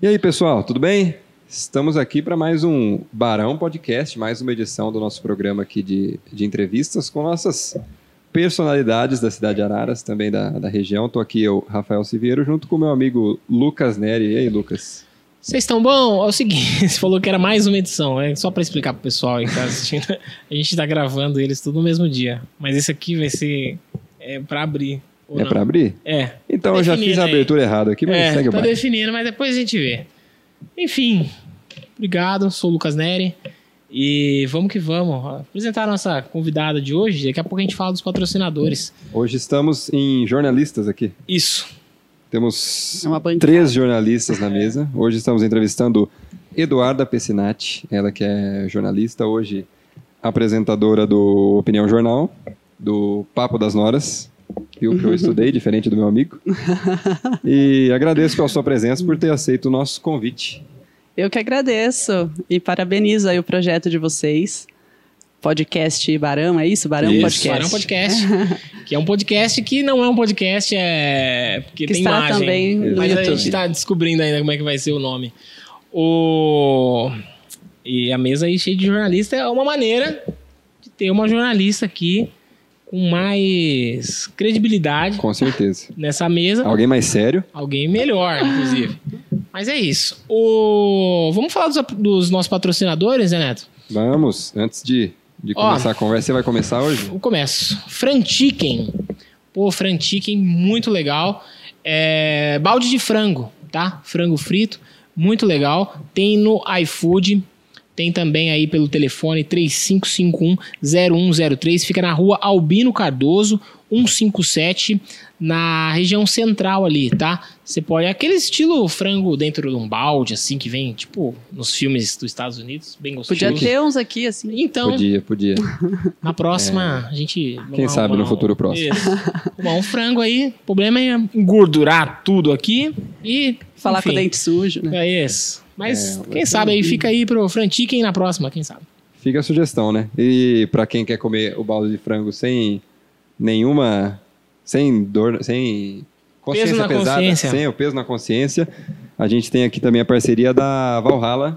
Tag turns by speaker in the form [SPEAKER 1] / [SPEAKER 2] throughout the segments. [SPEAKER 1] E aí, pessoal, tudo bem? Estamos aqui para mais um Barão Podcast, mais uma edição do nosso programa aqui de, de entrevistas com nossas personalidades da cidade de Araras, também da, da região. Estou aqui, eu, Rafael Siviero, junto com meu amigo Lucas Neri. E aí, Lucas?
[SPEAKER 2] Vocês estão bom? É o seguinte, você falou que era mais uma edição, é só para explicar pro pessoal aí que tá assistindo. A gente tá gravando eles tudo no mesmo dia, mas esse aqui vai ser é para abrir. ou
[SPEAKER 1] é
[SPEAKER 2] não.
[SPEAKER 1] para abrir?
[SPEAKER 2] É.
[SPEAKER 1] Então, eu já fiz a
[SPEAKER 2] Definido aí.
[SPEAKER 1] abertura errada aqui, mas
[SPEAKER 2] é,
[SPEAKER 1] segue o
[SPEAKER 2] tá
[SPEAKER 1] baile.
[SPEAKER 2] definindo, mas depois a gente vê. Enfim, obrigado, sou o Lucas Neri e vamos que vamos. Apresentar a nossa convidada de hoje, daqui a pouco a gente fala dos patrocinadores.
[SPEAKER 1] Hoje estamos em jornalistas aqui.
[SPEAKER 2] Isso.
[SPEAKER 1] Temos
[SPEAKER 3] É uma bancada.
[SPEAKER 1] três jornalistas na mesa. Hoje estamos entrevistando Eduarda Pessinati, ela que é jornalista, hoje apresentadora do Opinião Jornal, do Papo das Noras, e o que eu estudei, diferente do meu amigo. E agradeço pela sua presença por ter aceito o nosso convite.
[SPEAKER 3] Eu que agradeço e parabenizo aí o projeto de vocês. Podcast Barão, é isso? Barão
[SPEAKER 1] Isso,
[SPEAKER 3] Podcast.
[SPEAKER 2] Farão Podcast, que é um podcast que não é um podcast, é porque
[SPEAKER 3] Que
[SPEAKER 2] tem
[SPEAKER 3] está
[SPEAKER 2] imagem.
[SPEAKER 3] também no
[SPEAKER 2] Mas a
[SPEAKER 1] Exatamente.
[SPEAKER 2] gente
[SPEAKER 3] YouTube.
[SPEAKER 2] tá descobrindo ainda como é que vai ser o nome. O... E a mesa aí cheia de jornalista é uma maneira de ter uma jornalista aqui com mais credibilidade
[SPEAKER 1] Com certeza.
[SPEAKER 2] nessa mesa.
[SPEAKER 1] Alguém mais sério?
[SPEAKER 2] Alguém melhor, inclusive. Mas é isso. O... Vamos falar dos, dos nossos patrocinadores, né, Neto?
[SPEAKER 1] Vamos, antes de, de
[SPEAKER 2] Ó.
[SPEAKER 1] começar a conversa, você vai começar hoje?
[SPEAKER 2] Eu começo. Frantiquem. Pô, Frantiquem, muito legal. É, balde de frango, tá? Frango frito, muito legal. Tem no iFood. Tem também aí pelo telefone 3551-0103. Fica na rua Albino Cardoso, 157, na região central ali, tá? Você pode. é Aquele estilo frango dentro de um balde, assim, que vem, tipo, nos filmes dos Estados Unidos, bem gostoso.
[SPEAKER 3] Podia ter uns aqui, assim.
[SPEAKER 2] Então,
[SPEAKER 1] Podia, podia.
[SPEAKER 2] na próxima, a gente.
[SPEAKER 1] É. Quem sabe no futuro próximo.
[SPEAKER 2] Isso. Arrumar um frango aí. O problema é engordurar tudo aqui e.
[SPEAKER 3] Falar
[SPEAKER 2] enfim,
[SPEAKER 3] com o dente sujo, né?
[SPEAKER 2] É isso. Mas
[SPEAKER 1] É,
[SPEAKER 2] quem sabe aí fica aí pro Frantiquem na próxima, quem sabe.
[SPEAKER 1] Fica a sugestão, né? E pra quem quer comer o balde de frango sem nenhuma. sem dor. sem consciência
[SPEAKER 2] na
[SPEAKER 1] pesada,
[SPEAKER 2] consciência.
[SPEAKER 1] sem o peso na consciência, a gente tem aqui também a parceria da Valhalla,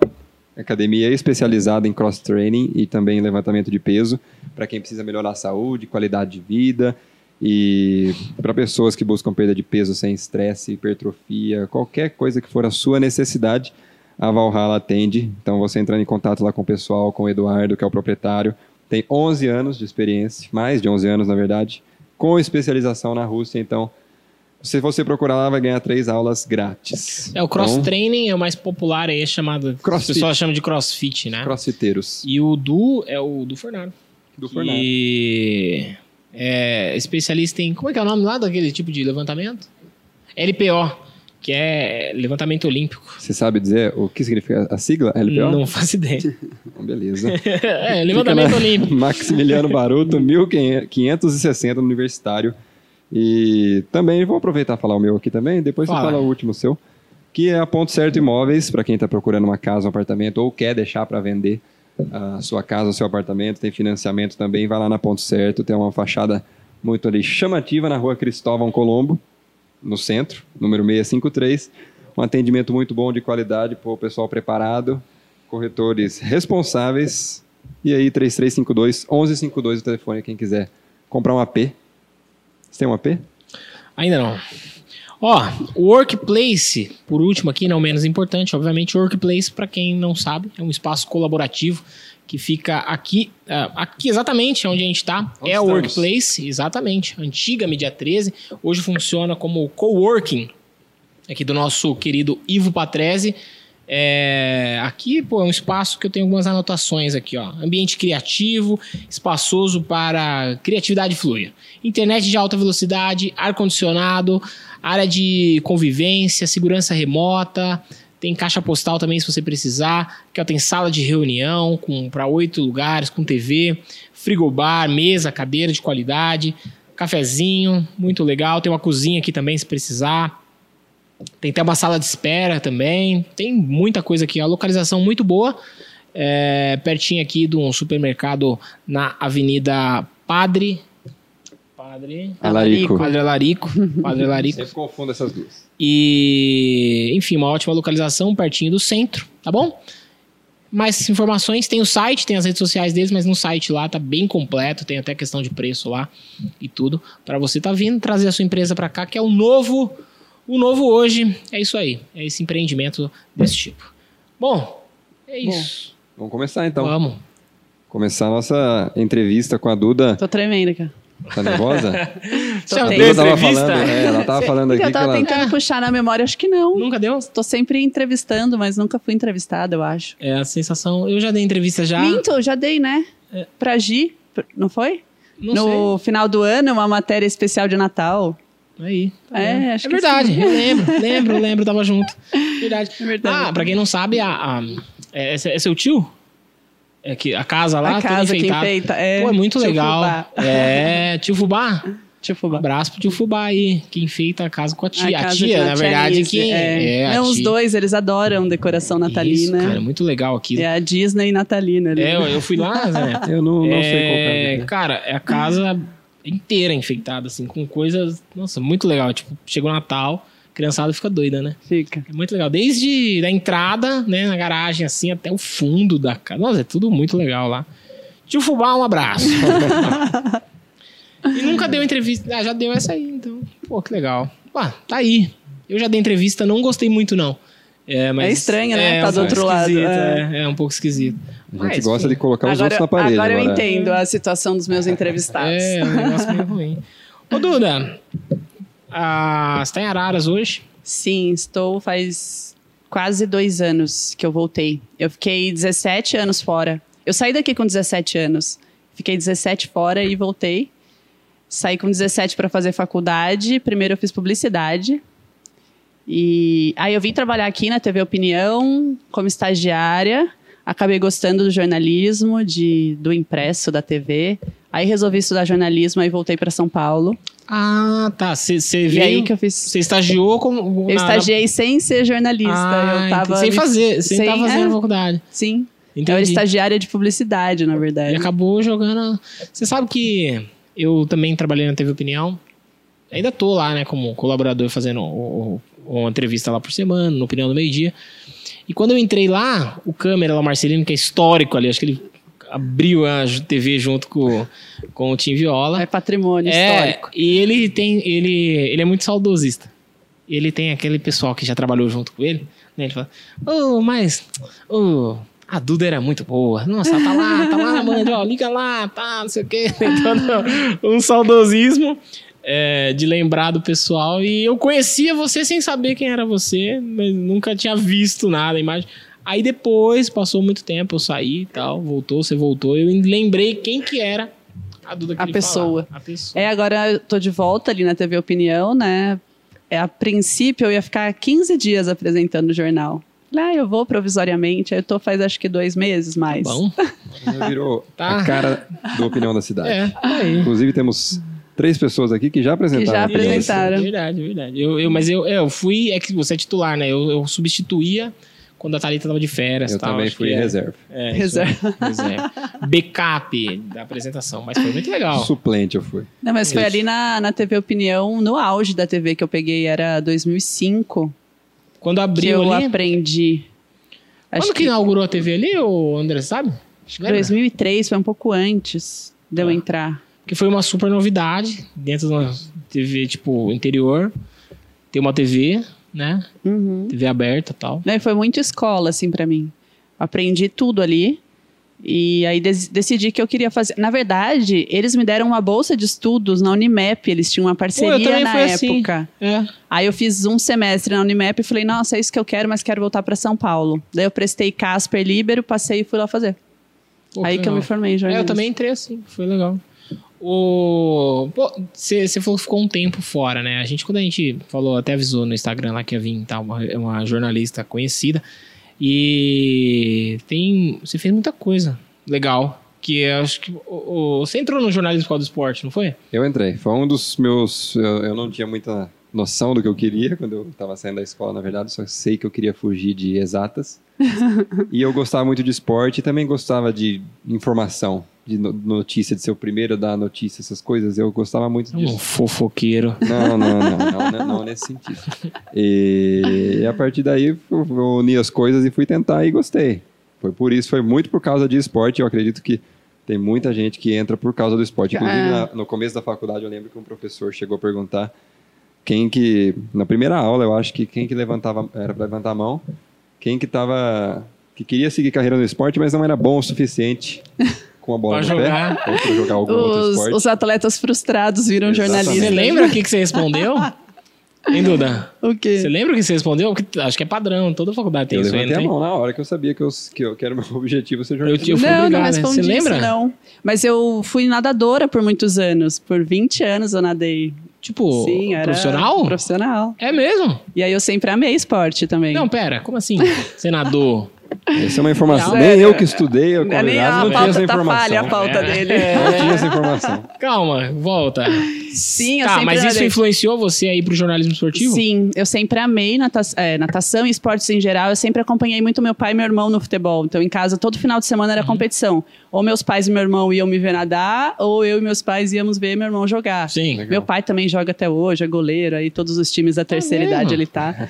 [SPEAKER 1] academia especializada em cross-training e também em levantamento de peso, pra quem precisa melhorar a saúde, qualidade de vida. E pra pessoas que buscam perda de peso sem estresse, hipertrofia, qualquer coisa que for a sua necessidade, a Valhalla atende. Então você entrando em contato lá com o pessoal, com o Eduardo, que é o proprietário, tem 11 anos de experiência, mais de 11 anos na verdade, com especialização na Rússia. Então, se você procurar lá, vai ganhar três aulas grátis.
[SPEAKER 2] É o cross-training, é o mais popular aí, é chamado.
[SPEAKER 1] Então? Crossfit.
[SPEAKER 2] O pessoal chama de crossfit, né?
[SPEAKER 1] Então, crossfiteiros.
[SPEAKER 2] E o Du é o do Fornado.
[SPEAKER 1] Do Fornado.
[SPEAKER 2] E. É especialista em. Como é que é o nome lá daquele tipo de levantamento? LPO, que é levantamento olímpico.
[SPEAKER 1] Você sabe dizer o que significa a sigla LPO?
[SPEAKER 2] Não faço ideia.
[SPEAKER 1] Então, Beleza.
[SPEAKER 2] é, levantamento
[SPEAKER 1] Fica na-
[SPEAKER 2] olímpico.
[SPEAKER 1] Maximiliano Baruto, 1560 no Universitário. E também vou aproveitar e falar o meu aqui também, depois você
[SPEAKER 2] Fala.
[SPEAKER 1] fala o último seu, que é a Ponto Certo Imóveis, para quem está procurando uma casa, um apartamento ou quer deixar para vender a sua casa, o seu apartamento, tem financiamento também, vai lá na Ponto Certo, tem uma fachada muito ali chamativa na Rua Cristóvão Colombo, no centro, número 653. Um atendimento muito bom de qualidade para o pessoal preparado, corretores responsáveis. E aí, 3352 1152 o telefone, quem quiser comprar um AP. Você tem um AP?
[SPEAKER 2] Ainda não. Ó, o Workplace, por último aqui, não menos importante, obviamente, o Workplace, para quem não sabe, é um espaço colaborativo que fica aqui, ah, aqui exatamente onde a gente está.
[SPEAKER 1] Onde
[SPEAKER 2] É o
[SPEAKER 1] estamos?
[SPEAKER 2] Workplace, exatamente, antiga Mídia 13, hoje funciona como coworking aqui do nosso querido Ivo Patrese. É, aqui, pô, é um espaço que eu tenho algumas anotações aqui, ó. Ambiente criativo, espaçoso para criatividade fluir. Internet de alta velocidade, ar-condicionado, área de convivência, segurança remota, tem caixa postal também se você precisar. Aqui, ó, tem sala de reunião com para oito lugares, com TV, frigobar, mesa, cadeira de qualidade, cafezinho, muito legal. Tem uma cozinha aqui também se precisar. Tem até uma sala de espera também. Tem muita coisa aqui. A localização muito boa. É, pertinho aqui de um supermercado na Avenida Padre. Padre.
[SPEAKER 3] Ah,
[SPEAKER 1] Alarico.
[SPEAKER 2] Padre Alarico. Padre Alarico.
[SPEAKER 1] Sempre confundo essas duas.
[SPEAKER 2] E, enfim, uma ótima localização pertinho do centro, tá bom? Mais informações tem o site, tem as redes sociais deles, mas no site lá tá bem completo, tem até questão de preço lá e tudo. Pra você tá vindo trazer a sua empresa pra cá, que é o novo, o novo hoje. É isso aí, é esse empreendimento desse tipo. Bom, é
[SPEAKER 3] Bom,
[SPEAKER 2] isso.
[SPEAKER 1] Vamos começar então.
[SPEAKER 2] Vamos.
[SPEAKER 1] Começar a nossa entrevista com a
[SPEAKER 2] É.
[SPEAKER 1] Duda.
[SPEAKER 3] Tô tremendo, cara.
[SPEAKER 1] Tá nervosa?
[SPEAKER 3] Tô
[SPEAKER 2] Ela
[SPEAKER 1] a
[SPEAKER 3] tentando-
[SPEAKER 2] deu
[SPEAKER 1] Duda tava
[SPEAKER 2] é entrevista?
[SPEAKER 1] falando, é, ela tava falando
[SPEAKER 3] Porque
[SPEAKER 1] aqui
[SPEAKER 3] eu
[SPEAKER 1] que
[SPEAKER 3] tava
[SPEAKER 1] ela
[SPEAKER 2] É.
[SPEAKER 3] tentando puxar na memória, acho que não.
[SPEAKER 2] Nunca deu?
[SPEAKER 3] Tô sempre entrevistando, mas nunca fui entrevistada, eu acho.
[SPEAKER 2] É a sensação. Eu já dei entrevista já. É.
[SPEAKER 3] Minto, eu já dei, né? Pra Gi, pr- não foi?
[SPEAKER 2] Não
[SPEAKER 3] no final do ano, uma matéria especial de Natal.
[SPEAKER 2] sei. Aí. tá
[SPEAKER 3] É,
[SPEAKER 2] vendo? é
[SPEAKER 3] acho que
[SPEAKER 2] verdade. Eu lembro, lembro, lembro, tava junto. Verdade.
[SPEAKER 3] É
[SPEAKER 2] Ah, pra quem não sabe, a, a- é, é seu- é seu tio? É que a casa lá,
[SPEAKER 3] a
[SPEAKER 2] toda
[SPEAKER 3] casa que
[SPEAKER 2] enfeitada.
[SPEAKER 3] enfeita. É,
[SPEAKER 2] Pô, é muito
[SPEAKER 3] Tio
[SPEAKER 2] legal.
[SPEAKER 3] Fubá.
[SPEAKER 2] É, tio Fubá?
[SPEAKER 3] Tio
[SPEAKER 2] Um
[SPEAKER 3] Fubá.
[SPEAKER 2] abraço pro tio Fubá aí, que enfeita a casa com a tia. A,
[SPEAKER 3] casa de
[SPEAKER 2] tia,
[SPEAKER 3] uma
[SPEAKER 2] na verdade,
[SPEAKER 3] Alice,
[SPEAKER 2] que
[SPEAKER 3] É.
[SPEAKER 2] a
[SPEAKER 3] não, os
[SPEAKER 2] tia.
[SPEAKER 3] dois, eles adoram decoração
[SPEAKER 2] Isso,
[SPEAKER 3] natalina.
[SPEAKER 2] cara, muito legal aqui.
[SPEAKER 3] é a Disney natalina. ali.
[SPEAKER 2] É, eu, eu fui lá, né?
[SPEAKER 1] Eu não, não
[SPEAKER 2] É,
[SPEAKER 1] sei qual
[SPEAKER 2] Cara, é a casa inteira enfeitada, assim, com coisas. Nossa, muito legal. Tipo, chega o Natal, a criançada fica doida, né?
[SPEAKER 3] Fica.
[SPEAKER 2] É muito legal. Desde a entrada, né, na garagem, assim, até o fundo da casa. Nossa, é tudo muito legal lá. Tio Fubá, um abraço. e nunca deu entrevista. Ah, já deu essa aí, então. Pô, que legal. Ué, tá aí. Eu já dei entrevista, não gostei muito, não. É, mas
[SPEAKER 3] É estranho, né? Tá
[SPEAKER 2] um
[SPEAKER 3] do outro
[SPEAKER 2] pouco
[SPEAKER 3] lado,
[SPEAKER 2] esquisito,
[SPEAKER 3] é.
[SPEAKER 2] É, é um pouco esquisito.
[SPEAKER 1] que é. A gente
[SPEAKER 2] Mas,
[SPEAKER 1] gosta
[SPEAKER 2] enfim.
[SPEAKER 1] de colocar os
[SPEAKER 3] Agora,
[SPEAKER 1] outros na parede.
[SPEAKER 3] agora eu
[SPEAKER 1] agora.
[SPEAKER 3] entendo a situação dos meus entrevistados.
[SPEAKER 2] É, um negócio meio ruim. Ô, Duda, ah, você tá em Araras hoje?
[SPEAKER 3] Sim, estou faz quase dois anos que eu voltei. Eu fiquei 17 anos fora. Eu saí daqui com 17 anos. Fiquei 17 fora e voltei. Saí com 17 para fazer faculdade. Primeiro eu fiz publicidade. E aí eu vim trabalhar aqui na TV Opinião como estagiária. Acabei gostando do jornalismo, de, do impresso, da TV. Aí resolvi estudar jornalismo e voltei para São Paulo.
[SPEAKER 2] Ah, tá. Você você
[SPEAKER 3] E aí
[SPEAKER 2] veio.
[SPEAKER 3] que eu fiz
[SPEAKER 2] Você estagiou como. na- na-
[SPEAKER 3] eu estagiei sem ser jornalista. eu
[SPEAKER 2] Ah,
[SPEAKER 3] tava.
[SPEAKER 2] entendi. Sem
[SPEAKER 3] me-
[SPEAKER 2] fazer, sem,
[SPEAKER 3] sem-
[SPEAKER 2] estar fazendo
[SPEAKER 3] é. Então,
[SPEAKER 2] faculdade.
[SPEAKER 3] Sim. Eu era
[SPEAKER 2] Entendi.
[SPEAKER 3] estagiária de publicidade, na
[SPEAKER 2] E
[SPEAKER 3] verdade.
[SPEAKER 2] acabou jogando. a- Você sabe que eu também trabalhei na TV Opinião. Ainda tô lá, né, como colaborador fazendo o- o- uma entrevista lá por semana, no Opinião do Meio Dia. E quando eu entrei lá, o câmera lá, o Marcelino, que é histórico ali, acho que ele abriu a ju- TV junto com, com o Tim Viola.
[SPEAKER 3] É patrimônio
[SPEAKER 2] É,
[SPEAKER 3] histórico.
[SPEAKER 2] e ele tem. Ele, ele é muito saudosista. Ele tem aquele pessoal que já trabalhou junto com ele, né? Ele fala, ô, mas. ô, a Duda era muito boa. Nossa, ela tá lá, tá lá, mano, ó, liga lá, tá, não sei o quê. Então, não, um saudosismo é, de lembrar do pessoal. E eu conhecia você sem saber quem era você, mas nunca tinha visto nada, a imagem. Aí depois, passou muito tempo, eu saí e tal, voltou, você voltou, eu lembrei quem que era a Duda que
[SPEAKER 3] A
[SPEAKER 2] ele
[SPEAKER 3] pessoa.
[SPEAKER 2] falava. A pessoa.
[SPEAKER 3] É, agora eu tô de volta ali na TV Opinião, né? É, a princípio eu ia ficar 15 dias apresentando o jornal. Lá eu vou provisoriamente, aí eu tô faz acho que dois meses mais.
[SPEAKER 2] Tá Bom,
[SPEAKER 1] Já Virou
[SPEAKER 2] Tá.
[SPEAKER 1] a cara do Opinião da Cidade.
[SPEAKER 2] é, tá aí.
[SPEAKER 1] Inclusive, temos três pessoas aqui que já apresentaram.
[SPEAKER 3] já
[SPEAKER 1] a opinião da
[SPEAKER 3] apresentaram.
[SPEAKER 1] cidade.
[SPEAKER 2] Verdade, verdade. Eu, eu, mas eu, é, eu fui, é que você é titular, né? Eu, eu substituía quando a Thalita tava de férias.
[SPEAKER 1] Eu
[SPEAKER 2] tal,
[SPEAKER 1] também
[SPEAKER 2] acho
[SPEAKER 1] fui
[SPEAKER 2] que é.
[SPEAKER 1] reserva.
[SPEAKER 2] É, isso aí,
[SPEAKER 3] Reserva.
[SPEAKER 2] reserva. Backup da apresentação, mas foi muito legal.
[SPEAKER 1] Suplente eu fui.
[SPEAKER 3] Não, mas foi
[SPEAKER 2] É Isso.
[SPEAKER 3] ali na, na TV Opinião, no auge da TV que eu peguei, era 2005,
[SPEAKER 2] Quando
[SPEAKER 3] que
[SPEAKER 2] abriu
[SPEAKER 3] eu
[SPEAKER 2] ali.
[SPEAKER 3] aprendi.
[SPEAKER 2] Quando que inaugurou a TV ali, o André, sabe?
[SPEAKER 3] acho que
[SPEAKER 2] Lembra?
[SPEAKER 3] 2003, foi um pouco antes de eu
[SPEAKER 2] Ah.
[SPEAKER 3] entrar.
[SPEAKER 2] que foi uma super novidade dentro de uma TV, tipo, interior. Tem uma TV, né?
[SPEAKER 3] Uhum.
[SPEAKER 2] TV aberta e tal.
[SPEAKER 3] Né, foi muito escola, assim, pra mim. Aprendi tudo ali. E aí des- decidi que eu queria fazer. Na verdade, eles me deram uma bolsa de estudos na Unimep. Eles tinham uma parceria
[SPEAKER 2] também
[SPEAKER 3] na
[SPEAKER 2] fui assim.
[SPEAKER 3] época.
[SPEAKER 2] É.
[SPEAKER 3] Aí eu fiz um semestre na Unimep e falei, nossa, é isso que eu quero, mas quero voltar pra São Paulo. Daí eu prestei Casper Libero, passei e fui lá fazer.
[SPEAKER 2] Pô,
[SPEAKER 3] aí que eu
[SPEAKER 2] legal.
[SPEAKER 3] me formei, em
[SPEAKER 2] É, eu
[SPEAKER 3] jornalismo.
[SPEAKER 2] também entrei assim, foi legal. O... Pô, você falou que ficou um tempo fora, né? A gente, quando a gente falou, até avisou no Instagram lá que ia vir tá, uma, uma jornalista conhecida. E tem. Você fez muita coisa legal. Que eu acho que. o- o- Você entrou no jornalismo por causa do esporte, não foi?
[SPEAKER 1] Eu entrei. Foi um dos meus. Eu, eu não tinha muita noção do que eu queria quando eu estava saindo da escola, na verdade. Só sei que eu queria fugir de exatas. e eu gostava muito de esporte e também gostava de informação. de no- notícia, de ser o primeiro a dar notícia, essas coisas, eu gostava muito
[SPEAKER 2] Um
[SPEAKER 1] disso.
[SPEAKER 2] fofoqueiro.
[SPEAKER 1] Não, não, não, não, não, não nesse sentido. E, a partir daí eu eu uni as coisas e fui tentar e gostei. Foi por isso, foi muito por causa de esporte. Eu acredito que tem muita gente que entra por causa do esporte. Inclusive,
[SPEAKER 3] Ah.
[SPEAKER 1] na- no começo da faculdade, eu lembro que um professor chegou a perguntar quem que, na primeira aula, eu acho que quem que levantava, era para levantar a mão, quem que tava, que queria seguir carreira no esporte, mas não era bom o suficiente com a bola
[SPEAKER 2] Pra
[SPEAKER 1] no
[SPEAKER 2] jogar.
[SPEAKER 1] pé, ou pra jogar algum outro
[SPEAKER 3] Os,
[SPEAKER 1] esporte.
[SPEAKER 3] os atletas frustrados viram
[SPEAKER 1] Exatamente.
[SPEAKER 2] Você
[SPEAKER 3] jornalistas.
[SPEAKER 2] lembra o que, que você respondeu? Hein, Duda?
[SPEAKER 3] O quê?
[SPEAKER 2] Você lembra o que você respondeu? Porque acho que é padrão, toda faculdade tem
[SPEAKER 1] eu
[SPEAKER 2] isso aí,
[SPEAKER 1] levantei
[SPEAKER 2] não
[SPEAKER 1] a
[SPEAKER 2] tem?
[SPEAKER 1] mão na hora que eu sabia que eu, que eu que era o meu objetivo ser jornalista.
[SPEAKER 2] Eu fui
[SPEAKER 3] não, não
[SPEAKER 2] obrigado, né? Você
[SPEAKER 3] respondi
[SPEAKER 2] lembra?
[SPEAKER 3] isso, não. Mas eu fui nadadora por muitos anos. Por 20 anos eu nadei.
[SPEAKER 2] Tipo,
[SPEAKER 3] Sim, era
[SPEAKER 2] profissional?
[SPEAKER 3] Profissional.
[SPEAKER 2] É mesmo?
[SPEAKER 3] E aí eu sempre amei esporte também. É
[SPEAKER 2] Não, pera, como assim? Senador.
[SPEAKER 1] Essa é uma informação.
[SPEAKER 3] Não,
[SPEAKER 1] Nem
[SPEAKER 3] é-
[SPEAKER 1] eu que estudei, eu
[SPEAKER 3] Não é nem
[SPEAKER 1] convidado,
[SPEAKER 3] a
[SPEAKER 1] não tinha
[SPEAKER 3] pauta
[SPEAKER 1] essa
[SPEAKER 3] tá falha, a
[SPEAKER 1] informação.
[SPEAKER 3] pauta
[SPEAKER 2] É.
[SPEAKER 3] dele.
[SPEAKER 1] Não tinha essa informação.
[SPEAKER 2] Calma, volta.
[SPEAKER 3] Sim, eu
[SPEAKER 2] tá,
[SPEAKER 3] sempre
[SPEAKER 2] mas isso
[SPEAKER 3] nadei.
[SPEAKER 2] influenciou você aí pro jornalismo esportivo?
[SPEAKER 3] Sim, eu sempre amei nata- é, natação e esportes em geral. Eu sempre acompanhei muito meu pai e meu irmão no futebol. Então, em casa, todo final de semana era
[SPEAKER 2] Uhum.
[SPEAKER 3] competição. Ou meus pais e meu irmão iam me ver nadar, ou eu e meus pais íamos ver meu irmão jogar.
[SPEAKER 2] Sim.
[SPEAKER 1] Legal.
[SPEAKER 3] Meu pai também joga até hoje, é goleiro, aí todos os times da terceira
[SPEAKER 2] Ah, mesmo?
[SPEAKER 3] idade ele tá.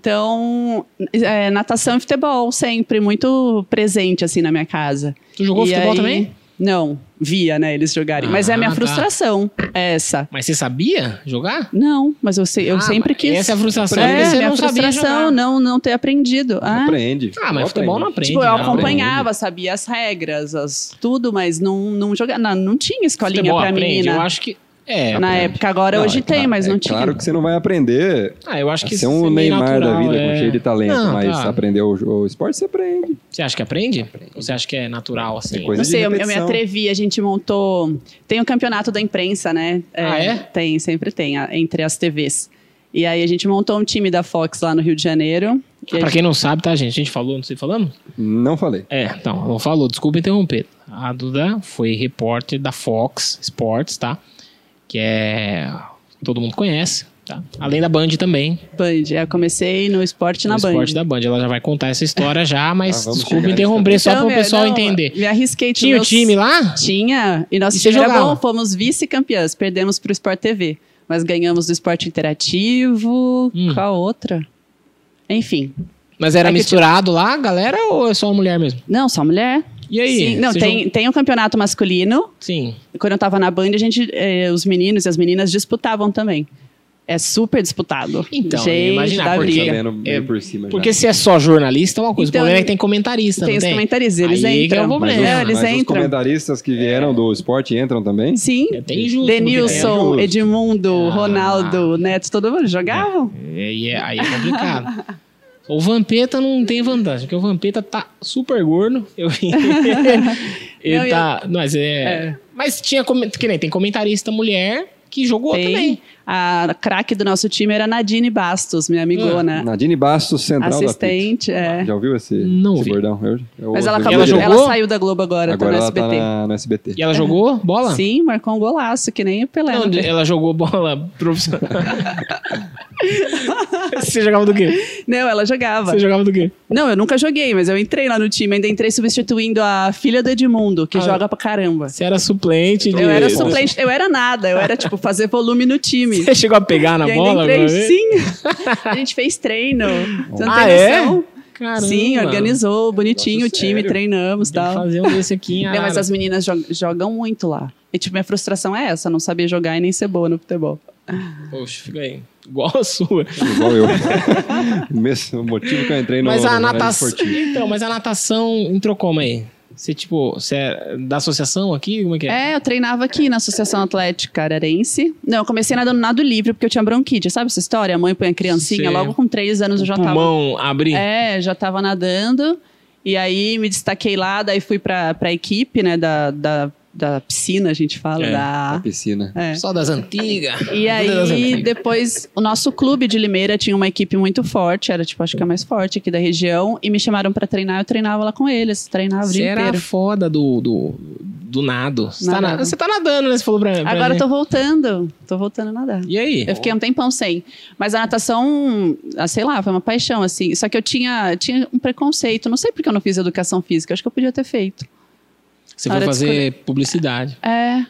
[SPEAKER 3] Então, é, natação e futebol sempre, muito presente assim na minha casa.
[SPEAKER 2] Tu jogou
[SPEAKER 3] E
[SPEAKER 2] futebol
[SPEAKER 3] aí-
[SPEAKER 2] também?
[SPEAKER 3] Não, via, né, eles jogarem. mas é a minha
[SPEAKER 2] Ah, tá.
[SPEAKER 3] frustração, é essa.
[SPEAKER 2] Mas você sabia jogar?
[SPEAKER 3] Não, mas eu, sei, eu
[SPEAKER 2] Ah,
[SPEAKER 3] sempre
[SPEAKER 2] mas
[SPEAKER 3] quis.
[SPEAKER 2] Essa é a frustração,
[SPEAKER 3] É,
[SPEAKER 2] porque você
[SPEAKER 3] minha
[SPEAKER 2] não sabia
[SPEAKER 3] frustração,
[SPEAKER 2] jogar.
[SPEAKER 3] não, não ter aprendido. Ah,
[SPEAKER 1] Aprende.
[SPEAKER 2] Ah, mas futebol não aprende.
[SPEAKER 3] tipo, eu
[SPEAKER 2] não.
[SPEAKER 3] acompanhava, sabia as regras, as, tudo, mas não, não jogava. Não, não tinha escolinha
[SPEAKER 2] Futebol
[SPEAKER 3] pra
[SPEAKER 2] aprende,
[SPEAKER 3] mim, né?
[SPEAKER 2] Eu acho que... É,
[SPEAKER 3] Na
[SPEAKER 1] aprende.
[SPEAKER 3] época, agora
[SPEAKER 1] Não,
[SPEAKER 3] hoje
[SPEAKER 1] é
[SPEAKER 3] tem,
[SPEAKER 1] claro-
[SPEAKER 3] mas
[SPEAKER 1] é
[SPEAKER 3] não tinha.
[SPEAKER 1] Claro que você não vai aprender
[SPEAKER 2] ah, eu acho
[SPEAKER 1] a
[SPEAKER 2] que
[SPEAKER 1] ser
[SPEAKER 2] isso
[SPEAKER 1] um
[SPEAKER 2] é meio
[SPEAKER 1] Neymar da
[SPEAKER 2] natural,
[SPEAKER 1] vida,
[SPEAKER 2] é.
[SPEAKER 1] com cheio de talento,
[SPEAKER 2] Não,
[SPEAKER 1] mas
[SPEAKER 2] tá.
[SPEAKER 1] aprender o, o esporte você aprende.
[SPEAKER 2] Você acha que aprende? Ou você acha que é natural, assim?
[SPEAKER 1] É coisa-
[SPEAKER 3] Não sei, eu, eu me
[SPEAKER 1] repetição.
[SPEAKER 3] atrevi, a gente montou. Tem o campeonato da imprensa, né?
[SPEAKER 2] Ah, é?
[SPEAKER 3] Tem, sempre tem, a- entre as TVs. E aí a gente montou um time da Fox lá no Rio de Janeiro. E a
[SPEAKER 2] Pra
[SPEAKER 3] gente-
[SPEAKER 2] quem não sabe, tá, gente? A gente falou, não sei falando?
[SPEAKER 1] Não falei.
[SPEAKER 2] É, então, não falou, desculpa interromper. A Duda foi repórter da Fox Sports, tá? Que é. Todo mundo conhece, tá? Além da Band também.
[SPEAKER 3] Band. Eu comecei no esporte na
[SPEAKER 2] do
[SPEAKER 3] Band.
[SPEAKER 2] esporte da Band. Ela já vai contar essa história já, mas
[SPEAKER 1] Ah, vamos
[SPEAKER 2] desculpa
[SPEAKER 1] chegar
[SPEAKER 2] interromper, só
[SPEAKER 3] Então,
[SPEAKER 2] para o
[SPEAKER 3] meu,
[SPEAKER 2] pessoal
[SPEAKER 3] não,
[SPEAKER 2] entender.
[SPEAKER 3] Me arrisquei.
[SPEAKER 2] Tinha o
[SPEAKER 3] meus-
[SPEAKER 2] time lá?
[SPEAKER 3] Tinha. E nosso
[SPEAKER 2] E você
[SPEAKER 3] time era
[SPEAKER 2] jogava?
[SPEAKER 3] bom, fomos vice-campeãs. Perdemos pro Sport TV. Mas ganhamos do esporte interativo.
[SPEAKER 2] Hum.
[SPEAKER 3] Qual a outra? Enfim.
[SPEAKER 2] Mas era
[SPEAKER 3] É que
[SPEAKER 2] misturado lá, galera, ou é só mulher mesmo?
[SPEAKER 3] Não, só mulher.
[SPEAKER 2] E aí?
[SPEAKER 3] Sim, não,
[SPEAKER 2] Você
[SPEAKER 3] tem,
[SPEAKER 2] jogou-
[SPEAKER 3] tem o campeonato masculino,
[SPEAKER 2] Sim.
[SPEAKER 3] quando eu tava na Band, a gente, eh, os meninos e as meninas disputavam também. É super disputado.
[SPEAKER 2] Então,
[SPEAKER 3] gente,
[SPEAKER 2] imagina,
[SPEAKER 3] dá
[SPEAKER 2] porque-
[SPEAKER 3] briga.
[SPEAKER 1] Sabendo meio
[SPEAKER 2] é,
[SPEAKER 1] por cima já.
[SPEAKER 2] Porque se é só jornalista, é uma coisa.
[SPEAKER 3] Então,
[SPEAKER 2] o problema é que tem comentarista,
[SPEAKER 3] Tem
[SPEAKER 2] não
[SPEAKER 3] os
[SPEAKER 2] tem?
[SPEAKER 3] comentaristas, eles
[SPEAKER 2] Aí que é o
[SPEAKER 3] entram.
[SPEAKER 1] Mas,
[SPEAKER 2] problema.
[SPEAKER 1] os,
[SPEAKER 3] É, eles
[SPEAKER 1] mas os
[SPEAKER 3] entram. É.
[SPEAKER 1] comentaristas que vieram do esporte entram também?
[SPEAKER 3] Sim.
[SPEAKER 2] É até injusto.
[SPEAKER 1] É
[SPEAKER 3] Denilson,
[SPEAKER 1] justo.
[SPEAKER 3] Edmundo,
[SPEAKER 2] Ah.
[SPEAKER 3] Ronaldo, Neto, todo mundo jogavam.
[SPEAKER 2] porque- É, e é- aí é complicado. O Vampeta não tem vantagem, porque o Vampeta tá super gordo. Eu... Ele
[SPEAKER 3] Não, eu-
[SPEAKER 2] tá. Mas, é... mas tinha. comen- Que nem tem comentarista mulher que jogou
[SPEAKER 3] Tem.
[SPEAKER 2] também.
[SPEAKER 3] A craque do nosso time era Nadine Bastos, minha amigona.
[SPEAKER 1] Nadine Bastos, central
[SPEAKER 3] É. assistente,
[SPEAKER 1] da
[SPEAKER 3] é.
[SPEAKER 1] PIT. Já ouviu esse,
[SPEAKER 2] Não
[SPEAKER 1] esse
[SPEAKER 2] vi.
[SPEAKER 1] bordão? Eu- eu
[SPEAKER 3] Mas
[SPEAKER 1] ouvi no
[SPEAKER 3] ela acabou
[SPEAKER 2] ela
[SPEAKER 3] de-
[SPEAKER 1] direto.
[SPEAKER 2] jogou?
[SPEAKER 3] ela saiu da Globo agora,
[SPEAKER 1] Agora
[SPEAKER 3] tá no
[SPEAKER 1] ela tá
[SPEAKER 3] SBT.
[SPEAKER 1] na- no SBT.
[SPEAKER 2] E ela jogou bola?
[SPEAKER 3] Sim, marcou um golaço, que nem o Pelé.
[SPEAKER 2] Não,
[SPEAKER 3] né?
[SPEAKER 2] ela jogou bola profissional. Você jogava do quê?
[SPEAKER 3] Não, ela jogava.
[SPEAKER 2] Você jogava do quê?
[SPEAKER 3] Não, eu nunca joguei, mas eu entrei lá no time. Ainda entrei substituindo a filha do Edmundo, que
[SPEAKER 2] Ah.
[SPEAKER 3] joga pra caramba.
[SPEAKER 2] Você era suplente de...
[SPEAKER 3] Eu era
[SPEAKER 1] Isso.
[SPEAKER 3] suplente, eu era nada, eu era tipo fazer volume no time.
[SPEAKER 2] Você chegou a pegar na
[SPEAKER 3] e ainda
[SPEAKER 2] bola?
[SPEAKER 3] entrei,
[SPEAKER 2] alguma vez?
[SPEAKER 3] sim. A gente fez treino. Você não
[SPEAKER 2] Ah,
[SPEAKER 3] tem
[SPEAKER 2] é?
[SPEAKER 3] noção?
[SPEAKER 2] Caramba. É um
[SPEAKER 3] Sim, organizou, bonitinho o
[SPEAKER 1] Negócio
[SPEAKER 3] time,
[SPEAKER 1] sério.
[SPEAKER 3] treinamos e
[SPEAKER 2] Tem que
[SPEAKER 3] tal.
[SPEAKER 2] fazer um desse aqui em
[SPEAKER 3] Não, mas
[SPEAKER 2] Arara.
[SPEAKER 3] as meninas jo- jogam muito lá. E tipo, minha frustração é essa, não saber jogar e nem ser boa no futebol.
[SPEAKER 2] Poxa, fica aí. Igual a sua.
[SPEAKER 1] Igual eu. Mesmo motivo que eu entrei no
[SPEAKER 2] mas a
[SPEAKER 1] no jornalismo
[SPEAKER 2] natação...
[SPEAKER 1] esportivo.
[SPEAKER 2] Então, mas a natação entrou como aí? Você, tipo, você é da associação aqui? Como é que é?
[SPEAKER 3] É, eu treinava aqui na Associação Atlética Ararense. Não, eu comecei nadando nado livre porque eu tinha bronquite. Sabe essa história? A mãe põe a criancinha,
[SPEAKER 2] Sei.
[SPEAKER 3] logo com três anos eu já tava
[SPEAKER 2] Pulmão, abrir?
[SPEAKER 3] É, já tava nadando. E aí me destaquei lá, daí fui pra, pra equipe, né, da, da, da piscina, a gente fala.
[SPEAKER 2] É,
[SPEAKER 1] Na
[SPEAKER 3] da...
[SPEAKER 1] piscina.
[SPEAKER 3] É.
[SPEAKER 2] Só das antigas. é
[SPEAKER 3] E aí, depois, o nosso clube de Limeira tinha uma equipe muito forte, era tipo, acho que a mais forte aqui da região, e me chamaram pra treinar, eu treinava lá com eles, treinava o
[SPEAKER 2] Você
[SPEAKER 3] dia
[SPEAKER 2] era
[SPEAKER 3] inteiro.
[SPEAKER 2] foda do, do, do nado. Você tá, na-
[SPEAKER 3] Nadava.
[SPEAKER 2] você tá nadando, né? Você falou pra, pra
[SPEAKER 3] Agora eu
[SPEAKER 2] mim.
[SPEAKER 3] tô voltando, tô voltando a nadar.
[SPEAKER 2] E aí?
[SPEAKER 3] Eu fiquei um tempão sem. Mas a natação, ah, sei lá, foi uma paixão, assim. Só que eu tinha, tinha um preconceito. Não sei porque eu não fiz educação física. Acho que eu podia ter feito.
[SPEAKER 2] Você
[SPEAKER 3] Na
[SPEAKER 2] foi
[SPEAKER 3] hora de
[SPEAKER 2] fazer publicidade.
[SPEAKER 3] É.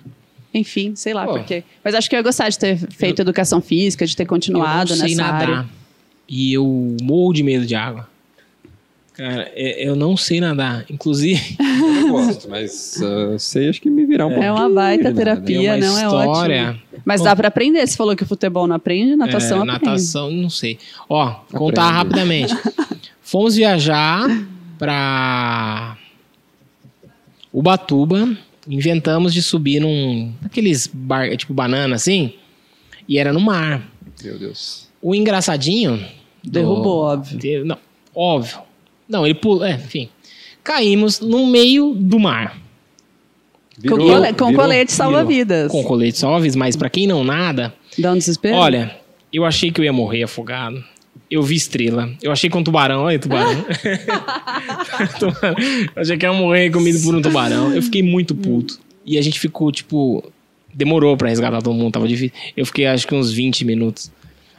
[SPEAKER 3] Enfim, sei lá
[SPEAKER 2] Pô.
[SPEAKER 3] por quê. Mas acho que eu ia gostar de ter feito educação física, de ter continuado
[SPEAKER 2] eu não sei
[SPEAKER 3] É, nessa
[SPEAKER 2] nadar.
[SPEAKER 3] área.
[SPEAKER 2] E eu morro de medo de água. Cara, é- eu não sei nadar. Inclusive,
[SPEAKER 1] Eu gosto, mas ah, sei, acho que me virar um pouco.
[SPEAKER 3] É uma baita
[SPEAKER 2] tem
[SPEAKER 3] terapia,
[SPEAKER 2] uma
[SPEAKER 3] não é
[SPEAKER 2] história.
[SPEAKER 3] ótimo. Mas dá pra aprender. Você falou que o futebol não aprende, natação
[SPEAKER 2] É,
[SPEAKER 3] aprende.
[SPEAKER 2] natação, não sei. Ó, contar
[SPEAKER 1] Aprende.
[SPEAKER 2] rapidamente. Fomos viajar pra Ubatuba, inventamos de subir num aqueles bar, tipo banana assim, e era no mar.
[SPEAKER 1] Meu Deus.
[SPEAKER 2] O engraçadinho do-
[SPEAKER 3] Derrubou, óbvio.
[SPEAKER 2] de- não, óbvio. Não, ele pulou, é, enfim. Caímos no meio do mar.
[SPEAKER 3] Com,
[SPEAKER 1] Virou,
[SPEAKER 3] cole- com
[SPEAKER 1] virou.
[SPEAKER 3] colete salva-vidas.
[SPEAKER 2] Com colete salves, mas pra quem não nada,
[SPEAKER 3] Dá um desespero?
[SPEAKER 2] Olha, eu achei que eu ia morrer afogado. Eu vi estrela. Eu achei que um tubarão. Olha, aí, tubarão. Tubarão. Eu achei que eu ia morrer comido por um tubarão. Eu fiquei muito puto. E a gente ficou, tipo. Demorou pra resgatar todo mundo, tava difícil. Eu fiquei, acho que uns 20 minutos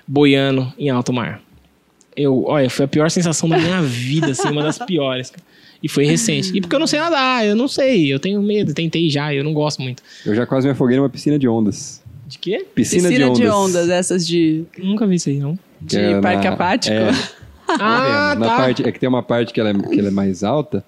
[SPEAKER 2] boiando em alto mar. Eu, olha, foi a pior sensação da minha vida, assim, uma das piores. cara. E foi recente. E porque eu não sei nadar, eu não sei, eu tenho medo, tentei já, eu não gosto muito.
[SPEAKER 1] Eu já quase me afoguei numa piscina de ondas.
[SPEAKER 2] De quê?
[SPEAKER 1] Piscina, de ondas.
[SPEAKER 3] essas de,
[SPEAKER 2] Nunca vi isso aí, não.
[SPEAKER 3] de
[SPEAKER 1] Que é
[SPEAKER 3] parque
[SPEAKER 1] na-
[SPEAKER 3] aquático.
[SPEAKER 1] é,
[SPEAKER 2] Ah,
[SPEAKER 1] É, na parte, é que tem uma parte que ela é, que ela é mais alta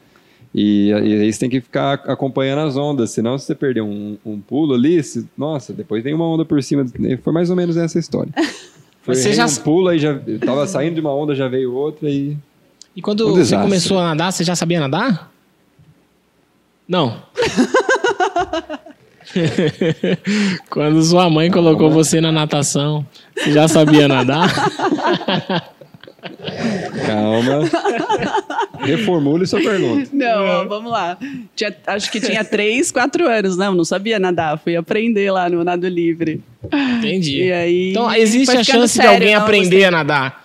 [SPEAKER 1] e, e aí você tem que ficar acompanhando as ondas, senão se você perder um, um pulo ali, se- nossa, depois vem uma onda por cima. Foi mais ou menos essa a história. Foi
[SPEAKER 2] Mas você
[SPEAKER 1] você
[SPEAKER 2] já-
[SPEAKER 1] já... um pulo, aí já eu tava saindo de uma onda, já veio outra e...
[SPEAKER 2] E quando
[SPEAKER 1] Um
[SPEAKER 2] você
[SPEAKER 1] desastre.
[SPEAKER 2] começou a nadar, você já sabia nadar? Não. quando sua mãe colocou
[SPEAKER 1] né?
[SPEAKER 2] você na natação, você já sabia nadar?
[SPEAKER 1] Calma. Reformule sua pergunta.
[SPEAKER 3] Não, ó, vamos lá. Tinha- acho que tinha 3, 4 anos. Não, não sabia nadar. Fui aprender lá no Nado Livre.
[SPEAKER 2] Entendi.
[SPEAKER 3] E aí,
[SPEAKER 2] então existe
[SPEAKER 3] foi
[SPEAKER 2] a
[SPEAKER 3] ficando
[SPEAKER 2] chance de
[SPEAKER 3] sério,
[SPEAKER 2] alguém
[SPEAKER 3] não,
[SPEAKER 2] aprender a nadar.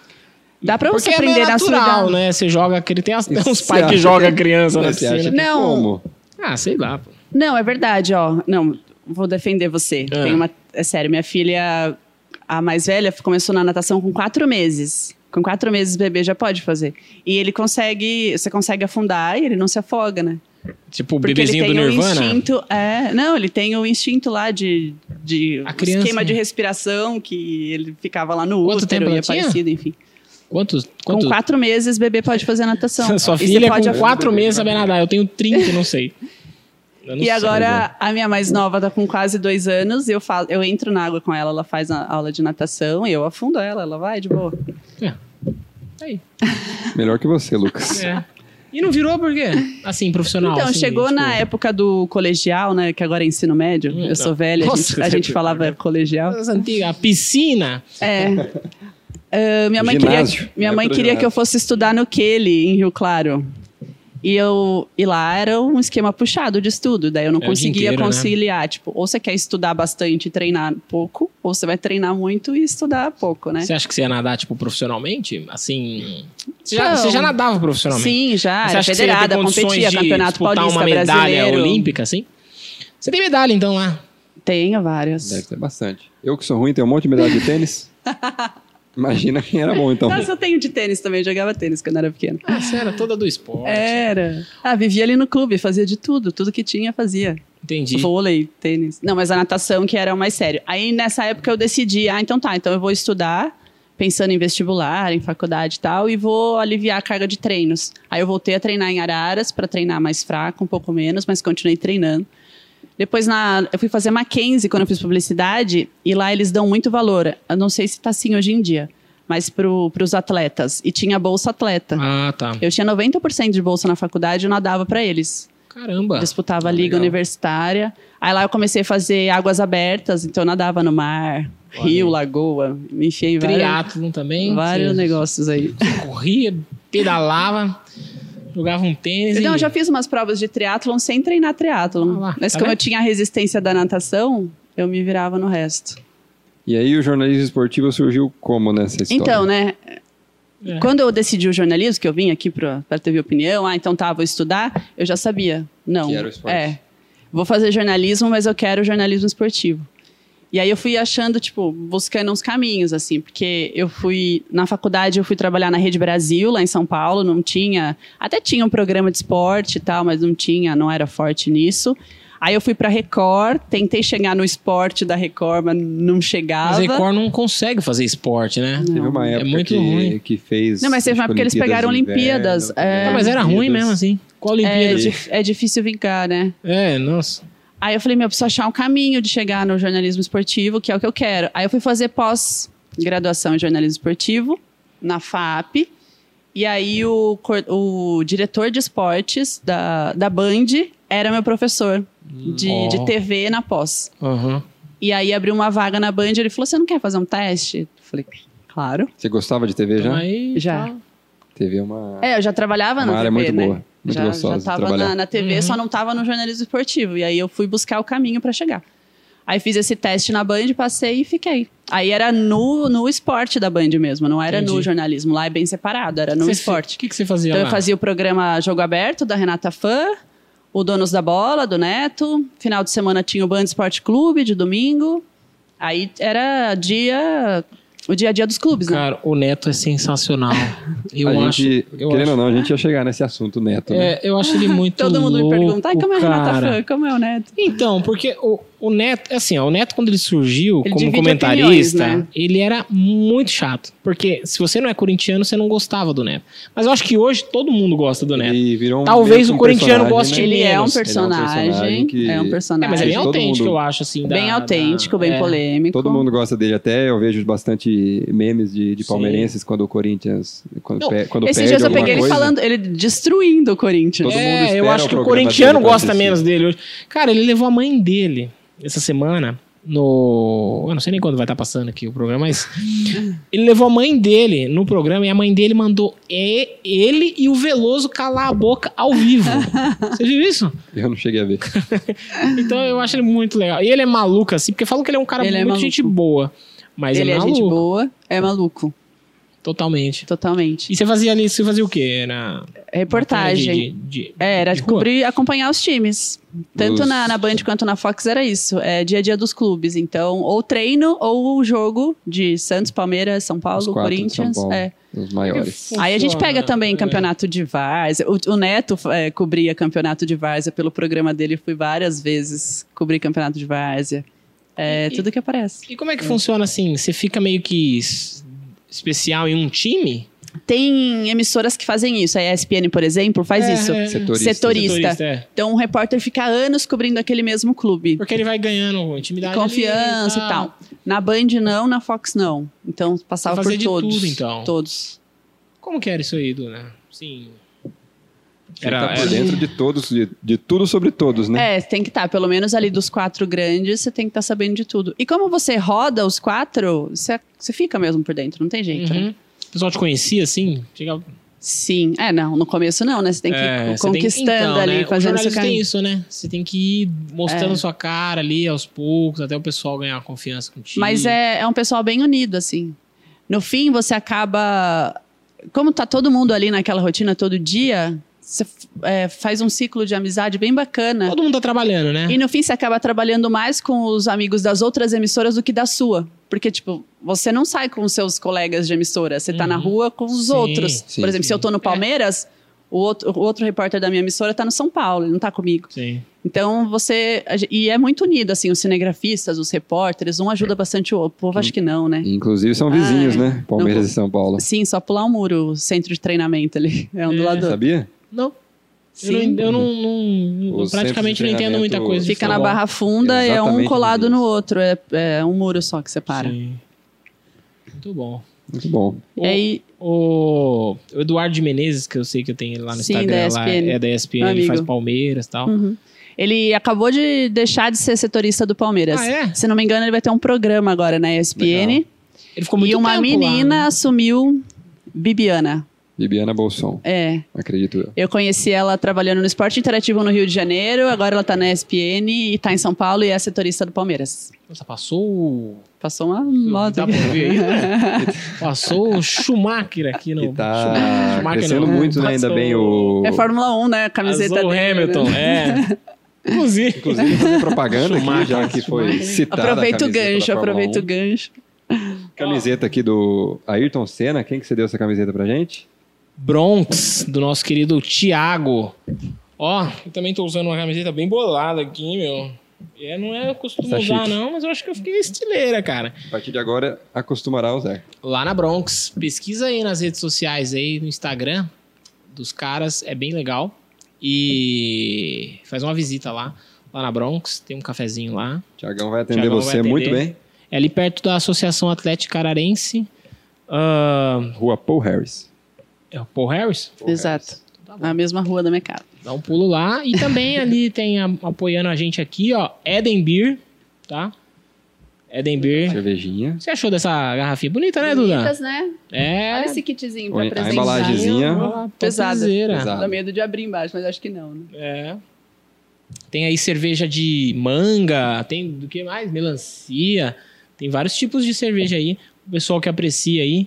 [SPEAKER 3] Dá pra
[SPEAKER 2] Porque
[SPEAKER 3] você aprender
[SPEAKER 2] é
[SPEAKER 3] na sua
[SPEAKER 2] natural,
[SPEAKER 3] idade.
[SPEAKER 2] né? Você joga, aquele- tem, as- tem É uns
[SPEAKER 1] Você
[SPEAKER 2] pais que
[SPEAKER 1] acha
[SPEAKER 2] jogam a
[SPEAKER 1] que-
[SPEAKER 2] criança na
[SPEAKER 1] Mas você acha
[SPEAKER 2] piscina.
[SPEAKER 1] que
[SPEAKER 3] Não.
[SPEAKER 1] como?
[SPEAKER 2] Ah, sei lá. pô.
[SPEAKER 3] Não, é verdade, ó. Não, vou defender você.
[SPEAKER 2] Ah.
[SPEAKER 3] Tem uma- é sério, minha filha, a mais velha, começou na natação com quatro meses. Com quatro meses o bebê já pode fazer. E ele consegue, você consegue afundar e ele não se afoga, né?
[SPEAKER 2] Tipo o
[SPEAKER 3] Porque
[SPEAKER 2] bebezinho
[SPEAKER 3] ele
[SPEAKER 2] do
[SPEAKER 3] tem o
[SPEAKER 2] Nirvana.
[SPEAKER 3] instinto, é, não, ele tem o instinto lá de, de
[SPEAKER 2] A criança,
[SPEAKER 3] esquema de
[SPEAKER 2] né?
[SPEAKER 3] respiração que ele ficava lá no
[SPEAKER 2] Quanto tempo
[SPEAKER 3] útero e
[SPEAKER 2] ela tinha?
[SPEAKER 3] aparecido, enfim.
[SPEAKER 2] Quantos? quantos?
[SPEAKER 3] Com quatro meses bebê pode fazer natação.
[SPEAKER 2] Sua
[SPEAKER 3] E você
[SPEAKER 2] filha é
[SPEAKER 3] pode
[SPEAKER 2] com
[SPEAKER 3] af-
[SPEAKER 2] quatro meses sabe nadar. Eu tenho 30, não sei. Eu não
[SPEAKER 3] E
[SPEAKER 2] sei. né?
[SPEAKER 3] agora a minha mais nova tá com quase dois anos. Eu falo, eu entro na água com ela, ela faz a aula de natação e eu afundo ela, ela vai de boa.
[SPEAKER 2] É. Aí.
[SPEAKER 1] Melhor que você, Lucas.
[SPEAKER 2] É. E não virou por quê? Assim, profissional.
[SPEAKER 3] então
[SPEAKER 2] assim,
[SPEAKER 3] chegou
[SPEAKER 2] tipo,
[SPEAKER 3] na época do colegial, né? Que agora é ensino médio.
[SPEAKER 2] Hum,
[SPEAKER 3] eu sou
[SPEAKER 2] tá.
[SPEAKER 3] velha, a gente,
[SPEAKER 2] Nossa,
[SPEAKER 3] a gente
[SPEAKER 2] velho.
[SPEAKER 3] falava colegial.
[SPEAKER 2] as antigas, a piscina.
[SPEAKER 3] É. Ah, minha mãe
[SPEAKER 1] Ginásio.
[SPEAKER 3] queria, minha
[SPEAKER 1] Vai
[SPEAKER 3] mãe
[SPEAKER 1] pro
[SPEAKER 3] queria
[SPEAKER 1] ginásio.
[SPEAKER 3] que eu fosse estudar no Kelly, em Rio Claro. E, eu, e lá era um esquema puxado de estudo, daí eu não
[SPEAKER 2] É o dia
[SPEAKER 3] conseguia
[SPEAKER 2] inteiro, né?
[SPEAKER 3] conciliar. Tipo, ou você quer estudar bastante e treinar pouco, ou você vai treinar muito e estudar pouco, né?
[SPEAKER 2] Você acha que você ia nadar, tipo, profissionalmente? Assim. Você já,
[SPEAKER 3] Não.
[SPEAKER 2] você já nadava profissionalmente?
[SPEAKER 3] Sim, já.
[SPEAKER 2] Você
[SPEAKER 3] Era
[SPEAKER 2] acha que você ia ter
[SPEAKER 3] federada,
[SPEAKER 2] condições
[SPEAKER 3] competia,
[SPEAKER 2] de
[SPEAKER 3] campeonato
[SPEAKER 2] disputar
[SPEAKER 3] paulista,
[SPEAKER 2] uma medalha
[SPEAKER 3] brasileiro.
[SPEAKER 2] olímpica, assim? Você tem medalha, então, lá.
[SPEAKER 3] Tenho várias.
[SPEAKER 1] Deve ter bastante. Eu que sou ruim, tenho um monte de medalha de tênis. Imagina quem era bom, então.
[SPEAKER 3] Nossa, eu tenho de tênis também, jogava tênis quando era pequena.
[SPEAKER 2] Ah, você era toda do esporte.
[SPEAKER 3] Era. Ah, vivia ali no clube, fazia de tudo, tudo que tinha fazia.
[SPEAKER 2] Entendi.
[SPEAKER 3] Vôlei, tênis. Não, mas a natação que era o mais sério. Aí nessa época eu decidi, ah, então tá, então eu vou estudar, pensando em vestibular, em faculdade e tal, e vou aliviar a carga de treinos. Aí eu voltei a treinar em Araras para treinar mais fraco, um pouco menos, mas continuei treinando. Depois na, eu fui fazer Mackenzie quando eu fiz publicidade, e lá eles dão muito valor. Eu não sei se tá assim hoje em dia, mas para os atletas. E tinha bolsa atleta.
[SPEAKER 2] Ah, tá.
[SPEAKER 3] Eu tinha 90% de bolsa na faculdade e eu nadava para eles
[SPEAKER 2] Caramba.
[SPEAKER 3] disputava a
[SPEAKER 1] Ah,
[SPEAKER 3] liga
[SPEAKER 1] legal.
[SPEAKER 3] universitária. Aí lá eu comecei a fazer águas abertas, então eu nadava no mar,
[SPEAKER 2] Olha
[SPEAKER 3] rio,
[SPEAKER 2] aí.
[SPEAKER 3] lagoa, me enfiei em vários,
[SPEAKER 2] Triatlon também.
[SPEAKER 3] vários
[SPEAKER 2] você
[SPEAKER 3] negócios aí.
[SPEAKER 2] Corria, pedalava, jogava um tênis.
[SPEAKER 3] Então
[SPEAKER 2] e-
[SPEAKER 3] eu já fiz umas provas de triatlon sem treinar
[SPEAKER 2] Ah
[SPEAKER 3] triatlon.
[SPEAKER 2] lá,
[SPEAKER 3] Mas
[SPEAKER 2] tá
[SPEAKER 3] como eu
[SPEAKER 2] vendo?
[SPEAKER 3] tinha a resistência da natação, eu me virava no resto.
[SPEAKER 1] E aí o jornalismo esportivo surgiu como nessa história?
[SPEAKER 3] Então, né?
[SPEAKER 2] É.
[SPEAKER 3] Quando eu decidi o jornalismo, que eu vim aqui para a TV Opinião, ah, então tá, vou estudar, eu já sabia. Não.
[SPEAKER 1] Que era o esporte.
[SPEAKER 3] É. Vou fazer jornalismo, mas eu quero jornalismo esportivo. E aí eu fui achando, tipo, buscando uns caminhos, assim, porque eu fui, na faculdade eu fui trabalhar na Rede Brasil, lá em São Paulo, não tinha, até tinha um programa de esporte e tal, mas não tinha, não era forte nisso. Aí eu fui pra Record, tentei chegar no esporte da Record, mas não chegava.
[SPEAKER 2] Mas a Record não consegue fazer esporte, né?
[SPEAKER 3] Não.
[SPEAKER 1] Teve uma
[SPEAKER 2] É
[SPEAKER 1] época
[SPEAKER 2] muito
[SPEAKER 1] que,
[SPEAKER 2] ruim.
[SPEAKER 1] que fez.
[SPEAKER 3] Não, mas teve uma
[SPEAKER 1] acho que
[SPEAKER 3] época que eles pegaram Olimpíadas,
[SPEAKER 1] de inverno,
[SPEAKER 3] é.
[SPEAKER 2] Ah, mas era ruim mesmo, assim. Qual a
[SPEAKER 3] É,
[SPEAKER 2] Olimpíada?
[SPEAKER 3] dif- é difícil vincar, né?
[SPEAKER 2] É, nossa.
[SPEAKER 3] Aí eu falei, meu, eu preciso achar um caminho de chegar no jornalismo esportivo, que é o que eu quero. Aí eu fui fazer pós-graduação em jornalismo esportivo, na FAP. E aí o, cor- o diretor de esportes da, da Band era meu professor de,
[SPEAKER 2] Ó.
[SPEAKER 3] de TV na pós.
[SPEAKER 2] Aham.
[SPEAKER 3] E aí abriu uma vaga na Band, ele falou, você não quer fazer um teste? Eu falei, claro.
[SPEAKER 1] Você gostava de TV
[SPEAKER 2] Então
[SPEAKER 1] já?
[SPEAKER 2] aí,
[SPEAKER 3] Já.
[SPEAKER 2] tá.
[SPEAKER 1] TV é uma,
[SPEAKER 3] É, eu já trabalhava na
[SPEAKER 1] uma área
[SPEAKER 3] TV,
[SPEAKER 1] muito
[SPEAKER 3] né?
[SPEAKER 1] boa. Muito
[SPEAKER 3] já,
[SPEAKER 1] gostosa
[SPEAKER 3] já
[SPEAKER 1] de
[SPEAKER 3] tava
[SPEAKER 1] trabalhar.
[SPEAKER 3] na, na TV,
[SPEAKER 2] Uhum.
[SPEAKER 3] só não tava no jornalismo esportivo. E aí eu fui buscar o caminho para chegar. Aí fiz esse teste na Band, passei e fiquei. Aí era no, no esporte da Band mesmo, não era no
[SPEAKER 2] Entendi.
[SPEAKER 3] jornalismo. Lá é bem separado, era no
[SPEAKER 2] Você-
[SPEAKER 3] esporte.
[SPEAKER 2] O que, que você fazia
[SPEAKER 3] Então eu
[SPEAKER 2] lá?
[SPEAKER 3] fazia o programa Jogo Aberto, da Renata Fã, o Donos da Bola, do Neto. Final de semana tinha o Band Esporte Clube, de domingo. Aí era dia... O dia a dia dos clubes, né?
[SPEAKER 2] Cara, o Neto é sensacional. Eu
[SPEAKER 1] a
[SPEAKER 2] acho.
[SPEAKER 1] gente,
[SPEAKER 2] eu
[SPEAKER 1] querendo
[SPEAKER 2] acho.
[SPEAKER 1] ou não, a gente ia chegar nesse assunto, Neto. né?
[SPEAKER 2] É, eu acho ele muito
[SPEAKER 3] Todo mundo me
[SPEAKER 2] louco,
[SPEAKER 3] pergunta, ai, como é a Renata
[SPEAKER 2] cara.
[SPEAKER 3] Fã? Como é o Neto?
[SPEAKER 2] Então, porque o, o Neto, assim, ó, o Neto quando ele surgiu
[SPEAKER 3] Ele
[SPEAKER 2] como
[SPEAKER 3] divide
[SPEAKER 2] comentarista,
[SPEAKER 3] opiniões, né?
[SPEAKER 2] ele era muito chato. Porque se você não é corintiano, você não gostava do Neto. Mas eu acho que hoje todo mundo gosta do Neto.
[SPEAKER 1] Ele virou um-
[SPEAKER 2] Talvez
[SPEAKER 1] meio que
[SPEAKER 2] o
[SPEAKER 1] um
[SPEAKER 2] corintiano
[SPEAKER 1] personagem,
[SPEAKER 2] goste
[SPEAKER 1] né?
[SPEAKER 2] de
[SPEAKER 3] Ele é um
[SPEAKER 2] menos.
[SPEAKER 1] personagem
[SPEAKER 3] personagem.
[SPEAKER 1] que-
[SPEAKER 3] É um
[SPEAKER 2] É,
[SPEAKER 3] personagem.
[SPEAKER 2] mas ele é
[SPEAKER 1] Todo
[SPEAKER 2] autêntico,
[SPEAKER 1] mundo-
[SPEAKER 2] eu acho, assim. da-
[SPEAKER 3] Bem autêntico,
[SPEAKER 2] da-
[SPEAKER 3] bem
[SPEAKER 2] é.
[SPEAKER 3] polêmico.
[SPEAKER 1] Todo mundo gosta dele. Até eu vejo bastante memes de, de
[SPEAKER 2] Sim.
[SPEAKER 1] palmeirenses quando o Corinthians. Quando,
[SPEAKER 2] Não,
[SPEAKER 1] pe- quando
[SPEAKER 3] Esse
[SPEAKER 1] perde
[SPEAKER 3] dia eu só
[SPEAKER 1] alguma
[SPEAKER 3] peguei ele
[SPEAKER 1] coisa.
[SPEAKER 3] falando, ele destruindo o Corinthians.
[SPEAKER 1] Todo mundo
[SPEAKER 2] é, eu
[SPEAKER 1] espera
[SPEAKER 2] acho
[SPEAKER 1] o
[SPEAKER 2] que o
[SPEAKER 1] programa
[SPEAKER 2] corintiano
[SPEAKER 1] dele pra
[SPEAKER 2] gosta
[SPEAKER 1] assistir.
[SPEAKER 2] menos dele hoje. Cara, ele levou a mãe dele essa semana no. Eu não sei nem quando vai estar passando aqui o programa, mas. ele levou a mãe dele no programa e a mãe dele mandou e- ele e o Veloso calar a boca ao vivo. Você viu isso?
[SPEAKER 1] Eu não cheguei a ver.
[SPEAKER 2] Então eu acho ele muito legal. E ele é maluco, assim, porque falam que ele é um cara
[SPEAKER 3] Ele é
[SPEAKER 2] muito
[SPEAKER 3] maluco.
[SPEAKER 2] gente boa. Mas
[SPEAKER 3] ele é,
[SPEAKER 2] maluco,
[SPEAKER 3] gente boa, é maluco,
[SPEAKER 2] totalmente.
[SPEAKER 3] totalmente.
[SPEAKER 2] E você fazia ali, você fazia o quê? Na
[SPEAKER 3] Reportagem.
[SPEAKER 2] de- de- de-
[SPEAKER 3] É, era
[SPEAKER 2] de rua?
[SPEAKER 3] cobrir, acompanhar os times. Tanto
[SPEAKER 1] Os-
[SPEAKER 3] na, na Band quanto na Fox era isso. É dia a dia dos clubes. Então, ou treino ou o jogo de Santos, Palmeiras, São
[SPEAKER 1] Os
[SPEAKER 3] Paulo,
[SPEAKER 1] quatro de
[SPEAKER 3] Corinthians.
[SPEAKER 1] São Paulo.
[SPEAKER 3] é.
[SPEAKER 1] Os maiores.
[SPEAKER 3] Aí a gente
[SPEAKER 2] Funciona,
[SPEAKER 3] pega também
[SPEAKER 2] é.
[SPEAKER 3] campeonato de várzea. O, o Neto é, cobria campeonato de várzea pelo programa dele. Fui várias vezes cobrir campeonato de várzea. É,
[SPEAKER 2] E-
[SPEAKER 3] tudo que aparece.
[SPEAKER 2] E como é que funciona assim? Você fica meio que es- especial em um time?
[SPEAKER 3] Tem emissoras que fazem isso. A ESPN, por exemplo, faz
[SPEAKER 2] É,
[SPEAKER 3] isso.
[SPEAKER 2] é.
[SPEAKER 1] Setoristas.
[SPEAKER 3] Setorista.
[SPEAKER 2] é.
[SPEAKER 3] Então, um repórter fica anos cobrindo aquele mesmo clube.
[SPEAKER 2] Porque ele vai ganhando intimidade.
[SPEAKER 3] Confiança
[SPEAKER 2] ali
[SPEAKER 3] e tal. Na Band não, na Fox não. Então, passava
[SPEAKER 2] Fazia
[SPEAKER 3] por
[SPEAKER 2] de
[SPEAKER 3] todos.
[SPEAKER 2] tudo, então.
[SPEAKER 3] Todos.
[SPEAKER 2] Como que era isso aí, Duna? Sim.
[SPEAKER 1] Ele
[SPEAKER 2] Era-
[SPEAKER 1] tá por
[SPEAKER 2] era- um-
[SPEAKER 1] dentro de todos, de, de tudo sobre todos, né?
[SPEAKER 3] É, tem que estar. Pelo menos ali dos quatro grandes, você tem que estar sabendo de tudo. E como você roda os quatro, você, você fica mesmo por dentro. Não tem jeito, né?
[SPEAKER 2] Uhum. O pessoal te conhecia, assim? Chegava...
[SPEAKER 3] Sim. É, não. No começo não, né? Você tem que
[SPEAKER 2] É,
[SPEAKER 3] ir
[SPEAKER 2] você tem-
[SPEAKER 3] conquistando
[SPEAKER 2] então,
[SPEAKER 3] ali,
[SPEAKER 2] né, o
[SPEAKER 3] fazendo É.
[SPEAKER 2] jornalismo
[SPEAKER 3] seu
[SPEAKER 2] tem
[SPEAKER 3] caminho.
[SPEAKER 2] isso, né? Você tem que ir mostrando sua cara ali aos poucos, até o pessoal ganhar confiança contigo.
[SPEAKER 3] Mas é, é um pessoal bem unido, assim. No fim, você acaba. Como tá todo mundo ali naquela rotina todo dia, você f- é, faz um ciclo de amizade bem bacana.
[SPEAKER 2] Todo mundo tá trabalhando, né?
[SPEAKER 3] E no fim, você acaba trabalhando mais com os amigos das outras emissoras do que da sua. Porque, tipo, você não sai com os seus colegas de emissora, você tá na
[SPEAKER 2] Uhum.
[SPEAKER 3] rua com os
[SPEAKER 2] Sim,
[SPEAKER 3] outros.
[SPEAKER 1] sim,
[SPEAKER 3] Por exemplo,
[SPEAKER 2] sim.
[SPEAKER 3] se eu tô no
[SPEAKER 2] É.
[SPEAKER 3] Palmeiras, o, outro, o outro repórter da minha emissora tá no São Paulo, ele não tá comigo.
[SPEAKER 2] Sim.
[SPEAKER 3] Então você. a gen- E é muito unido, assim, os cinegrafistas, os repórteres, um ajuda bastante o outro. O povo acho que não, né?
[SPEAKER 1] Inclusive são
[SPEAKER 3] Ah,
[SPEAKER 1] vizinhos,
[SPEAKER 3] é.
[SPEAKER 1] né? Palmeiras
[SPEAKER 3] Não-
[SPEAKER 1] e São Paulo.
[SPEAKER 3] Sim, só pular um muro, o centro de treinamento ali. É um
[SPEAKER 2] Uhum.
[SPEAKER 3] do
[SPEAKER 2] É.
[SPEAKER 3] lado do outro.
[SPEAKER 1] Sabia?
[SPEAKER 2] Não, eu
[SPEAKER 3] Sim.
[SPEAKER 2] não, eu não- não- eu
[SPEAKER 1] Os
[SPEAKER 2] praticamente
[SPEAKER 1] centros
[SPEAKER 2] não
[SPEAKER 1] de
[SPEAKER 2] entendo muita
[SPEAKER 1] treinamento
[SPEAKER 2] coisa. de
[SPEAKER 3] Fica na
[SPEAKER 2] futebol.
[SPEAKER 3] barra funda e é um
[SPEAKER 1] Exatamente
[SPEAKER 3] colado
[SPEAKER 1] isso.
[SPEAKER 3] no outro. É, é um muro só que separa.
[SPEAKER 2] Sim. Muito bom.
[SPEAKER 1] Muito bom.
[SPEAKER 3] E aí,
[SPEAKER 2] O, o Eduardo de Menezes, que eu sei que eu tenho ele lá no
[SPEAKER 3] Sim,
[SPEAKER 2] Instagram,
[SPEAKER 3] da
[SPEAKER 2] lá,
[SPEAKER 3] ESPN.
[SPEAKER 2] é da ESPN,
[SPEAKER 3] Meu
[SPEAKER 2] ele
[SPEAKER 3] amigo.
[SPEAKER 2] faz Palmeiras e tal.
[SPEAKER 3] Uhum. Ele acabou de deixar de ser setorista do Palmeiras.
[SPEAKER 2] Ah, é?
[SPEAKER 3] Se não me engano, ele vai ter um programa agora na ESPN.
[SPEAKER 2] Ele ficou muito
[SPEAKER 3] e uma
[SPEAKER 2] tempo
[SPEAKER 3] menina
[SPEAKER 2] lá, né?
[SPEAKER 3] assumiu Bibiana.
[SPEAKER 1] Bibiana Bolson,
[SPEAKER 3] É,
[SPEAKER 1] acredito eu.
[SPEAKER 3] Eu conheci ela trabalhando no Esporte Interativo no Rio de Janeiro, agora ela tá na ESPN e tá em São Paulo e é setorista do Palmeiras.
[SPEAKER 2] Nossa, passou o...
[SPEAKER 3] Passou uma
[SPEAKER 2] Não Dá
[SPEAKER 3] moda.
[SPEAKER 2] pra ver aí, né? Passou o Schumacher aqui no...
[SPEAKER 1] Que
[SPEAKER 2] Schumacher-
[SPEAKER 1] tá
[SPEAKER 2] Schumacher
[SPEAKER 1] crescendo
[SPEAKER 2] não,
[SPEAKER 1] muito, né? Ainda
[SPEAKER 2] passou
[SPEAKER 1] bem o...
[SPEAKER 3] É Fórmula 1, né? A
[SPEAKER 2] Passou
[SPEAKER 3] camiseta
[SPEAKER 2] o
[SPEAKER 3] dele, né?
[SPEAKER 2] Hamilton, é. Inclusive.
[SPEAKER 1] Inclusive, fazer propaganda aqui,
[SPEAKER 4] Schumacher,
[SPEAKER 1] já que foi
[SPEAKER 4] Schumacher.
[SPEAKER 1] citada. a
[SPEAKER 3] Aproveita o
[SPEAKER 1] Tá, camiseta da
[SPEAKER 3] gancho,
[SPEAKER 1] Fórmula
[SPEAKER 3] aproveita o
[SPEAKER 1] 1.
[SPEAKER 3] gancho.
[SPEAKER 1] Camiseta aqui do Ayrton Senna. Quem que você deu essa camiseta pra gente?
[SPEAKER 2] Bronx, do nosso querido Thiago. Ó, eu também tô usando uma camiseta bem bolada aqui, meu. É, não é eu costumo
[SPEAKER 1] Tá
[SPEAKER 2] usar,
[SPEAKER 1] chique.
[SPEAKER 2] não, mas eu acho que eu fiquei estileira, cara.
[SPEAKER 1] A partir de agora, acostumará a usar.
[SPEAKER 2] Lá na Bronx. Pesquisa aí nas redes sociais aí, no Instagram dos caras, é bem legal. E faz uma visita lá, lá na Bronx, tem um cafezinho lá.
[SPEAKER 1] Tiagão vai atender
[SPEAKER 2] Tiagão vai
[SPEAKER 1] você
[SPEAKER 2] atender.
[SPEAKER 1] muito bem.
[SPEAKER 2] É ali perto da Associação Atlética Ararense. Ah,
[SPEAKER 1] Rua Paul Harris.
[SPEAKER 2] é o Paul Harris?
[SPEAKER 3] Exato. Na mesma rua da minha casa.
[SPEAKER 2] Dá um pulo lá. E também ali tem a- apoiando a gente aqui, ó, Eden Beer, tá? Eden Beer.
[SPEAKER 1] Cervejinha.
[SPEAKER 2] Você achou dessa garrafinha bonita, né, Duda?
[SPEAKER 3] Bonitas, né?
[SPEAKER 2] É.
[SPEAKER 3] Olha esse kitzinho
[SPEAKER 1] A
[SPEAKER 3] pra apresentar.
[SPEAKER 1] embalagenzinha.
[SPEAKER 2] Ah,
[SPEAKER 3] Pesada.
[SPEAKER 2] topzera.
[SPEAKER 1] Pesada.
[SPEAKER 3] Dá medo de abrir embaixo, mas acho que não. Né?
[SPEAKER 2] É. Tem aí cerveja de manga, tem do que mais? Melancia. Tem vários tipos de cerveja aí. O pessoal que aprecia aí.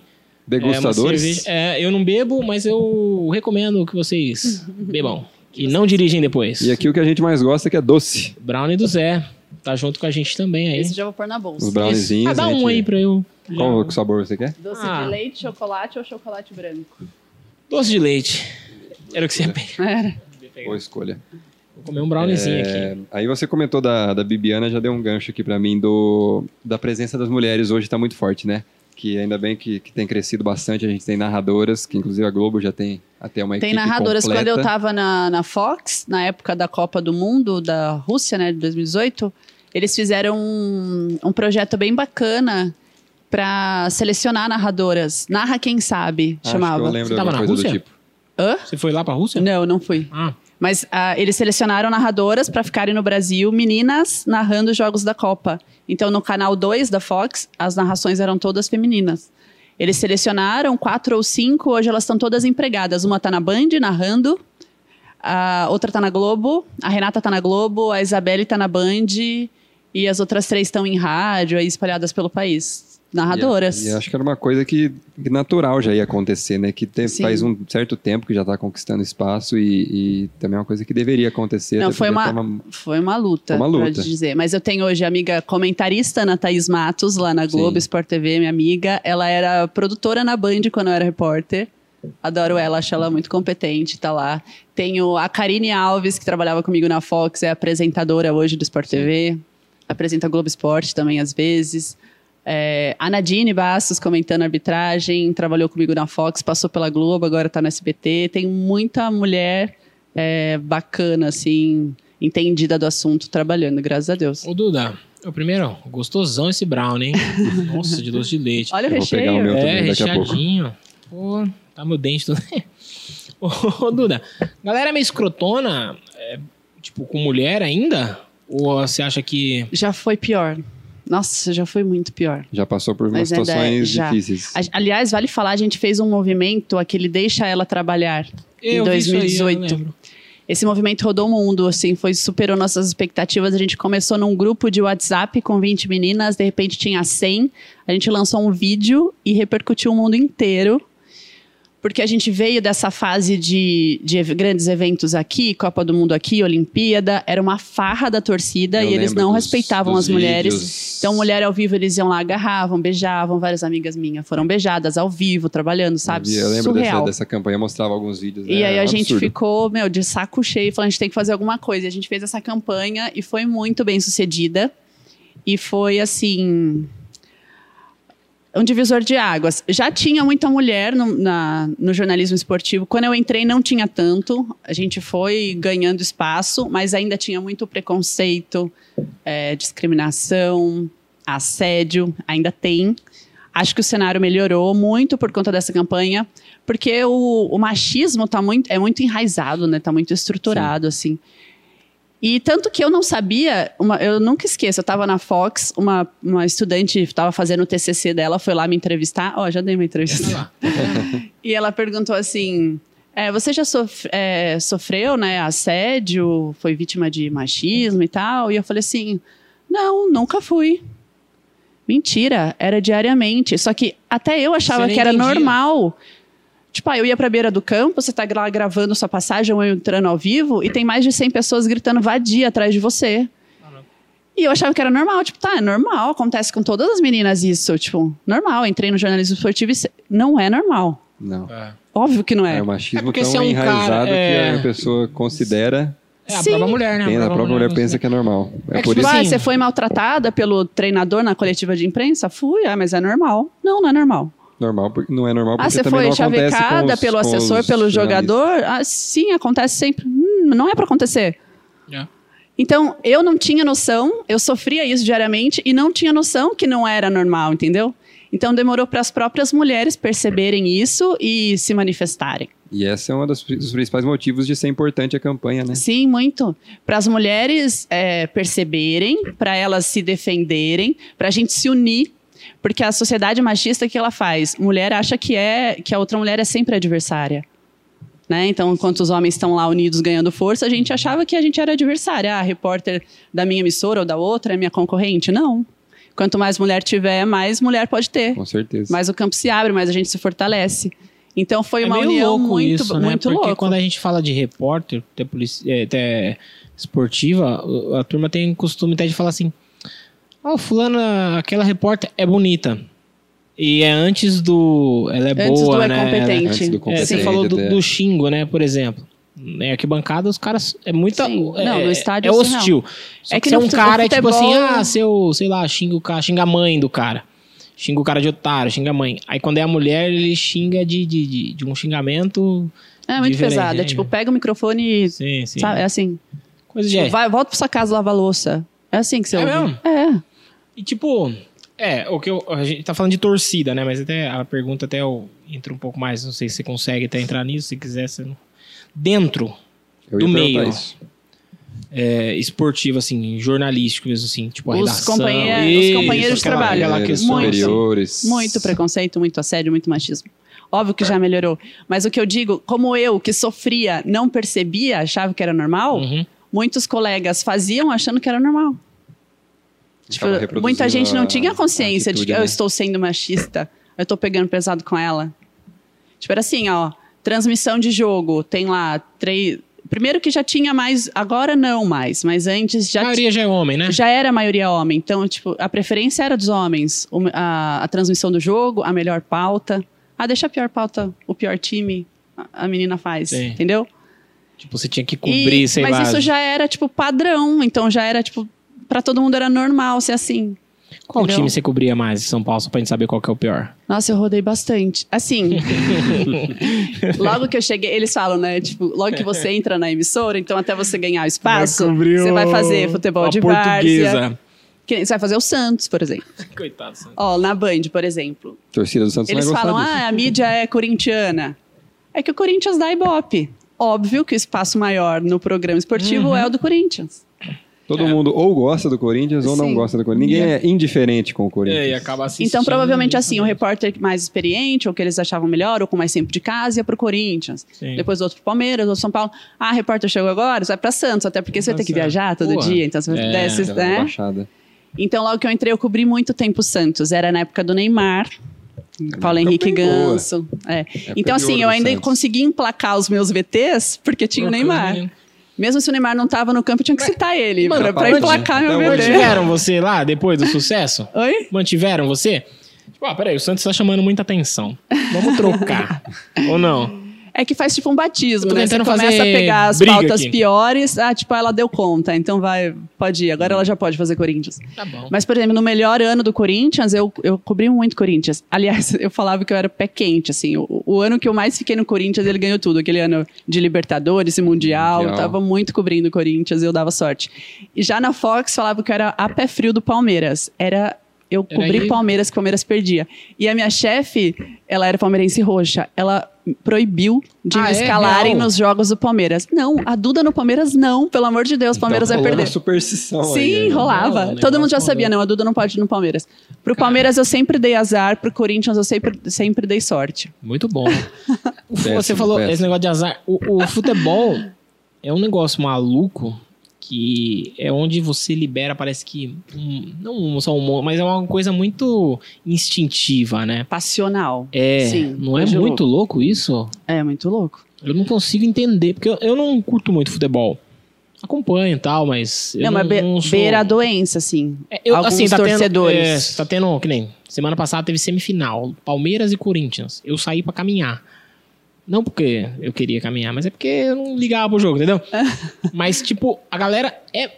[SPEAKER 2] É, uma
[SPEAKER 1] Degustadores.
[SPEAKER 2] cerveja- é, eu não bebo, mas eu recomendo que vocês bebam. E não dirigem depois.
[SPEAKER 1] e aqui o que a gente mais gosta que é doce.
[SPEAKER 2] Brownie do Zé. Tá junto com a gente também aí.
[SPEAKER 3] Esse já vou pôr na bolsa.
[SPEAKER 1] Os brownizinhos.
[SPEAKER 2] Ah, dá
[SPEAKER 1] a gente-
[SPEAKER 2] um aí pra eu. um
[SPEAKER 1] Qual sabor você quer?
[SPEAKER 3] Doce
[SPEAKER 2] Ah.
[SPEAKER 3] de leite, chocolate ou chocolate branco?
[SPEAKER 2] Doce de leite. Era o que você
[SPEAKER 1] É.
[SPEAKER 2] ia pegar.
[SPEAKER 1] Boa escolha.
[SPEAKER 2] Vou comer um browniezinho
[SPEAKER 1] É,
[SPEAKER 2] aqui.
[SPEAKER 1] aí você comentou da, da Bibiana, já deu um gancho aqui pra mim do, da presença das mulheres hoje tá muito forte, né? Que ainda bem que, que tem crescido bastante, a gente tem narradoras, que inclusive a Globo já tem até uma
[SPEAKER 3] Tem
[SPEAKER 1] equipe
[SPEAKER 3] narradoras.
[SPEAKER 1] completa.
[SPEAKER 3] Quando eu tava na, na Fox, na época da Copa do Mundo, da Rússia, né, de 2018, eles fizeram um, um projeto bem bacana pra selecionar narradoras. Narra quem sabe,
[SPEAKER 1] Acho
[SPEAKER 3] chamava.
[SPEAKER 1] que eu lembro
[SPEAKER 2] Você tava
[SPEAKER 1] alguma
[SPEAKER 2] na
[SPEAKER 1] coisa do
[SPEAKER 2] Rússia?
[SPEAKER 1] tipo.
[SPEAKER 3] Hã?
[SPEAKER 2] Você foi lá pra Rússia?
[SPEAKER 3] Não, não fui.
[SPEAKER 2] Ah,
[SPEAKER 3] Mas ah, eles selecionaram narradoras para ficarem no Brasil, meninas narrando os jogos da Copa. Então, no canal 2 da Fox, as narrações eram todas femininas. Eles selecionaram quatro ou cinco, hoje elas estão todas empregadas. Uma está na Band narrando, a outra está na Globo, a Renata está na Globo, a Isabelle está na Band e as outras três estão em rádio, aí espalhadas pelo país. Narradoras.
[SPEAKER 1] E, e acho que era uma coisa que, que natural já ia acontecer, né? Que te-
[SPEAKER 3] Sim.
[SPEAKER 1] faz um certo tempo que já tá conquistando espaço e, e também é uma coisa que deveria acontecer.
[SPEAKER 3] Não,
[SPEAKER 1] até
[SPEAKER 3] foi
[SPEAKER 1] porque
[SPEAKER 3] uma-
[SPEAKER 1] tá
[SPEAKER 3] Foi uma luta,
[SPEAKER 1] Foi uma
[SPEAKER 3] pra
[SPEAKER 1] luta.
[SPEAKER 3] te dizer. Mas eu tenho hoje a amiga comentarista Ana Thaís Matos, lá na Globo,
[SPEAKER 1] Sim.
[SPEAKER 3] Sport TV, minha amiga. Ela era produtora na Band quando eu era repórter. Adoro ela, acho ela muito competente, tá lá. Tenho a Karine Alves, que trabalhava comigo na Fox, é apresentadora hoje do Sport TV. Apresenta Globo Esporte também, às vezes. É, a Nadine Bastos comentando arbitragem, trabalhou comigo na Fox, passou pela Globo, agora tá no SBT. Tem muita mulher é, bacana, assim, entendida do assunto, trabalhando, graças a Deus.
[SPEAKER 2] ô Duda, é o primeiro, gostosão esse brownie, hein? Nossa, de doce de leite.
[SPEAKER 3] Olha o
[SPEAKER 1] Eu vou pegar o
[SPEAKER 3] recheio.
[SPEAKER 1] meu.
[SPEAKER 2] É,
[SPEAKER 1] também daqui a pouco.
[SPEAKER 2] recheadinho. Pô, tá meu dente todo. Ô, Duda, galera meio escrotona, é, tipo, com mulher ainda? Ou você acha que.
[SPEAKER 3] Já foi pior. Nossa, já foi muito pior.
[SPEAKER 1] Já passou por umas
[SPEAKER 3] Mas ainda é-
[SPEAKER 1] situações
[SPEAKER 3] já.
[SPEAKER 1] difíceis.
[SPEAKER 3] A- Aliás, vale falar, a gente fez um movimento, aquele Deixa Ela Trabalhar. Em
[SPEAKER 2] Eu vi isso aí, eu
[SPEAKER 3] 2018.
[SPEAKER 2] lembro.
[SPEAKER 3] Esse movimento rodou o mundo, assim, foi superou nossas expectativas. A gente começou num grupo de WhatsApp com 20 meninas, de repente tinha 100. A gente lançou um vídeo e repercutiu o mundo inteiro. Porque a gente veio dessa fase de, de ev- grandes eventos aqui, Copa do Mundo aqui, Olimpíada, era uma farra da torcida
[SPEAKER 1] Eu
[SPEAKER 3] e eles
[SPEAKER 1] lembro
[SPEAKER 3] não
[SPEAKER 1] dos-
[SPEAKER 3] respeitavam
[SPEAKER 1] dos
[SPEAKER 3] as mulheres.
[SPEAKER 1] vídeos.
[SPEAKER 3] Então, mulher ao vivo, eles iam lá, agarravam, beijavam. Várias amigas minhas foram beijadas ao vivo, trabalhando,
[SPEAKER 1] Eu
[SPEAKER 3] sabe?
[SPEAKER 1] vi- Eu lembro dessa,
[SPEAKER 3] Surreal.
[SPEAKER 1] dessa campanha, eu mostrava alguns vídeos.
[SPEAKER 3] E
[SPEAKER 1] né?
[SPEAKER 3] aí a
[SPEAKER 1] Era um
[SPEAKER 3] gente
[SPEAKER 1] absurdo.
[SPEAKER 3] ficou, meu, de saco cheio, falando, a gente tem que fazer alguma coisa. E a gente fez essa campanha e foi muito bem sucedida. E foi assim. Um divisor de águas. Já tinha muita mulher no, na- no jornalismo esportivo. Quando eu entrei, não tinha tanto. A gente foi ganhando espaço, mas ainda tinha muito preconceito, eh, discriminação, assédio. Ainda tem. Acho que o cenário melhorou muito por conta dessa campanha, porque o, o machismo tá muito, é muito enraizado, né? Tá muito estruturado, assim. E tanto que eu não sabia, uma- eu nunca esqueço, eu estava na Fox, uma, uma estudante estava fazendo o TCC dela, foi lá me entrevistar, ó, já dei uma entrevista.
[SPEAKER 2] Olha lá.
[SPEAKER 3] E ela perguntou assim: é, você já sof- é, sofreu né, assédio, foi vítima de machismo e tal? E eu falei assim: não, nunca fui. Mentira, era diariamente. Só que até eu achava
[SPEAKER 2] nem
[SPEAKER 3] que era
[SPEAKER 2] entendia.
[SPEAKER 3] normal. Tipo, ah, eu ia pra beira do campo, você tá lá gravando sua passagem ou eu entrando ao vivo, e tem mais de 100 pessoas gritando vadia atrás de você. E eu achava que era normal, tipo, tá, é normal, acontece com todas as meninas isso, tipo, normal, entrei no jornalismo esportivo e se- não é normal.
[SPEAKER 1] Não.
[SPEAKER 2] É.
[SPEAKER 3] Óbvio que não é.
[SPEAKER 1] É um machismo
[SPEAKER 2] porque se
[SPEAKER 1] tão
[SPEAKER 2] é um
[SPEAKER 1] enraizado
[SPEAKER 2] cara, é-
[SPEAKER 1] que a pessoa considera,
[SPEAKER 2] É a
[SPEAKER 3] Sim.
[SPEAKER 2] própria mulher, né?
[SPEAKER 1] tem, a própria mulher pensa que é normal. É,
[SPEAKER 3] É,
[SPEAKER 1] por
[SPEAKER 3] tipo,
[SPEAKER 1] isso.
[SPEAKER 3] ah,
[SPEAKER 2] Sim.
[SPEAKER 3] você foi maltratada pelo treinador na coletiva de imprensa? Fui, ah, mas é normal. Não, não é normal.
[SPEAKER 1] Normal, porque- não é normal porque
[SPEAKER 3] Ah, você
[SPEAKER 1] também
[SPEAKER 3] foi
[SPEAKER 1] não acontece com
[SPEAKER 3] chavecada
[SPEAKER 1] os, com
[SPEAKER 3] pelo
[SPEAKER 1] os
[SPEAKER 3] assessor, pelo
[SPEAKER 1] jornalistas.
[SPEAKER 3] jogador? Ah, sim, acontece sempre. Hum, não é pra acontecer.
[SPEAKER 2] É.
[SPEAKER 3] Então, eu não tinha noção, eu sofria isso diariamente e não tinha noção que não era normal, entendeu? Então, demorou para as próprias mulheres perceberem isso e se manifestarem.
[SPEAKER 1] E esse é um dos, dos principais motivos de ser importante a campanha, né?
[SPEAKER 3] Sim, muito. Para as mulheres é, perceberem, para elas se defenderem, para a gente se unir. Porque a sociedade machista, o que ela faz? Mulher acha que, é, que a outra mulher é sempre adversária. Né? Então, enquanto os homens estão lá unidos ganhando força, a gente achava que a gente era adversária. Ah, a repórter da minha emissora ou da outra é minha concorrente. Não. Quanto mais mulher tiver, mais mulher pode ter.
[SPEAKER 1] Com certeza.
[SPEAKER 3] Mais o campo se abre, mais a gente se fortalece. Então, foi
[SPEAKER 2] É
[SPEAKER 3] uma
[SPEAKER 2] meio
[SPEAKER 3] união
[SPEAKER 2] louco
[SPEAKER 3] muito,
[SPEAKER 2] isso, né?
[SPEAKER 3] muito
[SPEAKER 2] Porque
[SPEAKER 3] louca.
[SPEAKER 2] quando a gente fala de repórter, até, polici- é, até esportiva, o- a turma tem costume até de falar assim: Ó, fulana, aquela repórter é bonita. E é antes do. Ela é
[SPEAKER 3] Antes
[SPEAKER 2] boa,
[SPEAKER 3] do é
[SPEAKER 2] né?
[SPEAKER 3] competente.
[SPEAKER 1] Antes do
[SPEAKER 2] Ela- é,
[SPEAKER 1] competente
[SPEAKER 2] você falou do,
[SPEAKER 1] até.
[SPEAKER 2] do xingo, né? Por exemplo. Em arquibancada, os caras. É muita.
[SPEAKER 3] Sim.
[SPEAKER 2] É,
[SPEAKER 3] Não, no estádio
[SPEAKER 2] é
[SPEAKER 3] isso
[SPEAKER 2] hostil.
[SPEAKER 3] É
[SPEAKER 2] é
[SPEAKER 3] que
[SPEAKER 2] que se é
[SPEAKER 3] no
[SPEAKER 2] um
[SPEAKER 3] fute-
[SPEAKER 2] cara, é tipo assim,
[SPEAKER 3] futebol-
[SPEAKER 2] ah, seu, sei lá, xinga o cara, xinga a mãe do cara. Xinga o cara de otário, xinga a mãe. Aí quando é a mulher, ele xinga de, de, de, de um xingamento.
[SPEAKER 3] É muito
[SPEAKER 2] Diferente,
[SPEAKER 3] pesado. É
[SPEAKER 2] né?
[SPEAKER 3] tipo, pega o microfone e.
[SPEAKER 2] Sim, sim.
[SPEAKER 3] sabe, é assim.
[SPEAKER 2] Coisa de.
[SPEAKER 3] Tipo, vai, volta pra sua casa lavar louça. É assim que você
[SPEAKER 2] É
[SPEAKER 3] ouve.
[SPEAKER 2] mesmo?
[SPEAKER 3] É.
[SPEAKER 2] E tipo, é, o que eu, a gente tá falando de torcida, né? Mas até a pergunta até eu entro um pouco mais, não sei se você consegue até entrar nisso, se quiser, você não... Dentro
[SPEAKER 1] Eu
[SPEAKER 2] do
[SPEAKER 1] ia perguntar
[SPEAKER 2] meio.
[SPEAKER 1] isso.
[SPEAKER 2] é, esportivo, assim, jornalístico mesmo, assim, tipo a
[SPEAKER 3] Os
[SPEAKER 2] redação.
[SPEAKER 3] companhe- os
[SPEAKER 2] isso,
[SPEAKER 3] companheiros de
[SPEAKER 2] aquela-
[SPEAKER 3] trabalho.
[SPEAKER 2] aquela
[SPEAKER 1] Mulheres
[SPEAKER 2] questão.
[SPEAKER 3] Muito.
[SPEAKER 1] superiores.
[SPEAKER 3] Muito preconceito, muito assédio, muito machismo. Óbvio que já melhorou. Mas o que eu digo, como eu que sofria, não percebia, achava que era normal,
[SPEAKER 2] Uhum.
[SPEAKER 3] muitos colegas faziam achando que era normal. Tipo,
[SPEAKER 1] Acaba reproduzindo
[SPEAKER 3] muita gente não
[SPEAKER 1] a-
[SPEAKER 3] tinha consciência
[SPEAKER 1] a
[SPEAKER 3] de que
[SPEAKER 1] atitude,
[SPEAKER 3] eu
[SPEAKER 1] né?
[SPEAKER 3] estou sendo machista, eu estou pegando pesado com ela. Tipo, era assim, ó, transmissão de jogo, tem lá três. Primeiro que já tinha mais, agora não mais, mas antes
[SPEAKER 2] A
[SPEAKER 3] já
[SPEAKER 2] maioria já é homem, né?
[SPEAKER 3] já era a maioria homem, então, tipo, a preferência era dos homens. O- a, a transmissão do jogo, a melhor pauta. Ah, deixa a pior pauta, o pior time, a, a menina faz,
[SPEAKER 2] Sim.
[SPEAKER 3] entendeu?
[SPEAKER 2] Tipo, você tinha que cobrir,
[SPEAKER 3] E-
[SPEAKER 2] sei
[SPEAKER 3] mas
[SPEAKER 2] lá.
[SPEAKER 3] isso já era, tipo, padrão, então já era, tipo, pra todo mundo era normal ser assim.
[SPEAKER 2] Qual
[SPEAKER 3] entendeu?
[SPEAKER 2] time você cobria mais em São Paulo, só pra gente saber qual que é o pior?
[SPEAKER 3] Nossa, eu rodei bastante. Assim, logo que eu cheguei, eles falam, né? Tipo, logo que você entra na emissora, então até você ganhar o espaço, você vai fazer futebol de várzea. Que nem- Você vai fazer o Santos, por exemplo.
[SPEAKER 2] Coitado.
[SPEAKER 3] Ó, na Band, por exemplo.
[SPEAKER 1] Torcida do Santos
[SPEAKER 3] Eles
[SPEAKER 1] não vai
[SPEAKER 3] falam,
[SPEAKER 1] gostar disso.
[SPEAKER 3] ah, a mídia é corintiana. É que o Corinthians dá ibope. Óbvio que o espaço maior no programa esportivo é o do Corinthians.
[SPEAKER 1] Todo mundo ou gosta do Corinthians ou
[SPEAKER 3] é." Sim.
[SPEAKER 1] não gosta do Corinthians. Ninguém é indiferente com o Corinthians.
[SPEAKER 2] É, e acaba assistindo.
[SPEAKER 3] Então, provavelmente assim, o repórter mais experiente, ou que eles achavam melhor, ou com mais tempo de casa, ia pro Corinthians.
[SPEAKER 2] Sim.
[SPEAKER 3] Depois outro pro Palmeiras, outro São Paulo. Ah, repórter chegou agora, você vai pra Santos, até porque você vai ter que
[SPEAKER 2] Nossa.
[SPEAKER 3] viajar todo
[SPEAKER 2] Porra.
[SPEAKER 3] dia, então você vai
[SPEAKER 2] É,
[SPEAKER 3] desce,
[SPEAKER 1] Aquela
[SPEAKER 3] né?
[SPEAKER 1] baixada.
[SPEAKER 3] Então, logo que eu entrei, eu cobri muito tempo o Santos. Era na época do Neymar, Paulo
[SPEAKER 1] época
[SPEAKER 3] Henrique
[SPEAKER 1] bem boa.
[SPEAKER 3] Ganso. É.
[SPEAKER 1] Época
[SPEAKER 3] Então,
[SPEAKER 1] de
[SPEAKER 3] assim,
[SPEAKER 1] ouro
[SPEAKER 3] eu
[SPEAKER 1] do
[SPEAKER 3] ainda
[SPEAKER 1] Santos.
[SPEAKER 3] consegui emplacar os meus VTs porque tinha o Neymar. Mesmo se o Neymar não tava no campo, eu tinha que citar ele
[SPEAKER 2] Mano,
[SPEAKER 3] pra, pra
[SPEAKER 2] até
[SPEAKER 3] emplacar
[SPEAKER 1] hoje,
[SPEAKER 3] meu
[SPEAKER 1] até hoje.
[SPEAKER 3] VT.
[SPEAKER 2] Mantiveram você lá depois do sucesso?
[SPEAKER 3] Oi?
[SPEAKER 2] Mantiveram você? Tipo, ah, peraí, o Santos tá chamando muita atenção. Vamos trocar. Ou não?
[SPEAKER 3] É que faz tipo um batismo,
[SPEAKER 2] Eu tô
[SPEAKER 3] né? Você
[SPEAKER 2] tentando
[SPEAKER 3] começa a
[SPEAKER 2] fazer
[SPEAKER 3] pegar as
[SPEAKER 2] briga
[SPEAKER 3] pautas
[SPEAKER 2] aqui.
[SPEAKER 3] piores. Ah, tipo, ela deu conta, então vai, pode ir. Agora ela já pode fazer Corinthians.
[SPEAKER 2] Tá bom.
[SPEAKER 3] Mas, por exemplo, no melhor ano do Corinthians, eu, eu cobri muito Corinthians. Aliás, eu falava que eu era pé quente, assim. O, o ano que eu mais fiquei no Corinthians, ele ganhou tudo. Aquele ano de Libertadores e Mundial.
[SPEAKER 1] Mundial.
[SPEAKER 3] Eu tava muito cobrindo o Corinthians e eu dava sorte. E já na Fox, falava que eu era a pé frio do Palmeiras. Era... Eu
[SPEAKER 2] Era
[SPEAKER 3] cobri
[SPEAKER 2] aí.
[SPEAKER 3] Palmeiras, que o Palmeiras perdia. E a minha chefe, ela era palmeirense roxa. Ela proibiu de
[SPEAKER 2] Ah,
[SPEAKER 3] me
[SPEAKER 2] é?
[SPEAKER 3] escalarem
[SPEAKER 2] Real?
[SPEAKER 3] nos jogos do Palmeiras. Não, a Duda no Palmeiras não. Pelo amor de Deus, o Palmeiras
[SPEAKER 1] então,
[SPEAKER 3] vai
[SPEAKER 1] rolou
[SPEAKER 3] perder.
[SPEAKER 1] uma superstição
[SPEAKER 3] Sim,
[SPEAKER 1] aí, né?
[SPEAKER 3] rolava.
[SPEAKER 2] Não, o
[SPEAKER 3] Todo mundo
[SPEAKER 2] negócio
[SPEAKER 3] já sabia, não, a Duda não pode ir no Palmeiras. Pro Palmeiras eu sempre dei azar, pro Corinthians eu sempre, sempre dei sorte.
[SPEAKER 2] Muito bom. O fu-
[SPEAKER 1] Péssimo,
[SPEAKER 2] você falou
[SPEAKER 1] péssimo.
[SPEAKER 2] esse negócio de azar. O, o futebol é um negócio maluco que que é onde você libera, parece que. um- não só um monte, mas é uma coisa muito instintiva, né?
[SPEAKER 3] Passional.
[SPEAKER 2] É.
[SPEAKER 3] Sim,
[SPEAKER 2] não é
[SPEAKER 3] coisa
[SPEAKER 2] muito louco isso?
[SPEAKER 3] É muito louco.
[SPEAKER 2] Eu não consigo entender, porque eu, eu não curto muito futebol. Acompanho e tal, mas. Eu
[SPEAKER 3] não,
[SPEAKER 2] não,
[SPEAKER 3] mas be-
[SPEAKER 2] não sou-
[SPEAKER 3] beira a doença, assim.
[SPEAKER 2] É, eu-
[SPEAKER 3] alguns
[SPEAKER 2] assim, tá
[SPEAKER 3] torcedores.
[SPEAKER 2] Tendo, é, tá tendo, que nem. Semana passada teve semifinal, Palmeiras e Corinthians. Eu saí pra caminhar. Não porque eu queria caminhar, mas é porque eu não ligava pro jogo, entendeu? mas, tipo, a galera é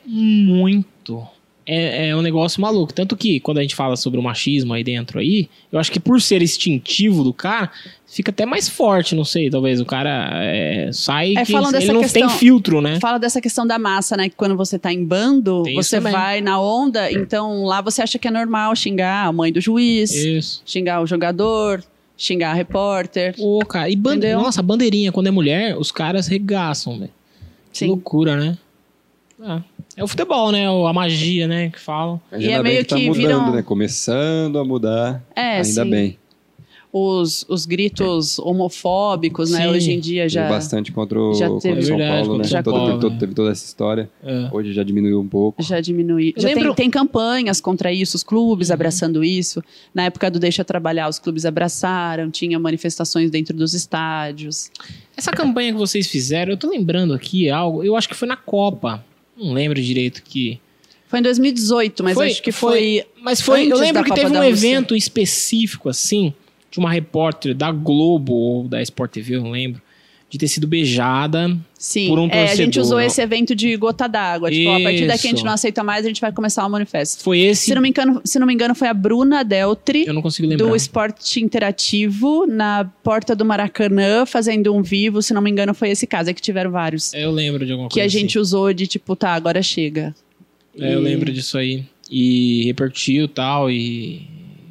[SPEAKER 2] muito. É, é um negócio maluco. Tanto que quando a gente fala sobre o machismo aí dentro aí, eu acho que por ser instintivo do cara, fica até mais forte, não sei, talvez o cara é, sai
[SPEAKER 3] É,
[SPEAKER 2] que
[SPEAKER 3] falando
[SPEAKER 2] ele
[SPEAKER 3] dessa
[SPEAKER 2] não
[SPEAKER 3] questão-
[SPEAKER 2] tem filtro, né?
[SPEAKER 3] Fala dessa questão da massa, né? Que quando você tá em bando,
[SPEAKER 2] Tem isso
[SPEAKER 3] você
[SPEAKER 2] também.
[SPEAKER 3] vai na onda, então lá você acha que é normal xingar a mãe do juiz,
[SPEAKER 2] Isso.
[SPEAKER 3] xingar o jogador, xingar a repórter.
[SPEAKER 2] Pô, cara, e bande...
[SPEAKER 3] Entendeu?
[SPEAKER 2] nossa, bandeirinha, quando é mulher, os caras regaçam, velho. Que
[SPEAKER 3] Sim.
[SPEAKER 2] loucura, né? Ah, É o futebol, né? O- A magia, né? Que falam.
[SPEAKER 1] Mas
[SPEAKER 3] E
[SPEAKER 1] ainda
[SPEAKER 3] é
[SPEAKER 1] bem
[SPEAKER 3] meio
[SPEAKER 1] que tá
[SPEAKER 3] que
[SPEAKER 1] mudando,
[SPEAKER 3] viram-
[SPEAKER 1] né? Começando a mudar.
[SPEAKER 3] É,
[SPEAKER 1] ainda
[SPEAKER 3] sim.
[SPEAKER 1] bem.
[SPEAKER 3] Os, os gritos homofóbicos, né?
[SPEAKER 2] Sim.
[SPEAKER 3] Hoje em dia
[SPEAKER 1] Teve
[SPEAKER 3] já.
[SPEAKER 1] bastante contra o,
[SPEAKER 3] já
[SPEAKER 1] contra o
[SPEAKER 3] teve.
[SPEAKER 1] São
[SPEAKER 2] É verdade,
[SPEAKER 1] Paulo,
[SPEAKER 2] contra
[SPEAKER 1] né?
[SPEAKER 2] o São
[SPEAKER 1] Todo-
[SPEAKER 2] Paulo,
[SPEAKER 1] todo-
[SPEAKER 2] né?
[SPEAKER 1] teve toda essa história.
[SPEAKER 2] É.
[SPEAKER 1] Hoje já diminuiu um pouco.
[SPEAKER 3] Já diminuiu.
[SPEAKER 2] Eu
[SPEAKER 3] Já tem,
[SPEAKER 2] lembro- Uhum.
[SPEAKER 3] tem campanhas contra isso, os clubes abraçando isso. Na época do Deixa Trabalhar, os clubes abraçaram, tinha manifestações dentro dos estádios.
[SPEAKER 2] Essa campanha que vocês fizeram, eu tô lembrando aqui algo. Eu acho que foi na Copa. Não lembro direito que.
[SPEAKER 3] Foi em 2018, mas
[SPEAKER 2] Foi-
[SPEAKER 3] acho que
[SPEAKER 2] foi-
[SPEAKER 3] foi.
[SPEAKER 2] Mas foi. eu
[SPEAKER 3] Antes
[SPEAKER 2] lembro
[SPEAKER 3] da
[SPEAKER 2] que
[SPEAKER 3] Copa
[SPEAKER 2] teve
[SPEAKER 3] da
[SPEAKER 2] um
[SPEAKER 3] Rússia.
[SPEAKER 2] evento específico, assim, de uma repórter da Globo ou da Sport TV, eu não lembro. De ter sido beijada.
[SPEAKER 3] Sim,
[SPEAKER 2] por um
[SPEAKER 3] é, a gente
[SPEAKER 2] torcedor,
[SPEAKER 3] usou
[SPEAKER 2] não.
[SPEAKER 3] esse evento de gota d'água. Tipo, ó, a partir daqui a gente
[SPEAKER 2] Isso.
[SPEAKER 3] não aceita mais, a gente vai começar o manifesto.
[SPEAKER 2] Foi esse.
[SPEAKER 3] Se não me engano, se não me engano foi a Bruna Deltri.
[SPEAKER 2] Eu não consigo lembrar.
[SPEAKER 3] do esporte interativo na porta do Maracanã, fazendo um vivo, se não me engano, foi esse caso, é que tiveram vários.
[SPEAKER 2] É, Eu lembro de alguma
[SPEAKER 3] que
[SPEAKER 2] coisa.
[SPEAKER 3] a gente usou de tipo, tá, agora chega.
[SPEAKER 2] assim. É, eu
[SPEAKER 3] E-
[SPEAKER 2] lembro disso aí. E repercutiu e tal. E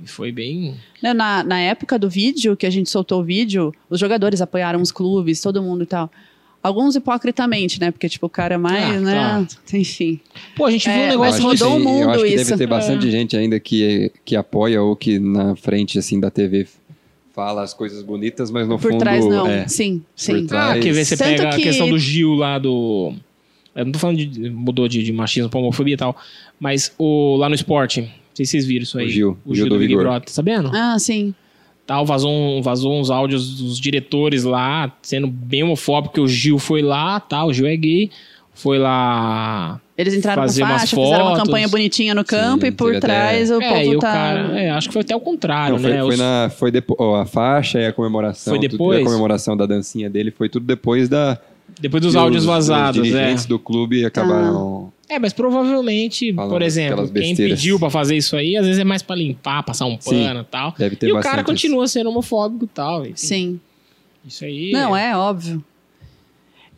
[SPEAKER 2] e foi bem.
[SPEAKER 3] Né, Na, na época do vídeo, que a gente soltou o vídeo, os jogadores apoiaram os clubes, todo mundo e tal. Alguns hipocritamente, né? Porque, tipo, o cara mais,
[SPEAKER 2] Ah,
[SPEAKER 3] né? Enfim.
[SPEAKER 2] Pô, a gente viu um
[SPEAKER 3] É,
[SPEAKER 1] Eu
[SPEAKER 2] negócio
[SPEAKER 3] mas
[SPEAKER 1] acho que
[SPEAKER 2] desse.
[SPEAKER 3] rodou o
[SPEAKER 1] tem- Eu
[SPEAKER 3] mundo
[SPEAKER 1] acho que
[SPEAKER 3] isso. É.
[SPEAKER 1] deve ter bastante gente ainda que, que apoia ou que na frente assim da TV fala as coisas bonitas, mas no
[SPEAKER 3] por
[SPEAKER 1] fundo
[SPEAKER 3] trás, não.
[SPEAKER 1] é.
[SPEAKER 3] Sim, sim.
[SPEAKER 1] trás.
[SPEAKER 2] Ah,
[SPEAKER 1] Mas-
[SPEAKER 2] quer ver, você
[SPEAKER 3] Tanto
[SPEAKER 2] pega a
[SPEAKER 3] que-
[SPEAKER 2] questão do Gil lá do... Eu não tô falando de... Mudou de, de machismo pra homofobia e tal. Mas o, lá no esporte, não sei se vocês viram isso aí.
[SPEAKER 1] O Gil, Gil do Vigor.
[SPEAKER 2] Brother, tá sabendo?
[SPEAKER 3] Ah, sim.
[SPEAKER 2] Tal, vazou, um- vazou uns áudios dos diretores lá, sendo bem homofóbico, que o Gil foi lá, tá? O Gil é gay. Foi lá...
[SPEAKER 3] Eles entraram
[SPEAKER 2] Fazer
[SPEAKER 3] com
[SPEAKER 2] umas
[SPEAKER 3] faixa, fizeram uma
[SPEAKER 2] fotos.
[SPEAKER 3] campanha bonitinha no campo e por
[SPEAKER 1] teve até-
[SPEAKER 3] trás o
[SPEAKER 2] é, e
[SPEAKER 3] povo
[SPEAKER 2] o
[SPEAKER 3] tá.
[SPEAKER 2] cara... é, acho que foi até o contrário,
[SPEAKER 1] Não, foi,
[SPEAKER 2] né?
[SPEAKER 1] foi
[SPEAKER 2] Os-
[SPEAKER 1] na, foi depo- ó, a faixa e a comemoração.
[SPEAKER 2] Foi
[SPEAKER 1] tudo-
[SPEAKER 2] depois?
[SPEAKER 1] a comemoração da dancinha dele foi tudo depois da,
[SPEAKER 2] Depois dos
[SPEAKER 1] que
[SPEAKER 2] áudios
[SPEAKER 1] os- Os
[SPEAKER 2] vazados, é.
[SPEAKER 1] dirigentes do clube acabaram.
[SPEAKER 2] É, mas provavelmente,
[SPEAKER 1] Falando
[SPEAKER 2] por exemplo,
[SPEAKER 1] aquelas
[SPEAKER 2] quem
[SPEAKER 1] besteiras.
[SPEAKER 2] pediu pra fazer isso aí, às vezes é mais pra limpar, passar um
[SPEAKER 1] Sim.
[SPEAKER 2] pano e tal.
[SPEAKER 1] Deve ter
[SPEAKER 2] E o
[SPEAKER 1] bastante.
[SPEAKER 2] cara
[SPEAKER 1] isso.
[SPEAKER 2] continua sendo homofóbico e tal. enfim.
[SPEAKER 3] Sim.
[SPEAKER 2] Isso aí.
[SPEAKER 3] Não, é óbvio.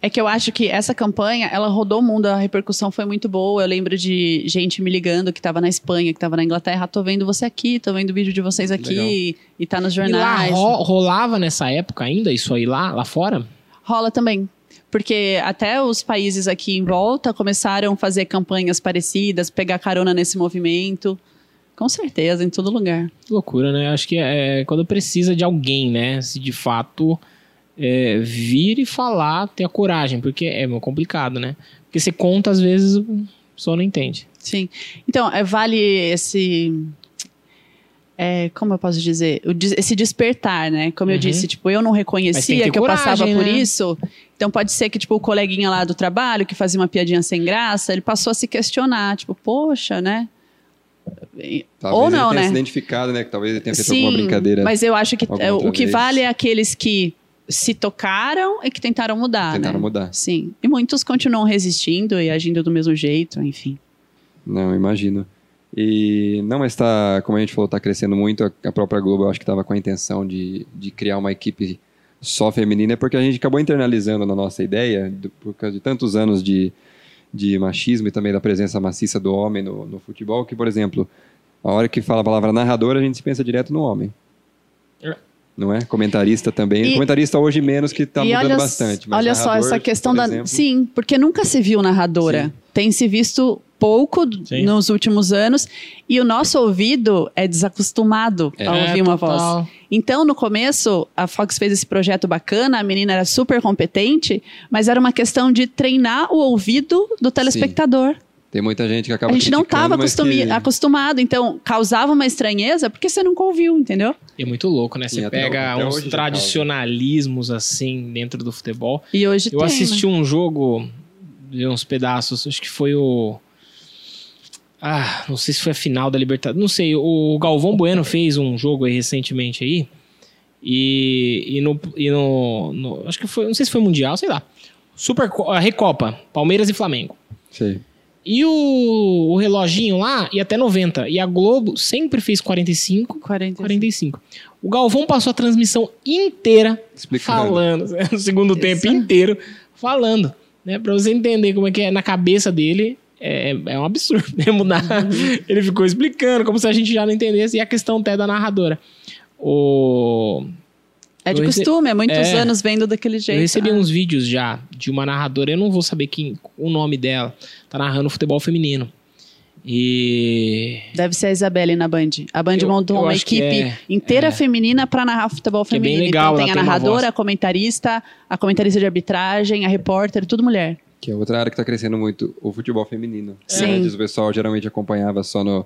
[SPEAKER 3] É que eu acho que essa campanha, ela rodou o mundo, a repercussão foi muito boa. Eu lembro de gente me ligando que estava na Espanha, que estava na Inglaterra. "Ah, Tô vendo você aqui, tô vendo o vídeo de vocês aqui e tá nos
[SPEAKER 2] E lá
[SPEAKER 3] jornais.
[SPEAKER 2] ro- rolava nessa época ainda isso aí lá, lá fora?
[SPEAKER 3] Rola também. Porque até os países aqui em volta começaram a fazer campanhas parecidas, pegar carona nesse movimento. Com certeza, em todo lugar.
[SPEAKER 2] Que loucura, né? Acho que é quando precisa de alguém, né? Se de fato é, vir e falar, ter a coragem, porque é meio complicado, né? Porque você conta, às vezes, a pessoa não entende.
[SPEAKER 3] Sim. Então, é, vale esse. é, como eu posso dizer? O des- esse despertar, né? Como eu
[SPEAKER 2] Uhum.
[SPEAKER 3] disse, tipo, eu não
[SPEAKER 2] Mas tem que
[SPEAKER 3] reconhecia
[SPEAKER 2] ter
[SPEAKER 3] que,
[SPEAKER 2] coragem,
[SPEAKER 3] eu passava por
[SPEAKER 2] né?
[SPEAKER 3] isso. Então pode ser que, tipo, o coleguinha lá do trabalho, que fazia uma piadinha sem graça, ele passou a se questionar, tipo, poxa, né? E-
[SPEAKER 1] Talvez
[SPEAKER 3] Ou
[SPEAKER 1] ele
[SPEAKER 3] não,
[SPEAKER 1] tenha
[SPEAKER 3] né?
[SPEAKER 1] se identificado, né? Que talvez ele tenha feito alguma brincadeira.
[SPEAKER 3] mas eu acho que é,
[SPEAKER 1] alguma
[SPEAKER 3] o que
[SPEAKER 1] vez.
[SPEAKER 3] vale é aqueles que se tocaram e que tentaram mudar,
[SPEAKER 1] Tentaram
[SPEAKER 3] né?
[SPEAKER 1] mudar.
[SPEAKER 3] Sim. E muitos continuam resistindo e agindo do mesmo jeito, enfim.
[SPEAKER 1] Não, imagino. E não, mas tá, como a gente falou, tá crescendo muito. A, a própria Globo, eu acho que estava com a intenção de, de criar uma equipe só feminina, porque a gente acabou internalizando na nossa ideia, do- por causa de tantos anos de, de machismo e também da presença maciça do homem no, no futebol, que, por exemplo, a hora que fala a palavra narrador, a gente pensa direto no homem.
[SPEAKER 2] É.
[SPEAKER 1] Não é? Comentarista também.
[SPEAKER 3] E-
[SPEAKER 1] comentarista hoje menos, que tá
[SPEAKER 3] E
[SPEAKER 1] mudando
[SPEAKER 3] olha,
[SPEAKER 1] bastante. mas
[SPEAKER 3] olha só
[SPEAKER 1] narrador,
[SPEAKER 3] essa questão
[SPEAKER 1] por
[SPEAKER 3] da.
[SPEAKER 1] exemplo,
[SPEAKER 3] Sim, porque nunca se viu narradora. Tem se visto pouco
[SPEAKER 4] Sim.
[SPEAKER 3] nos últimos anos e o nosso ouvido é desacostumado a
[SPEAKER 1] É,
[SPEAKER 3] ouvir uma voz.
[SPEAKER 2] É, total.
[SPEAKER 3] Então, no começo, a Fox fez esse projeto bacana, a menina era super competente, mas era uma questão de treinar o ouvido do telespectador.
[SPEAKER 1] Tem muita gente que acaba
[SPEAKER 3] a gente não
[SPEAKER 1] criticando,
[SPEAKER 3] estava
[SPEAKER 1] mas que-
[SPEAKER 3] acostumado, então causava uma estranheza porque você nunca ouviu, entendeu?
[SPEAKER 2] E é muito louco, né?
[SPEAKER 1] Sim,
[SPEAKER 2] Você
[SPEAKER 1] até-
[SPEAKER 2] pega
[SPEAKER 1] até
[SPEAKER 2] uns
[SPEAKER 1] hoje é já
[SPEAKER 2] tradicionalismos assim dentro do futebol.
[SPEAKER 3] E hoje
[SPEAKER 2] Eu
[SPEAKER 3] tem. né?
[SPEAKER 2] assisti um jogo de uns pedaços, acho que foi o. Ah, não sei se foi a final da Libertadores. Não sei, o Galvão Bueno fez um jogo aí recentemente aí. E, e, no, e no, no- Acho que foi. Não sei se foi Mundial, sei lá. Super, a Recopa, Palmeiras e Flamengo.
[SPEAKER 1] Sei.
[SPEAKER 2] E o, o reloginho lá ia até 90. E a Globo sempre fez 45,
[SPEAKER 3] 45.
[SPEAKER 2] 45. O Galvão passou a transmissão inteira
[SPEAKER 1] Explicando.
[SPEAKER 2] falando, né? o segundo tempo inteiro falando, né? Pra você entender como é que é na cabeça dele. É, é um absurdo, né? Mudar.
[SPEAKER 1] Uhum.
[SPEAKER 2] Ele ficou explicando, como se a gente já não entendesse, e a questão até da narradora. O...
[SPEAKER 3] É de
[SPEAKER 2] Eu rece-
[SPEAKER 3] costume, é muitos
[SPEAKER 2] É.
[SPEAKER 3] anos vendo daquele jeito.
[SPEAKER 2] Eu recebi um
[SPEAKER 3] Ah,
[SPEAKER 2] uns vídeos já de uma narradora, eu não vou saber quem o nome dela, tá narrando futebol feminino. E
[SPEAKER 3] Deve ser a Isabelle na Band. A Band
[SPEAKER 2] Eu-
[SPEAKER 3] montou
[SPEAKER 2] eu
[SPEAKER 3] uma
[SPEAKER 2] acho que
[SPEAKER 3] equipe
[SPEAKER 2] é,
[SPEAKER 3] inteira feminina para narrar futebol
[SPEAKER 2] Que é bem
[SPEAKER 3] feminino.
[SPEAKER 2] legal,
[SPEAKER 3] então
[SPEAKER 2] ela
[SPEAKER 3] tem a
[SPEAKER 2] tem uma voz.
[SPEAKER 3] narradora, a comentarista, a comentarista de arbitragem, a repórter, tudo mulher.
[SPEAKER 1] Que é outra área que tá crescendo muito, o futebol feminino.
[SPEAKER 3] Sim.
[SPEAKER 1] Antes o pessoal geralmente acompanhava só no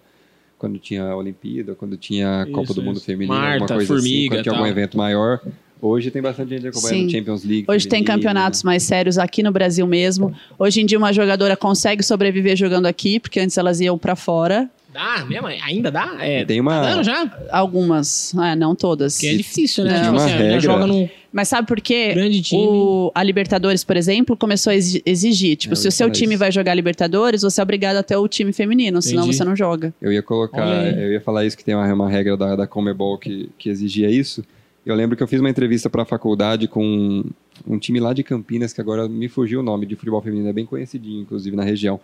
[SPEAKER 1] quando tinha a Olimpíada, quando tinha a Copa
[SPEAKER 4] Isso,
[SPEAKER 1] do Mundo
[SPEAKER 4] isso.
[SPEAKER 1] Feminino, alguma
[SPEAKER 2] Marta,
[SPEAKER 1] coisa
[SPEAKER 2] Formiga,
[SPEAKER 1] assim, quando tinha algum
[SPEAKER 2] tal.
[SPEAKER 1] evento maior. Hoje tem bastante gente acompanhando
[SPEAKER 3] Sim.
[SPEAKER 1] Champions League.
[SPEAKER 3] Hoje tem
[SPEAKER 1] feminino. né?
[SPEAKER 3] campeonatos mais sérios aqui no Brasil mesmo. Hoje em dia uma jogadora consegue sobreviver jogando aqui, porque antes elas iam para fora.
[SPEAKER 2] Dá mesmo? Ainda dá? É,
[SPEAKER 1] E Tem
[SPEAKER 2] Tá
[SPEAKER 3] Ah,
[SPEAKER 1] uma
[SPEAKER 2] dando já?
[SPEAKER 3] Algumas, ah, não todas.
[SPEAKER 2] Porque é difícil, né?
[SPEAKER 1] Não,
[SPEAKER 2] Tipo
[SPEAKER 1] uma
[SPEAKER 2] assim, ainda
[SPEAKER 1] regra.
[SPEAKER 2] joga num
[SPEAKER 3] Mas sabe por quê?
[SPEAKER 2] grande time.
[SPEAKER 3] O- a Libertadores, por exemplo, começou a exi- exigir.
[SPEAKER 1] É,
[SPEAKER 3] Tipo,
[SPEAKER 1] eu
[SPEAKER 3] se o
[SPEAKER 1] ia
[SPEAKER 3] seu
[SPEAKER 1] falar
[SPEAKER 3] time
[SPEAKER 1] isso.
[SPEAKER 3] vai jogar Libertadores, você é obrigado até o time feminino, senão
[SPEAKER 2] Entendi.
[SPEAKER 3] você não joga.
[SPEAKER 1] Eu ia colocar,
[SPEAKER 2] Olha aí.
[SPEAKER 1] eu ia falar isso, que tem uma, uma regra da, da Comebol que, que exigia isso. Eu lembro que eu fiz uma entrevista para a faculdade com um, um time lá de Campinas, que agora me fugiu o nome, de futebol feminino, é bem conhecidinho, inclusive, na região.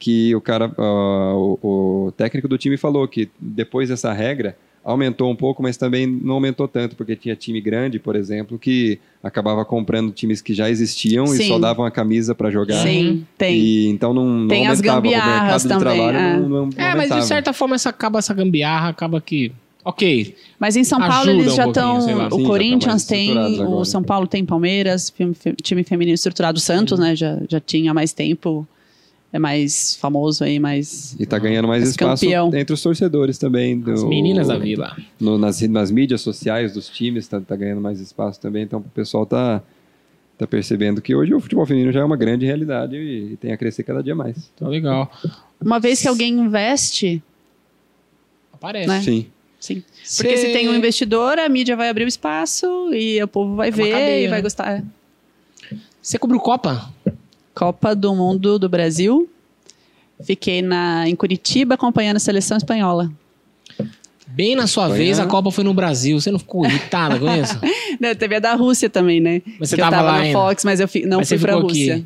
[SPEAKER 1] Que o cara, ah, o, o técnico do time falou que depois dessa regra aumentou um pouco, mas também não aumentou tanto, porque tinha time grande, por exemplo, que acabava comprando times que já existiam e
[SPEAKER 3] Sim.
[SPEAKER 1] só davam a camisa para jogar.
[SPEAKER 2] Uhum.
[SPEAKER 3] Sim, tem.
[SPEAKER 1] E então não, não
[SPEAKER 3] Tem as
[SPEAKER 1] aumentava. o mercado
[SPEAKER 3] gambiarras
[SPEAKER 1] de
[SPEAKER 3] também,
[SPEAKER 1] trabalho
[SPEAKER 3] é.
[SPEAKER 1] não, não
[SPEAKER 2] É, mas
[SPEAKER 1] aumentava.
[SPEAKER 2] de certa forma essa, acaba essa gambiarra, acaba que. Ok.
[SPEAKER 3] Mas em São
[SPEAKER 2] Ajuda
[SPEAKER 3] Paulo eles
[SPEAKER 2] um
[SPEAKER 3] já
[SPEAKER 2] pouquinho,
[SPEAKER 3] estão.
[SPEAKER 2] sei
[SPEAKER 1] Sim,
[SPEAKER 2] lá.
[SPEAKER 1] já
[SPEAKER 3] o
[SPEAKER 1] tá mais
[SPEAKER 3] Corinthians tem,
[SPEAKER 1] estruturados agora.
[SPEAKER 3] o São Paulo tem Palmeiras, time fe- time feminino estruturado. O Santos, né? Já, já tinha há mais tempo, é mais famoso aí, mais.
[SPEAKER 1] E tá ganhando mais
[SPEAKER 3] Mas
[SPEAKER 1] espaço
[SPEAKER 3] campeão.
[SPEAKER 1] entre os torcedores também. Do,
[SPEAKER 2] As meninas da vila.
[SPEAKER 1] no- nas, nas mídias sociais dos times tá, tá ganhando mais espaço também. Então o pessoal tá, tá percebendo que hoje o futebol feminino já é uma grande realidade e, e tem a crescer cada dia mais.
[SPEAKER 2] Então legal.
[SPEAKER 3] Uma vez que alguém investe,
[SPEAKER 2] Aparece.
[SPEAKER 3] Né? É.
[SPEAKER 1] Sim.
[SPEAKER 3] sim. É
[SPEAKER 2] Cê-
[SPEAKER 3] Porque se tem um investidor, a mídia vai abrir o espaço e o povo vai
[SPEAKER 2] uma
[SPEAKER 3] ver
[SPEAKER 2] cadeia,
[SPEAKER 3] e vai
[SPEAKER 2] né?
[SPEAKER 3] gostar.
[SPEAKER 2] Você cobriu Copa?
[SPEAKER 3] Copa do Mundo do Brasil. Fiquei na, em Curitiba acompanhando a seleção espanhola.
[SPEAKER 2] Bem na sua
[SPEAKER 1] Espanha.
[SPEAKER 2] vez, a Copa foi no Brasil. Você não ficou irritada com isso?
[SPEAKER 3] Não, teve a da Rússia também, né?
[SPEAKER 2] Mas você
[SPEAKER 3] Que
[SPEAKER 2] tava
[SPEAKER 3] eu tava
[SPEAKER 2] lá
[SPEAKER 3] na
[SPEAKER 2] ainda.
[SPEAKER 3] Fox, mas eu fi- não
[SPEAKER 2] Mas
[SPEAKER 3] fui
[SPEAKER 2] você
[SPEAKER 3] pra
[SPEAKER 2] ficou aqui.
[SPEAKER 3] Rússia.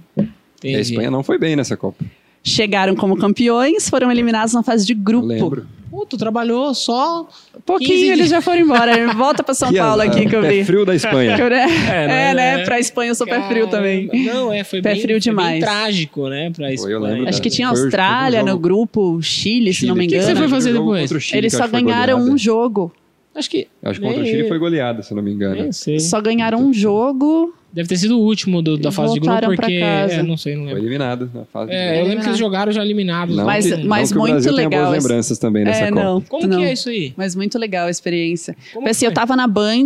[SPEAKER 2] Entendi.
[SPEAKER 1] A É Espanha não foi bem nessa Copa.
[SPEAKER 3] Chegaram como campeões, foram eliminados na fase de
[SPEAKER 1] Eu
[SPEAKER 3] grupo.
[SPEAKER 1] lembro.
[SPEAKER 2] Pô, tu trabalhou só.
[SPEAKER 3] Pouquinho
[SPEAKER 2] 15 dias.
[SPEAKER 3] eles já foram embora. né? Volta pra São
[SPEAKER 1] Que
[SPEAKER 3] Paulo
[SPEAKER 1] azar.
[SPEAKER 3] aqui que eu
[SPEAKER 1] Pé
[SPEAKER 3] vi.
[SPEAKER 1] frio da Espanha.
[SPEAKER 3] Que, né?
[SPEAKER 2] É,
[SPEAKER 3] É,
[SPEAKER 2] né?
[SPEAKER 3] né? Pra Espanha eu sou pé frio também.
[SPEAKER 2] Caramba. Não, é, foi
[SPEAKER 3] Pé
[SPEAKER 2] bem,
[SPEAKER 3] frio
[SPEAKER 2] foi bem
[SPEAKER 3] demais.
[SPEAKER 2] trágico, né? Pra Espanha.
[SPEAKER 1] lembro
[SPEAKER 3] Acho que
[SPEAKER 1] Foi
[SPEAKER 3] tinha
[SPEAKER 1] o jogo-
[SPEAKER 3] Austrália
[SPEAKER 1] foi o
[SPEAKER 3] no
[SPEAKER 1] um jogo-
[SPEAKER 3] grupo, Chile, se não me
[SPEAKER 1] Chile,
[SPEAKER 2] que
[SPEAKER 3] engano.
[SPEAKER 2] você foi fazer
[SPEAKER 1] Jogou
[SPEAKER 2] depois?
[SPEAKER 1] contra o Chile,
[SPEAKER 3] eles
[SPEAKER 1] que
[SPEAKER 3] só
[SPEAKER 1] acho que foi
[SPEAKER 3] ganharam
[SPEAKER 1] goleada.
[SPEAKER 3] um jogo.
[SPEAKER 2] Acho que.
[SPEAKER 1] Acho que contra o Chile foi goleada, se eu não me engano.
[SPEAKER 2] Nem sei.
[SPEAKER 3] Só ganharam um jogo.
[SPEAKER 2] Deve ter sido o último do- da
[SPEAKER 3] E
[SPEAKER 2] fase de grupo,
[SPEAKER 3] voltaram pra
[SPEAKER 2] porque.
[SPEAKER 3] casa.
[SPEAKER 2] é, não sei, não
[SPEAKER 1] Foi
[SPEAKER 2] lembro.
[SPEAKER 1] eliminado na fase. de
[SPEAKER 2] É, eu
[SPEAKER 1] grupo.
[SPEAKER 2] lembro que eles jogaram já eliminados. né?
[SPEAKER 1] não,
[SPEAKER 3] Mas-
[SPEAKER 1] que- não
[SPEAKER 3] mas
[SPEAKER 1] que o
[SPEAKER 3] muito
[SPEAKER 1] Brasil tenha
[SPEAKER 3] legal
[SPEAKER 1] boas
[SPEAKER 3] esse-
[SPEAKER 1] lembranças também nessa
[SPEAKER 3] é,
[SPEAKER 1] Copa.
[SPEAKER 3] não.
[SPEAKER 2] Como
[SPEAKER 3] não.
[SPEAKER 2] que é isso aí?
[SPEAKER 3] Mas muito legal a experiência.
[SPEAKER 2] Como
[SPEAKER 3] Foi assim, eu
[SPEAKER 2] foi?
[SPEAKER 3] tava na Band,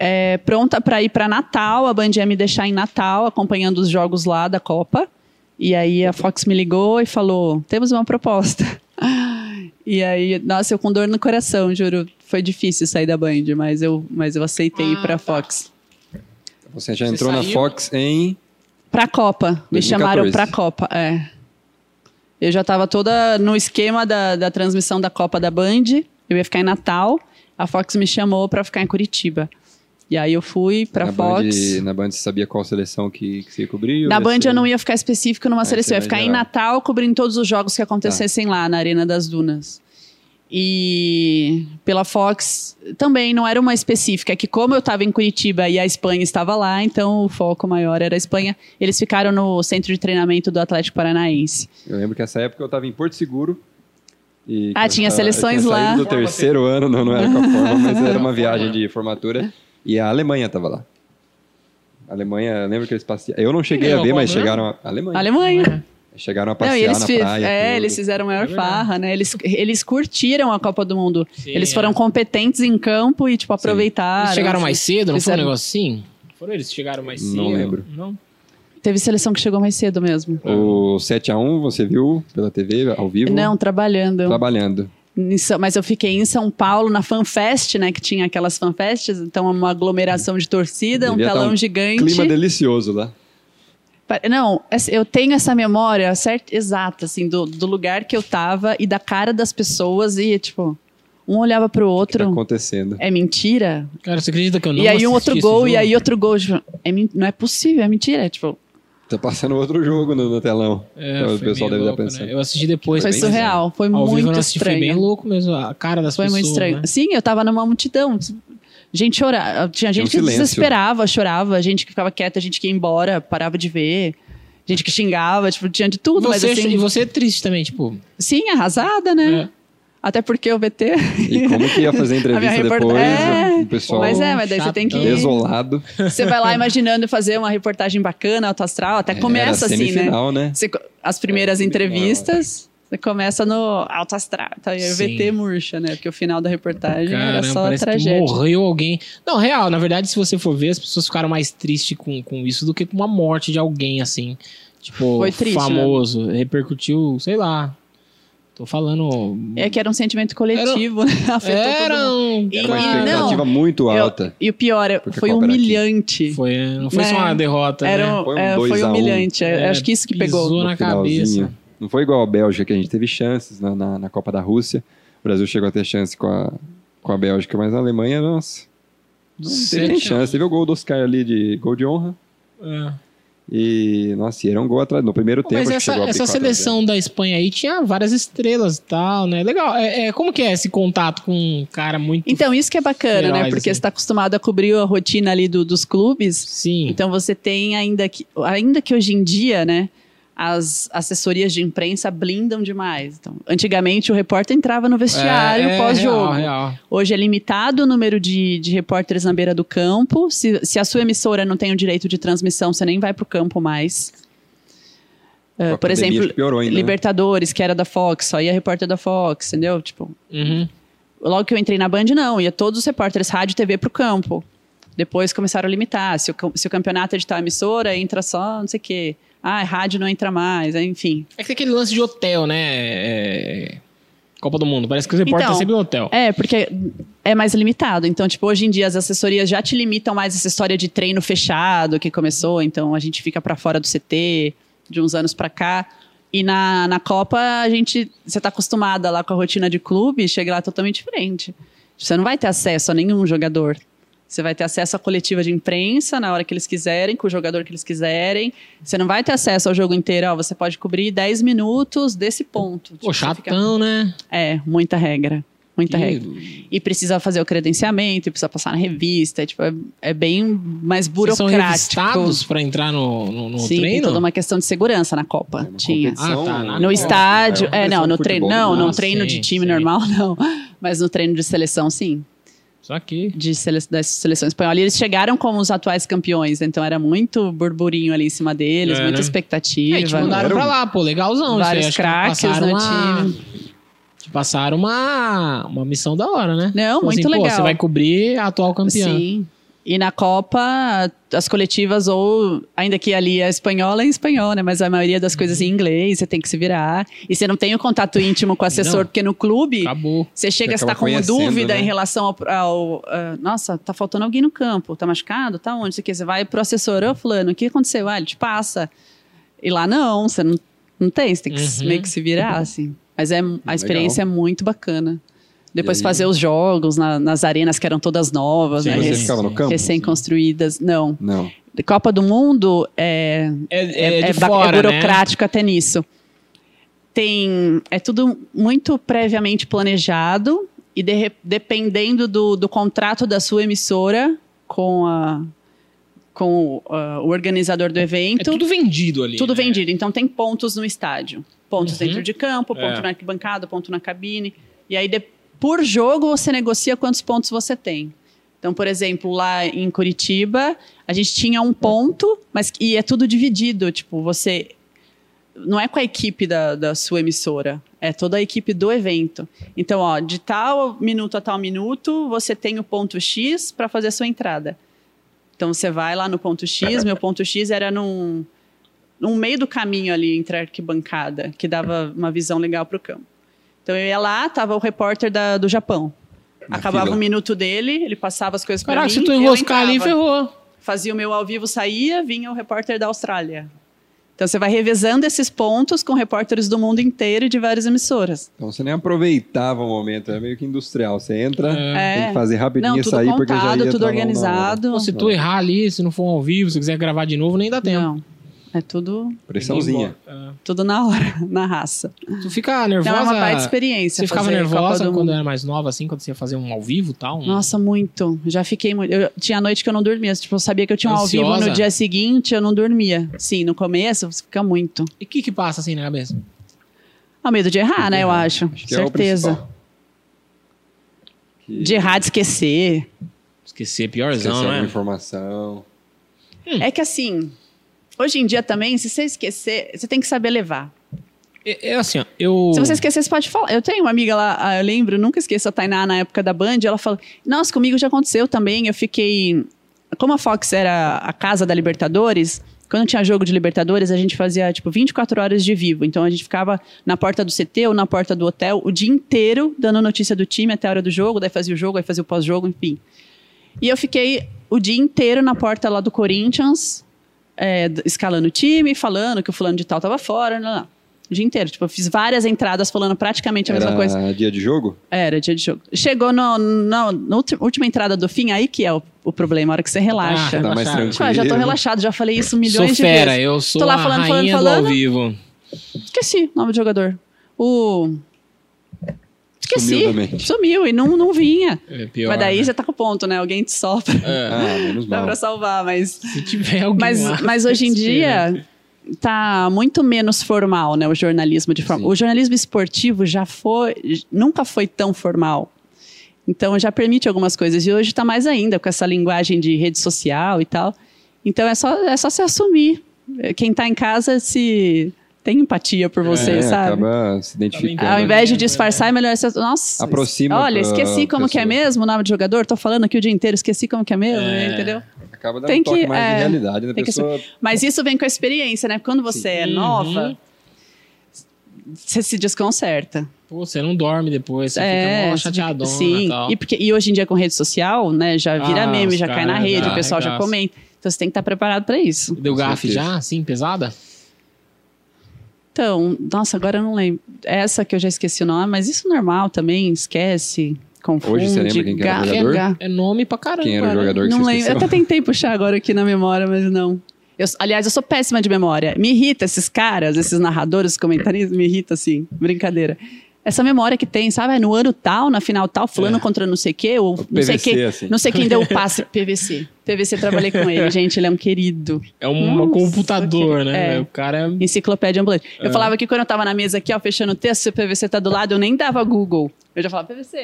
[SPEAKER 3] é, pronta pra ir pra Natal, a Band ia me deixar em Natal, acompanhando os jogos lá da Copa. E aí a Fox me ligou e falou: temos uma proposta. E aí, nossa, eu com dor no coração, juro. Foi difícil sair da Band, mas eu, mas eu aceitei ir
[SPEAKER 2] Ah,
[SPEAKER 3] pra
[SPEAKER 2] tá.
[SPEAKER 3] Fox.
[SPEAKER 1] Você já
[SPEAKER 2] Você
[SPEAKER 1] entrou na
[SPEAKER 2] saiu?
[SPEAKER 1] Fox em.
[SPEAKER 3] Pra Copa. Me
[SPEAKER 1] 2014.
[SPEAKER 3] chamaram pra Copa, é. Eu já tava toda no esquema da, da transmissão da Copa da Band. Eu ia ficar em Natal. A Fox me chamou pra ficar em Curitiba. E aí eu fui pra
[SPEAKER 1] na
[SPEAKER 3] Fox.
[SPEAKER 1] Band, na Band você sabia qual seleção que, que você ia cobrir?
[SPEAKER 3] Na
[SPEAKER 1] Ou
[SPEAKER 3] Band
[SPEAKER 1] você-
[SPEAKER 3] eu não ia ficar específico numa
[SPEAKER 1] Aí
[SPEAKER 3] seleção,
[SPEAKER 1] você
[SPEAKER 3] eu ia
[SPEAKER 1] vai
[SPEAKER 3] ficar em
[SPEAKER 1] geral.
[SPEAKER 3] Natal cobrindo todos os jogos que acontecessem lá na Arena das Dunas. E pela Fox também não era uma específica, é que como eu estava em Curitiba e a Espanha estava lá, então o foco maior era a Espanha. Eles ficaram no centro de treinamento do Atlético Paranaense.
[SPEAKER 1] Eu lembro que nessa época eu estava em Porto Seguro. e
[SPEAKER 3] Ah,
[SPEAKER 1] que eu
[SPEAKER 3] tinha
[SPEAKER 1] tava- eu
[SPEAKER 3] seleções
[SPEAKER 1] tinha
[SPEAKER 3] lá.
[SPEAKER 1] saído do
[SPEAKER 2] Forma
[SPEAKER 1] terceiro ano, não, não era com a forma, mas era uma
[SPEAKER 2] Forma.
[SPEAKER 1] viagem de formatura. E a Alemanha estava lá. A Alemanha, eu lembro que eles passearam. Eu não cheguei a
[SPEAKER 2] ganhou
[SPEAKER 1] ver,
[SPEAKER 2] a
[SPEAKER 1] mas
[SPEAKER 2] bola, né?
[SPEAKER 1] chegaram a. Alemanha.
[SPEAKER 3] Alemanha.
[SPEAKER 1] Chegaram a
[SPEAKER 3] Não,
[SPEAKER 1] passear
[SPEAKER 3] e eles,
[SPEAKER 1] na
[SPEAKER 3] fi-
[SPEAKER 1] praia.
[SPEAKER 3] é,
[SPEAKER 1] tudo.
[SPEAKER 3] eles fizeram a maior
[SPEAKER 2] É verdade.
[SPEAKER 3] farra, né? Eles, eles curtiram a Copa do Mundo.
[SPEAKER 2] Sim,
[SPEAKER 3] eles
[SPEAKER 2] é.
[SPEAKER 3] foram né? competentes em campo e, tipo, aproveitaram. Assim.
[SPEAKER 2] Eles chegaram mais cedo, não foi um
[SPEAKER 3] Fizeram-
[SPEAKER 2] negócio assim? Foram eles que chegaram mais cedo?
[SPEAKER 1] Não lembro.
[SPEAKER 2] Não?
[SPEAKER 3] Teve seleção que chegou mais cedo
[SPEAKER 1] É.
[SPEAKER 3] mesmo.
[SPEAKER 1] O 7x1 você viu pela TV, ao vivo?
[SPEAKER 3] Não, trabalhando.
[SPEAKER 1] Trabalhando.
[SPEAKER 3] Em São- mas eu fiquei em São Paulo na FanFest, né? Que tinha aquelas fanfests, então uma aglomeração de torcida, um
[SPEAKER 1] Devia tá
[SPEAKER 3] telão
[SPEAKER 1] um
[SPEAKER 3] gigante.
[SPEAKER 1] Clima delicioso lá. tá
[SPEAKER 3] Pa- Não, essa- eu tenho essa memória certa, exata, assim, do, do lugar que eu tava e da cara das pessoas e, tipo, um olhava pro
[SPEAKER 1] O que tá
[SPEAKER 3] outro.
[SPEAKER 1] acontecendo?
[SPEAKER 3] É mentira?
[SPEAKER 2] Cara, você acredita que eu não
[SPEAKER 3] e aí um outro
[SPEAKER 2] assisti
[SPEAKER 3] gol,
[SPEAKER 2] esse
[SPEAKER 3] e
[SPEAKER 2] jogo?
[SPEAKER 3] aí outro gol. tipo, é men- não é possível, é mentira. é, tipo,
[SPEAKER 1] Tá passando outro jogo no, no telão.
[SPEAKER 2] É,
[SPEAKER 1] Então,
[SPEAKER 2] foi
[SPEAKER 1] o pessoal
[SPEAKER 2] meio
[SPEAKER 1] deve
[SPEAKER 2] louco,
[SPEAKER 1] estar pensando.
[SPEAKER 2] né? Eu assisti depois.
[SPEAKER 3] foi
[SPEAKER 1] bem
[SPEAKER 3] surreal. Foi
[SPEAKER 2] Ao vivo eu não
[SPEAKER 3] muito
[SPEAKER 2] assisti, foi bem
[SPEAKER 3] estranho.
[SPEAKER 2] louco mesmo. A cara das
[SPEAKER 3] Foi
[SPEAKER 2] pessoas.
[SPEAKER 3] muito estranho.
[SPEAKER 2] né?
[SPEAKER 3] Sim, eu tava numa multidão. Gente chorava. Tinha
[SPEAKER 2] um
[SPEAKER 3] gente que
[SPEAKER 1] silêncio.
[SPEAKER 3] desesperava, chorava. Gente que ficava quieta, gente que ia embora, parava de ver. Gente que xingava, tipo, tinha de tudo. mas
[SPEAKER 2] Você,
[SPEAKER 3] assim,
[SPEAKER 2] E você é triste também, tipo.
[SPEAKER 3] sim, arrasada, né?
[SPEAKER 2] É.
[SPEAKER 3] Até porque o VT.
[SPEAKER 1] E como que ia fazer a entrevista
[SPEAKER 3] report-
[SPEAKER 1] depois?
[SPEAKER 3] É,
[SPEAKER 1] o pessoal
[SPEAKER 3] Mas é, mas daí você
[SPEAKER 2] né?
[SPEAKER 3] tem que.
[SPEAKER 1] desolado.
[SPEAKER 3] Você vai lá imaginando fazer uma reportagem bacana, alto astral,
[SPEAKER 2] É,
[SPEAKER 3] até começa
[SPEAKER 1] Era
[SPEAKER 3] assim, né?
[SPEAKER 1] semifinal, né?
[SPEAKER 3] Você co- as primeiras
[SPEAKER 1] É,
[SPEAKER 3] entrevistas, você começa no alto astral. Tá, e aí o
[SPEAKER 2] Sim.
[SPEAKER 3] VT murcha, né? Porque o final da reportagem era
[SPEAKER 2] Caramba,
[SPEAKER 3] só
[SPEAKER 2] parece
[SPEAKER 3] tragédia.
[SPEAKER 2] que morreu alguém. Não, real, na verdade, se você for ver, as pessoas ficaram mais tristes com, com isso do que com uma morte de alguém, assim. Tipo,
[SPEAKER 3] Foi triste, né?
[SPEAKER 2] famoso. Repercutiu, sei lá. Tô falando.
[SPEAKER 3] É que era um sentimento coletivo, né? Afetou todo
[SPEAKER 2] Era
[SPEAKER 3] mundo.
[SPEAKER 2] um.
[SPEAKER 1] Era uma
[SPEAKER 3] E-
[SPEAKER 1] expectativa muito
[SPEAKER 3] Eu-
[SPEAKER 1] alta.
[SPEAKER 3] E o pior, é-
[SPEAKER 1] Porque
[SPEAKER 3] foi
[SPEAKER 1] a Copa era aqui.
[SPEAKER 3] humilhante.
[SPEAKER 2] Foi, é, não foi só
[SPEAKER 3] Né?
[SPEAKER 2] uma derrota.
[SPEAKER 3] Era
[SPEAKER 2] né?
[SPEAKER 3] um-
[SPEAKER 1] Foi um
[SPEAKER 3] é, foi,
[SPEAKER 1] dois a um.
[SPEAKER 3] humilhante. é,
[SPEAKER 2] É,
[SPEAKER 3] acho que isso que pegou.
[SPEAKER 2] pisou
[SPEAKER 1] No
[SPEAKER 2] na cabeça.
[SPEAKER 1] finalzinho. Não foi igual a Bélgica, que a gente teve chances na, na, na Copa da Rússia. O Brasil chegou a ter chance com a, com a Bélgica, mas a Alemanha, nossa, não teve nem
[SPEAKER 2] Sete a um.
[SPEAKER 1] chance. Teve o gol do Oscar ali de gol de honra.
[SPEAKER 2] É.
[SPEAKER 1] E, nossa, e era um gol atrás. No primeiro tempo
[SPEAKER 2] Mas
[SPEAKER 1] acho que
[SPEAKER 2] essa,
[SPEAKER 1] chegou a abrir 4
[SPEAKER 2] essa
[SPEAKER 1] a 0.
[SPEAKER 2] seleção da Espanha aí tinha várias estrelas e tal, né? Legal. É, é, como que é esse contato com um cara muito.
[SPEAKER 3] Então, isso que é bacana, né?
[SPEAKER 2] Feroz,
[SPEAKER 3] Porque
[SPEAKER 2] assim.
[SPEAKER 3] você tá acostumado a cobrir a rotina ali do- dos clubes.
[SPEAKER 2] Sim.
[SPEAKER 3] Então você tem ainda que. Ainda que hoje em dia, né? As assessorias de imprensa blindam demais. Então, antigamente o repórter entrava no vestiário
[SPEAKER 2] É, é real,
[SPEAKER 3] pós-jogo.
[SPEAKER 2] real.
[SPEAKER 3] Hoje é limitado o número de, de repórteres na beira do campo. Se, se a sua emissora não tem o direito de transmissão, você nem vai para o campo mais.
[SPEAKER 1] Com a
[SPEAKER 3] Ah, por
[SPEAKER 1] pandemia, acho
[SPEAKER 3] exemplo,
[SPEAKER 1] que piorou ainda, né?
[SPEAKER 3] Libertadores, que era da Fox, só ia repórter da Fox, entendeu? Tipo,
[SPEAKER 2] Uhum.
[SPEAKER 3] logo que eu entrei na Band, não, ia todos os repórteres rádio e TV pro campo. Depois começaram a limitar. Se o, cam- se o campeonato é de tal emissora, entra só não sei o quê. Ah, rádio não entra mais, aí, enfim.
[SPEAKER 2] É que tem aquele lance de hotel, né? É, Copa do Mundo. Parece que os repórteres
[SPEAKER 3] Então,
[SPEAKER 2] sempre no hotel.
[SPEAKER 3] É, porque é mais limitado. Então, tipo, hoje em dia as assessorias já te limitam mais essa história de treino fechado que começou, então a gente fica pra fora do CT de uns anos pra cá. E na, na Copa, a gente. Você tá acostumada lá com a rotina de clube, chega lá totalmente diferente. Você não vai ter acesso a nenhum jogador. Você vai ter acesso à coletiva de imprensa na hora que eles quiserem, com o jogador que eles quiserem. Você não vai ter acesso ao jogo inteiro. Ó, você pode cobrir 10 minutos desse ponto. Tipo,
[SPEAKER 2] Pô,
[SPEAKER 3] você fica-
[SPEAKER 2] chatão, né?
[SPEAKER 3] É, muita regra. Muita regra.
[SPEAKER 2] Que-
[SPEAKER 3] E precisa fazer o credenciamento, e precisa passar na revista. é, Tipo, é, é bem mais
[SPEAKER 2] Vocês são
[SPEAKER 3] burocrático.
[SPEAKER 2] revistados pra entrar no, no, no
[SPEAKER 3] Sim, tem
[SPEAKER 2] treino?
[SPEAKER 3] toda uma questão de segurança na
[SPEAKER 1] É
[SPEAKER 3] Copa.
[SPEAKER 1] uma
[SPEAKER 3] Tinha.
[SPEAKER 1] competição-
[SPEAKER 2] Ah, tá, na
[SPEAKER 1] é uma
[SPEAKER 2] Copa.
[SPEAKER 3] No
[SPEAKER 2] Não,
[SPEAKER 3] estádio.
[SPEAKER 1] competição
[SPEAKER 3] É, não, no
[SPEAKER 1] de
[SPEAKER 3] treino.
[SPEAKER 1] futebol,
[SPEAKER 3] Não,
[SPEAKER 1] né?
[SPEAKER 3] no
[SPEAKER 2] Ah,
[SPEAKER 3] treino
[SPEAKER 2] sim,
[SPEAKER 3] de time
[SPEAKER 2] sim.
[SPEAKER 3] normal, não. Mas no treino de seleção, sim.
[SPEAKER 2] Só que.
[SPEAKER 3] De sele... da seleção espanhola. E eles chegaram como os atuais campeões, então era muito burburinho ali em cima deles,
[SPEAKER 2] É,
[SPEAKER 3] muita
[SPEAKER 2] né?
[SPEAKER 3] expectativa.
[SPEAKER 2] É, te mandaram
[SPEAKER 1] Era um-
[SPEAKER 2] pra lá, pô, legalzão.
[SPEAKER 3] tipo, Vários
[SPEAKER 2] isso aí, acho que
[SPEAKER 3] craques né,
[SPEAKER 2] passaram
[SPEAKER 3] no
[SPEAKER 2] uma- Te passaram uma, uma missão da hora, né?
[SPEAKER 3] Não,
[SPEAKER 2] Tipo
[SPEAKER 3] muito
[SPEAKER 2] assim, pô,
[SPEAKER 3] legal.
[SPEAKER 2] você vai cobrir a atual campeã.
[SPEAKER 3] Sim. E na Copa, as coletivas, ou ainda que ali é espanhola, é em espanhol, né? Mas a maioria das coisas
[SPEAKER 2] Uhum.
[SPEAKER 3] em inglês, você tem que se virar. E você não tem o contato íntimo com o assessor,
[SPEAKER 2] Não.
[SPEAKER 3] porque no clube,
[SPEAKER 2] Acabou.
[SPEAKER 3] você chega,
[SPEAKER 1] Você
[SPEAKER 3] você tá
[SPEAKER 1] acaba
[SPEAKER 3] com uma
[SPEAKER 1] conhecendo,
[SPEAKER 3] dúvida
[SPEAKER 1] né?
[SPEAKER 3] em relação ao. ao, ah, nossa, tá faltando alguém no campo, tá machucado, tá onde? Isso aqui. Você vai pro assessor, ô, Fulano, o que aconteceu? Ah, ele te passa. E lá não, você não, não tem, você tem que se-
[SPEAKER 2] Uhum.
[SPEAKER 3] meio que se virar, assim. Mas é, a experiência é muito bacana. Depois
[SPEAKER 1] aí?
[SPEAKER 3] fazer os jogos na- nas arenas que eram todas novas,
[SPEAKER 2] Sim,
[SPEAKER 3] né?
[SPEAKER 1] Mas você
[SPEAKER 2] Sim,
[SPEAKER 1] ficava no
[SPEAKER 2] sim.
[SPEAKER 1] campo? assim.
[SPEAKER 3] recém-construídas. Não.
[SPEAKER 1] Não.
[SPEAKER 3] Copa do Mundo é,
[SPEAKER 2] É,
[SPEAKER 3] é,
[SPEAKER 2] é, de
[SPEAKER 3] ba- é
[SPEAKER 2] fora, né?
[SPEAKER 3] burocrático até nisso. tem. É tudo muito previamente planejado e de- dependendo do, do contrato da sua emissora com a. Com o, ah, o organizador do evento.
[SPEAKER 2] É tudo vendido ali.
[SPEAKER 3] Tudo
[SPEAKER 2] né?
[SPEAKER 3] vendido. Então tem pontos no estádio. Pontos
[SPEAKER 2] Uhum.
[SPEAKER 3] dentro de campo,
[SPEAKER 2] É.
[SPEAKER 3] ponto na arquibancada, ponto na cabine. E aí, de- por jogo, você negocia quantos pontos você tem. Então, por exemplo, lá em Curitiba, a gente tinha um ponto, mas e é tudo dividido. Tipo, você. Não é com a equipe da, da sua emissora, é toda a equipe do evento. Então, ó, de tal minuto a tal minuto, você tem o ponto X para fazer a sua entrada. Então, você vai lá no ponto X, meu ponto X era num, no meio do caminho ali entre a arquibancada, que dava uma visão legal para o campo. Então eu ia lá, tava o repórter da- do Japão.
[SPEAKER 1] Na
[SPEAKER 3] Acabava
[SPEAKER 1] fila.
[SPEAKER 3] o minuto dele, ele passava as coisas para
[SPEAKER 2] Caraca,
[SPEAKER 3] mim.
[SPEAKER 2] se tu
[SPEAKER 3] eu
[SPEAKER 2] enroscar ali,
[SPEAKER 3] entrava.
[SPEAKER 2] ferrou.
[SPEAKER 3] Fazia o meu ao vivo, saía, vinha o repórter da Austrália. Então você vai revezando esses pontos com repórteres do mundo inteiro e de várias emissoras.
[SPEAKER 1] Então você nem aproveitava o momento, é meio que industrial. Você entra,
[SPEAKER 2] É.
[SPEAKER 1] tem
[SPEAKER 3] É.
[SPEAKER 1] que fazer
[SPEAKER 3] Não,
[SPEAKER 1] rapidinho
[SPEAKER 3] tudo
[SPEAKER 1] sair, porque já
[SPEAKER 3] contado,
[SPEAKER 1] ia
[SPEAKER 3] tudo
[SPEAKER 1] tá na- na hora.
[SPEAKER 3] organizado.
[SPEAKER 2] Pô, se tu errar ali, se não for ao vivo, se quiser gravar de novo, nem dá tempo.
[SPEAKER 3] Não, é tudo,
[SPEAKER 1] Pressãozinha.
[SPEAKER 2] É.
[SPEAKER 3] tudo na hora, na raça.
[SPEAKER 2] Tu fica
[SPEAKER 3] Então
[SPEAKER 2] nervosa.
[SPEAKER 3] é uma baita experiência.
[SPEAKER 2] Você ficava
[SPEAKER 3] fazer Copa
[SPEAKER 2] nervosa
[SPEAKER 3] do
[SPEAKER 2] quando
[SPEAKER 3] Mundo.
[SPEAKER 2] era mais nova, assim, quando você ia fazer um ao vivo e tal? Um...
[SPEAKER 3] Nossa, muito. Já fiquei muito. Eu, tinha noite que eu não dormia. Tipo, eu sabia que eu tinha um ao vivo
[SPEAKER 2] Ansiosa?
[SPEAKER 3] no dia seguinte, eu não dormia. Sim, no começo você fica muito.
[SPEAKER 2] E o que que passa assim na cabeça?
[SPEAKER 3] Ao medo de errar, né? Eu acho.
[SPEAKER 1] Acho que é o
[SPEAKER 3] Certeza.
[SPEAKER 1] principal. Que
[SPEAKER 3] de errar, de esquecer.
[SPEAKER 2] Esquecer,
[SPEAKER 1] esquecer
[SPEAKER 2] piorzão,
[SPEAKER 1] alguma
[SPEAKER 2] né?
[SPEAKER 1] informação.
[SPEAKER 3] É que assim, hoje em dia também, se você esquecer, você tem que saber levar.
[SPEAKER 2] É, é assim, ó, eu...
[SPEAKER 3] Se você esquecer, você pode falar. Eu tenho uma amiga lá, ah, eu lembro, nunca esqueço a Tainá na época da Band, ela falou: Nossa, comigo já aconteceu também. Eu fiquei. Como a Fox era a casa da Libertadores, quando tinha jogo de Libertadores, a gente fazia tipo 24 horas de vivo. Então a gente ficava na porta do CT ou na porta do hotel o dia inteiro dando notícia do time até a hora do jogo, daí fazia o jogo, aí fazia o pós-jogo, enfim. E eu fiquei o dia inteiro na porta lá do Corinthians, é, d- escalando o time, falando que o fulano de tal tava fora, não, não. O dia inteiro. Tipo, eu fiz várias entradas falando praticamente a
[SPEAKER 1] Era
[SPEAKER 3] mesma coisa.
[SPEAKER 1] dia de jogo?
[SPEAKER 3] Era dia de jogo. Chegou no, no- na ulti- última entrada do fim, aí que é o, o problema, a hora que você relaxa.
[SPEAKER 2] Ah,
[SPEAKER 1] Tá mais
[SPEAKER 2] Relaxado.
[SPEAKER 1] tranquilo.
[SPEAKER 3] Tipo, ah, já tô relaxado, já falei isso milhões
[SPEAKER 2] sou
[SPEAKER 3] de
[SPEAKER 2] fera,
[SPEAKER 3] vezes.
[SPEAKER 2] eu sou
[SPEAKER 3] Tô lá
[SPEAKER 2] a
[SPEAKER 3] falando, falando,
[SPEAKER 2] rainha do
[SPEAKER 3] falando.
[SPEAKER 2] ao vivo.
[SPEAKER 3] Esqueci o nome do jogador. O. Esqueci.
[SPEAKER 1] Sumiu da mente.
[SPEAKER 3] Sumiu e não, não vinha.
[SPEAKER 2] É pior,
[SPEAKER 3] mas daí
[SPEAKER 2] né?
[SPEAKER 3] já tá com o ponto, né? Alguém te sopra.
[SPEAKER 2] É,
[SPEAKER 1] Ah, menos
[SPEAKER 3] Dá
[SPEAKER 1] mal.
[SPEAKER 3] pra salvar, mas.
[SPEAKER 2] se tiver alguém
[SPEAKER 3] Mas,
[SPEAKER 2] lá, né?
[SPEAKER 3] mas hoje em
[SPEAKER 2] espera.
[SPEAKER 3] dia tá muito menos formal, né? O jornalismo de forma.
[SPEAKER 1] Sim.
[SPEAKER 3] O jornalismo esportivo já foi, nunca foi tão formal. Então já permite algumas coisas e hoje tá mais ainda com essa linguagem de rede social e tal. Então é só é só se assumir. Quem tá em casa se tem empatia por você,
[SPEAKER 1] É,
[SPEAKER 3] sabe?
[SPEAKER 1] Acaba se identificando. né?
[SPEAKER 3] Ao invés de
[SPEAKER 2] Lembra,
[SPEAKER 3] disfarçar, é melhor você. Nossa,
[SPEAKER 1] Aproxima
[SPEAKER 3] olha,
[SPEAKER 1] pra
[SPEAKER 3] esqueci como que é
[SPEAKER 1] pessoa.
[SPEAKER 3] mesmo o nome do jogador, tô falando aqui o dia inteiro, esqueci como que é mesmo,
[SPEAKER 2] É.
[SPEAKER 3] entendeu?
[SPEAKER 1] Acaba dando
[SPEAKER 3] Tem
[SPEAKER 1] um toque
[SPEAKER 3] que-
[SPEAKER 1] mais de
[SPEAKER 3] é,
[SPEAKER 1] realidade da
[SPEAKER 3] tem que
[SPEAKER 1] pessoa.
[SPEAKER 3] Mas isso vem com a experiência, né? Quando você é
[SPEAKER 2] Uhum.
[SPEAKER 3] nova, você se desconcerta.
[SPEAKER 2] Pô, você não dorme depois, você fica mó
[SPEAKER 3] é,
[SPEAKER 2] chateadona
[SPEAKER 3] sim.
[SPEAKER 2] e tal.
[SPEAKER 3] E, porque, e hoje em dia com rede social, né? Já vira
[SPEAKER 2] Ah,
[SPEAKER 3] meme,
[SPEAKER 2] os
[SPEAKER 3] já cai
[SPEAKER 2] caras
[SPEAKER 3] na rede,
[SPEAKER 2] já
[SPEAKER 3] o pessoal já
[SPEAKER 2] arregaçam.
[SPEAKER 3] comenta. Então você tem que estar preparado para isso.
[SPEAKER 2] Deu
[SPEAKER 1] Com
[SPEAKER 2] gafe
[SPEAKER 1] certeza.
[SPEAKER 2] já, assim, pesada?
[SPEAKER 3] Então, nossa, agora eu não lembro. É Essa que eu já esqueci o nome, mas isso é normal também, esquece, confunde.
[SPEAKER 1] Hoje você lembra quem que era o
[SPEAKER 3] gafe,
[SPEAKER 1] jogador?
[SPEAKER 3] gafe.
[SPEAKER 2] É nome pra caramba.
[SPEAKER 1] Quem era o
[SPEAKER 2] né?
[SPEAKER 1] jogador que
[SPEAKER 3] Não
[SPEAKER 1] você
[SPEAKER 3] lembro. Eu
[SPEAKER 1] esqueceu?
[SPEAKER 3] até tentei puxar agora aqui na memória, mas não. Eu- aliás, eu sou péssima de memória. Me irrita esses caras, esses narradores, esses comentaristas, me irrita assim. Brincadeira. Essa memória que tem, sabe? É no ano tal, na final tal, fulano
[SPEAKER 2] É.
[SPEAKER 3] contra não sei o quê, ou
[SPEAKER 1] O
[SPEAKER 3] não sei
[SPEAKER 1] PVC,
[SPEAKER 3] quem.
[SPEAKER 1] assim.
[SPEAKER 3] Não sei quem deu o passe PVC. PVC trabalhei com ele, gente, ele é um querido.
[SPEAKER 2] É um
[SPEAKER 3] Nossa,
[SPEAKER 2] computador,
[SPEAKER 3] que-
[SPEAKER 2] né?
[SPEAKER 3] é.
[SPEAKER 2] O cara é
[SPEAKER 3] Enciclopédia ambulante. Eu
[SPEAKER 2] É.
[SPEAKER 3] falava que quando eu tava na mesa aqui, ó, fechando o texto, se o PVC tá do lado, eu nem dava Google. Eu já falava PVC.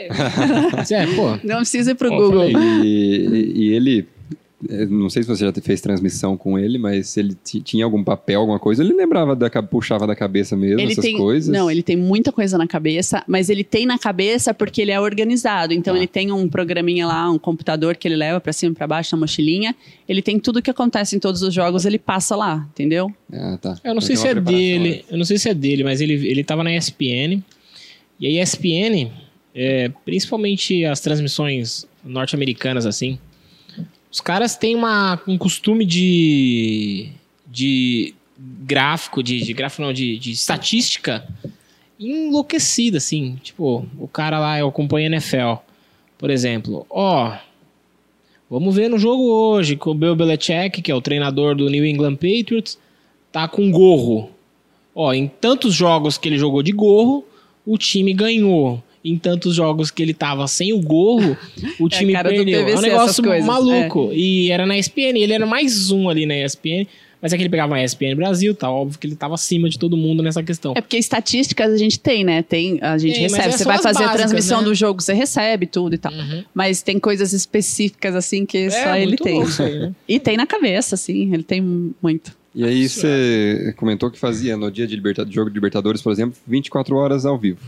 [SPEAKER 2] É, pô.
[SPEAKER 3] não precisa ir pro
[SPEAKER 2] Ó,
[SPEAKER 3] Google.
[SPEAKER 2] falei.
[SPEAKER 1] E, e- e ele. eh, Não sei se você já te- fez transmissão com ele, mas se ele ti- tinha algum papel, alguma coisa, ele lembrava, da, ca- puxava da cabeça mesmo
[SPEAKER 3] Ele
[SPEAKER 1] essas
[SPEAKER 3] tem,
[SPEAKER 1] coisas.
[SPEAKER 3] Não, ele tem muita coisa na cabeça, mas ele tem na cabeça porque ele é organizado. Então
[SPEAKER 1] Tá.
[SPEAKER 3] ele tem um programinha lá, um computador que ele leva pra cima e pra baixo na mochilinha. Ele tem tudo que acontece em todos os jogos, ele passa lá, entendeu?
[SPEAKER 1] Ah, tá.
[SPEAKER 2] Eu não
[SPEAKER 1] Tem
[SPEAKER 2] sei
[SPEAKER 1] uma
[SPEAKER 2] se é
[SPEAKER 1] preparação,
[SPEAKER 2] dele.
[SPEAKER 1] né?
[SPEAKER 2] Eu não sei se é dele, mas ele, ele tava na ESPN. E a ESPN, é, principalmente as transmissões norte-americanas, assim, os caras têm uma, um costume de. de gráfico, de, de gráfico não, de, de estatística enlouquecida, assim. Tipo, o cara lá, eu acompanho a NFL, por exemplo. Ó, vamos ver no jogo hoje que o Bill Belichick, que é o treinador do New England Patriots, tá com gorro. Ó, em tantos jogos que ele jogou de gorro, o time ganhou. Em tantos jogos que ele tava sem o gorro, o time
[SPEAKER 3] cara do
[SPEAKER 2] perdeu. é um
[SPEAKER 3] PVC,
[SPEAKER 2] negócio
[SPEAKER 3] essas coisas, é.
[SPEAKER 2] maluco. E era na ESPN, ele era mais um ali na ESPN. Mas é que ele pegava a ESPN Brasil, tá? Óbvio que ele tava acima de todo mundo nessa questão.
[SPEAKER 3] É porque estatísticas a gente tem, né? Tem, a gente
[SPEAKER 2] Tem, mas
[SPEAKER 3] recebe.
[SPEAKER 2] é
[SPEAKER 3] Você
[SPEAKER 2] só
[SPEAKER 3] vai
[SPEAKER 2] as
[SPEAKER 3] fazer a
[SPEAKER 2] básicas,
[SPEAKER 3] transmissão
[SPEAKER 2] né?
[SPEAKER 3] do jogo, você recebe tudo e tal.
[SPEAKER 2] Uhum.
[SPEAKER 3] Mas tem coisas específicas, assim, que só
[SPEAKER 2] É,
[SPEAKER 3] ele
[SPEAKER 2] muito
[SPEAKER 3] tem.
[SPEAKER 2] louco isso aí, né?
[SPEAKER 3] E tem na cabeça, assim, ele tem muito.
[SPEAKER 1] E aí
[SPEAKER 2] é.
[SPEAKER 1] você comentou que fazia no dia de liberta- jogo de Libertadores, por exemplo, 24 horas ao vivo.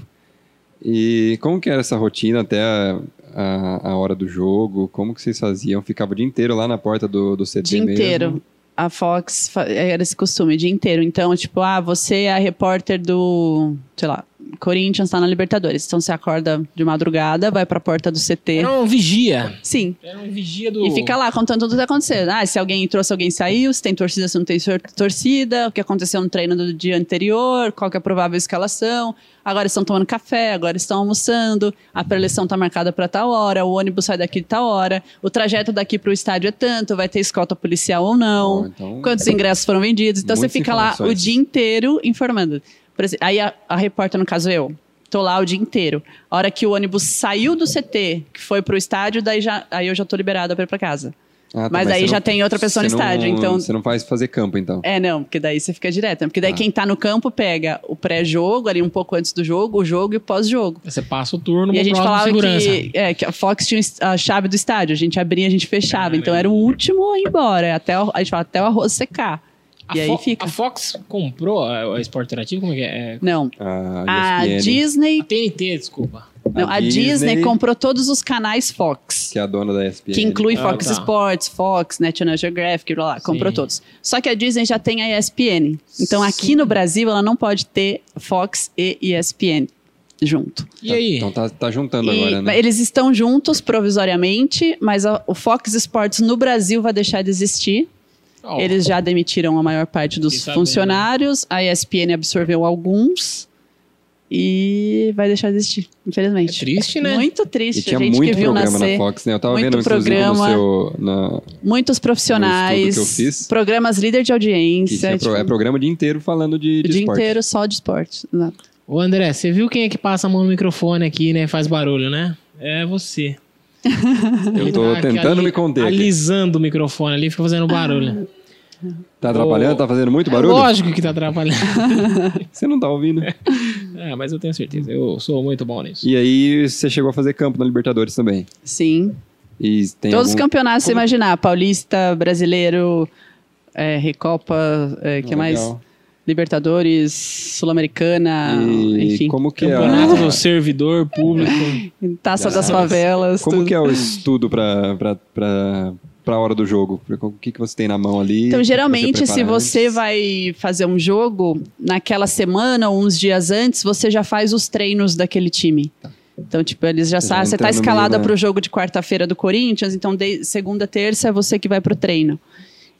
[SPEAKER 1] E como que era essa rotina até a, a- a hora do jogo? Como que vocês faziam? Ficava o dia inteiro lá na porta do, do CT
[SPEAKER 3] O dia
[SPEAKER 1] mesmo?
[SPEAKER 3] inteiro. A Fox fa- é, era esse costume, o dia inteiro. Então, tipo, ah, você é a repórter do, sei lá, Corinthians tá na Libertadores. Então você acorda de madrugada, vai pra porta do CT.
[SPEAKER 2] Era um vigia.
[SPEAKER 3] Sim,
[SPEAKER 2] Era um vigia do.
[SPEAKER 3] E fica lá contando tudo que tá acontecendo. Ah, se alguém entrou, se alguém saiu, se tem torcida, se não tem sor- torcida, o que aconteceu no treino do dia anterior, qual que é a provável escalação. Agora estão tomando café, agora estão almoçando, a preleção tá marcada para tal hora, o ônibus sai daqui de tal hora, o trajeto daqui pro estádio é tanto, vai ter escolta policial ou não
[SPEAKER 1] Bom, então,
[SPEAKER 3] quantos ingressos foram vendidos. Então
[SPEAKER 1] Muitas
[SPEAKER 3] você fica lá
[SPEAKER 1] informações.
[SPEAKER 3] o dia inteiro informando. Por exemplo, aí a, a repórter, no caso eu, tô lá o dia inteiro. A hora que o ônibus saiu do CT, que foi pro estádio, daí já, aí eu já tô liberada pra ir pra casa.
[SPEAKER 1] Ah, tá,
[SPEAKER 3] mas aí
[SPEAKER 1] você
[SPEAKER 3] já tem outra pessoa no
[SPEAKER 1] você não-
[SPEAKER 3] estádio, então-
[SPEAKER 1] Você não faz fazer campo, então.
[SPEAKER 3] É, não, porque daí você fica direto. né? Porque daí
[SPEAKER 1] Ah.
[SPEAKER 3] quem tá no campo pega o pré-jogo, ali um pouco antes do jogo, o jogo e o pós-jogo.
[SPEAKER 2] Você passa o turno
[SPEAKER 3] E
[SPEAKER 2] pro
[SPEAKER 3] a gente
[SPEAKER 2] próximo
[SPEAKER 3] falava
[SPEAKER 2] segurança.
[SPEAKER 3] que, é, que a Fox tinha a chave do estádio. A gente abria, a gente fechava. então era o último a ir embora. Até o- a gente fala, até o arroz secar.
[SPEAKER 2] A
[SPEAKER 3] E aí
[SPEAKER 2] Fo-
[SPEAKER 3] fica.
[SPEAKER 2] A Fox comprou a a Sport Interativo? Como é que é? É,
[SPEAKER 3] Não.
[SPEAKER 1] A,
[SPEAKER 3] A
[SPEAKER 1] ESPN,
[SPEAKER 3] Disney
[SPEAKER 2] A TNT, desculpa.
[SPEAKER 3] Não, a, Disney, comprou todos os canais Fox.
[SPEAKER 1] que é a dona da ESPN.
[SPEAKER 3] Que inclui
[SPEAKER 2] Ah,
[SPEAKER 3] Fox
[SPEAKER 2] tá.
[SPEAKER 3] Sports, Fox, National Geographic, blá, blá, comprou
[SPEAKER 2] Sim.
[SPEAKER 3] todos. Só que a Disney já tem a ESPN. Então
[SPEAKER 2] Sim.
[SPEAKER 3] aqui no Brasil ela não pode ter Fox e ESPN junto.
[SPEAKER 2] E aí?
[SPEAKER 1] Então tá, tá juntando
[SPEAKER 3] E
[SPEAKER 1] agora, né?
[SPEAKER 3] Eles estão juntos provisoriamente, mas a- o Fox Sports no Brasil vai deixar de existir.
[SPEAKER 2] Ó,
[SPEAKER 3] Eles já demitiram a maior parte
[SPEAKER 2] Fiquei
[SPEAKER 3] dos
[SPEAKER 2] sabendo.
[SPEAKER 3] funcionários, a ESPN absorveu alguns e vai deixar de existir,
[SPEAKER 2] É
[SPEAKER 3] infelizmente.
[SPEAKER 2] triste, né?
[SPEAKER 3] Muito
[SPEAKER 1] E
[SPEAKER 3] triste,
[SPEAKER 1] tinha
[SPEAKER 3] a gente que
[SPEAKER 1] muito
[SPEAKER 3] viu
[SPEAKER 1] programa
[SPEAKER 3] nascer.
[SPEAKER 1] na Fox, né? Eu tava
[SPEAKER 3] muito
[SPEAKER 1] vendo, inclusive,
[SPEAKER 3] programa.
[SPEAKER 1] no seu... na-
[SPEAKER 3] Muitos
[SPEAKER 1] No
[SPEAKER 3] profissionais,
[SPEAKER 1] estudo que eu fiz.
[SPEAKER 3] programas líder de
[SPEAKER 1] que tinha
[SPEAKER 3] audiência,
[SPEAKER 1] pro-
[SPEAKER 3] tipo,
[SPEAKER 1] é programa o dia inteiro falando de,
[SPEAKER 3] o
[SPEAKER 1] de
[SPEAKER 3] dia
[SPEAKER 1] esporte.
[SPEAKER 3] inteiro só de esporte. Exato.
[SPEAKER 2] Ô, André, você viu quem é que passa a mão no microfone aqui, né? Faz barulho, né? É você.
[SPEAKER 1] Eu
[SPEAKER 2] Ele
[SPEAKER 1] tô
[SPEAKER 2] tá aqui
[SPEAKER 1] tentando
[SPEAKER 2] ali-
[SPEAKER 1] me conter. aqui.
[SPEAKER 2] Alisando o microfone ali, fica fazendo barulho.
[SPEAKER 1] Tá atrapalhando?
[SPEAKER 2] Ô,
[SPEAKER 1] Tá fazendo muito barulho?
[SPEAKER 2] Lógico que tá atrapalhando.
[SPEAKER 1] Você não tá ouvindo.
[SPEAKER 2] é, mas eu tenho certeza, eu sou muito bom nisso.
[SPEAKER 1] E aí você chegou a fazer campo na Libertadores também.
[SPEAKER 3] Sim.
[SPEAKER 1] E tem
[SPEAKER 3] Todos os
[SPEAKER 1] algum...
[SPEAKER 3] campeonatos, você
[SPEAKER 1] Como-
[SPEAKER 3] imaginar, paulista, brasileiro, é, Recopa, é, que
[SPEAKER 1] Ah,
[SPEAKER 3] mais?
[SPEAKER 1] legal.
[SPEAKER 3] Libertadores, Sul-Americana,
[SPEAKER 1] E
[SPEAKER 3] ah, enfim.
[SPEAKER 1] como que é,
[SPEAKER 2] Campeonato do
[SPEAKER 1] a...
[SPEAKER 2] servidor público.
[SPEAKER 3] Taça das
[SPEAKER 1] Graças.
[SPEAKER 3] favelas.
[SPEAKER 1] como
[SPEAKER 3] tudo.
[SPEAKER 1] que é o estudo pra, pra, pra, pra hora do jogo? O que, que você tem na mão ali?
[SPEAKER 3] Então,
[SPEAKER 1] Você
[SPEAKER 3] geralmente, se
[SPEAKER 1] prepara
[SPEAKER 3] você
[SPEAKER 1] antes?
[SPEAKER 3] vai fazer um jogo, naquela semana ou uns dias antes, você já faz os treinos daquele time. Então, tipo, eles já
[SPEAKER 1] Tá. Já
[SPEAKER 3] sabem, você
[SPEAKER 1] entra
[SPEAKER 3] tá
[SPEAKER 1] no
[SPEAKER 3] escalada
[SPEAKER 1] meio, né?
[SPEAKER 3] pro jogo de quarta-feira do Corinthians, então de- segunda, terça é você que vai pro treino.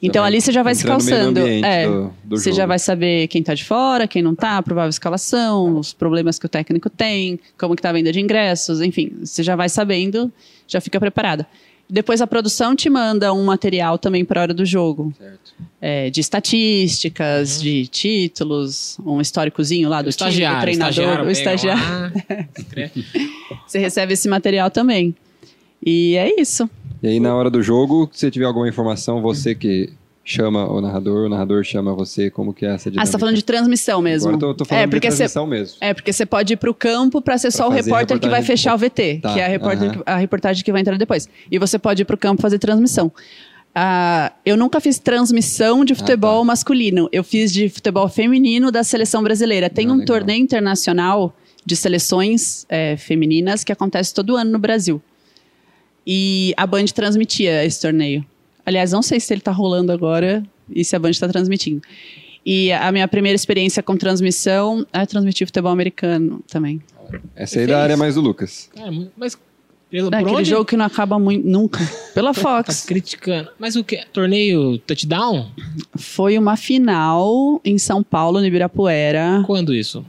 [SPEAKER 1] Já
[SPEAKER 3] Então
[SPEAKER 1] vai
[SPEAKER 3] ali você já vai se
[SPEAKER 1] entrando meio no
[SPEAKER 3] calçando.
[SPEAKER 1] ambiente né?
[SPEAKER 3] É,
[SPEAKER 1] do- do
[SPEAKER 3] você
[SPEAKER 1] jogo.
[SPEAKER 3] já vai saber quem tá de fora, quem não tá, a provável escalação, os problemas que o técnico tem, como que tá a venda de ingressos, enfim, você já vai sabendo, já fica preparada. Depois a produção te manda um material também para hora do jogo,
[SPEAKER 1] Certo. Uhum.
[SPEAKER 3] é, de estatísticas, de títulos, um históricozinho lá do time, do
[SPEAKER 2] estagiário,
[SPEAKER 3] treinador,
[SPEAKER 2] estagiário,
[SPEAKER 3] o estagiário.
[SPEAKER 2] estagiário.
[SPEAKER 3] Você recebe esse material também. E é isso.
[SPEAKER 1] E aí, na hora do jogo, se você tiver alguma informação, você que chama o narrador, o narrador chama você, como que é essa dinâmica?
[SPEAKER 3] Ah, você tá falando de transmissão mesmo.
[SPEAKER 1] Agora eu tô, tô falando
[SPEAKER 3] é, porque
[SPEAKER 1] de
[SPEAKER 3] você
[SPEAKER 1] transmissão mesmo.
[SPEAKER 3] é, porque você pode ir pro campo para ser só o
[SPEAKER 1] fazer a
[SPEAKER 3] repórter que vai
[SPEAKER 1] reportagem.
[SPEAKER 3] fechar o VT,
[SPEAKER 1] Tá,
[SPEAKER 3] que é a, repórter,
[SPEAKER 1] aham.
[SPEAKER 3] a reportagem que vai entrar depois. E você pode ir pro campo fazer transmissão. Ah, eu nunca fiz transmissão de futebol
[SPEAKER 1] tá.
[SPEAKER 3] masculino. Eu fiz de futebol feminino da seleção brasileira. Tem
[SPEAKER 1] Ah,
[SPEAKER 3] um
[SPEAKER 1] legal.
[SPEAKER 3] torneio internacional de seleções eh, femininas que acontece todo ano no Brasil. E a Band transmitia esse torneio. Aliás, não sei se ele tá rolando agora e se a Band está transmitindo. E a minha primeira experiência com transmissão é transmitir futebol americano também.
[SPEAKER 1] Essa aí é da área mais do Lucas.
[SPEAKER 2] Cara, muito- É, mas pelo,
[SPEAKER 3] É
[SPEAKER 2] por
[SPEAKER 3] aquele
[SPEAKER 2] onde
[SPEAKER 3] jogo que não acaba muito, nunca. Pela
[SPEAKER 2] tá
[SPEAKER 3] Fox.
[SPEAKER 2] criticando? Mas o que? Torneio touchdown?
[SPEAKER 3] Foi uma final em São Paulo, no Ibirapuera.
[SPEAKER 2] Quando isso?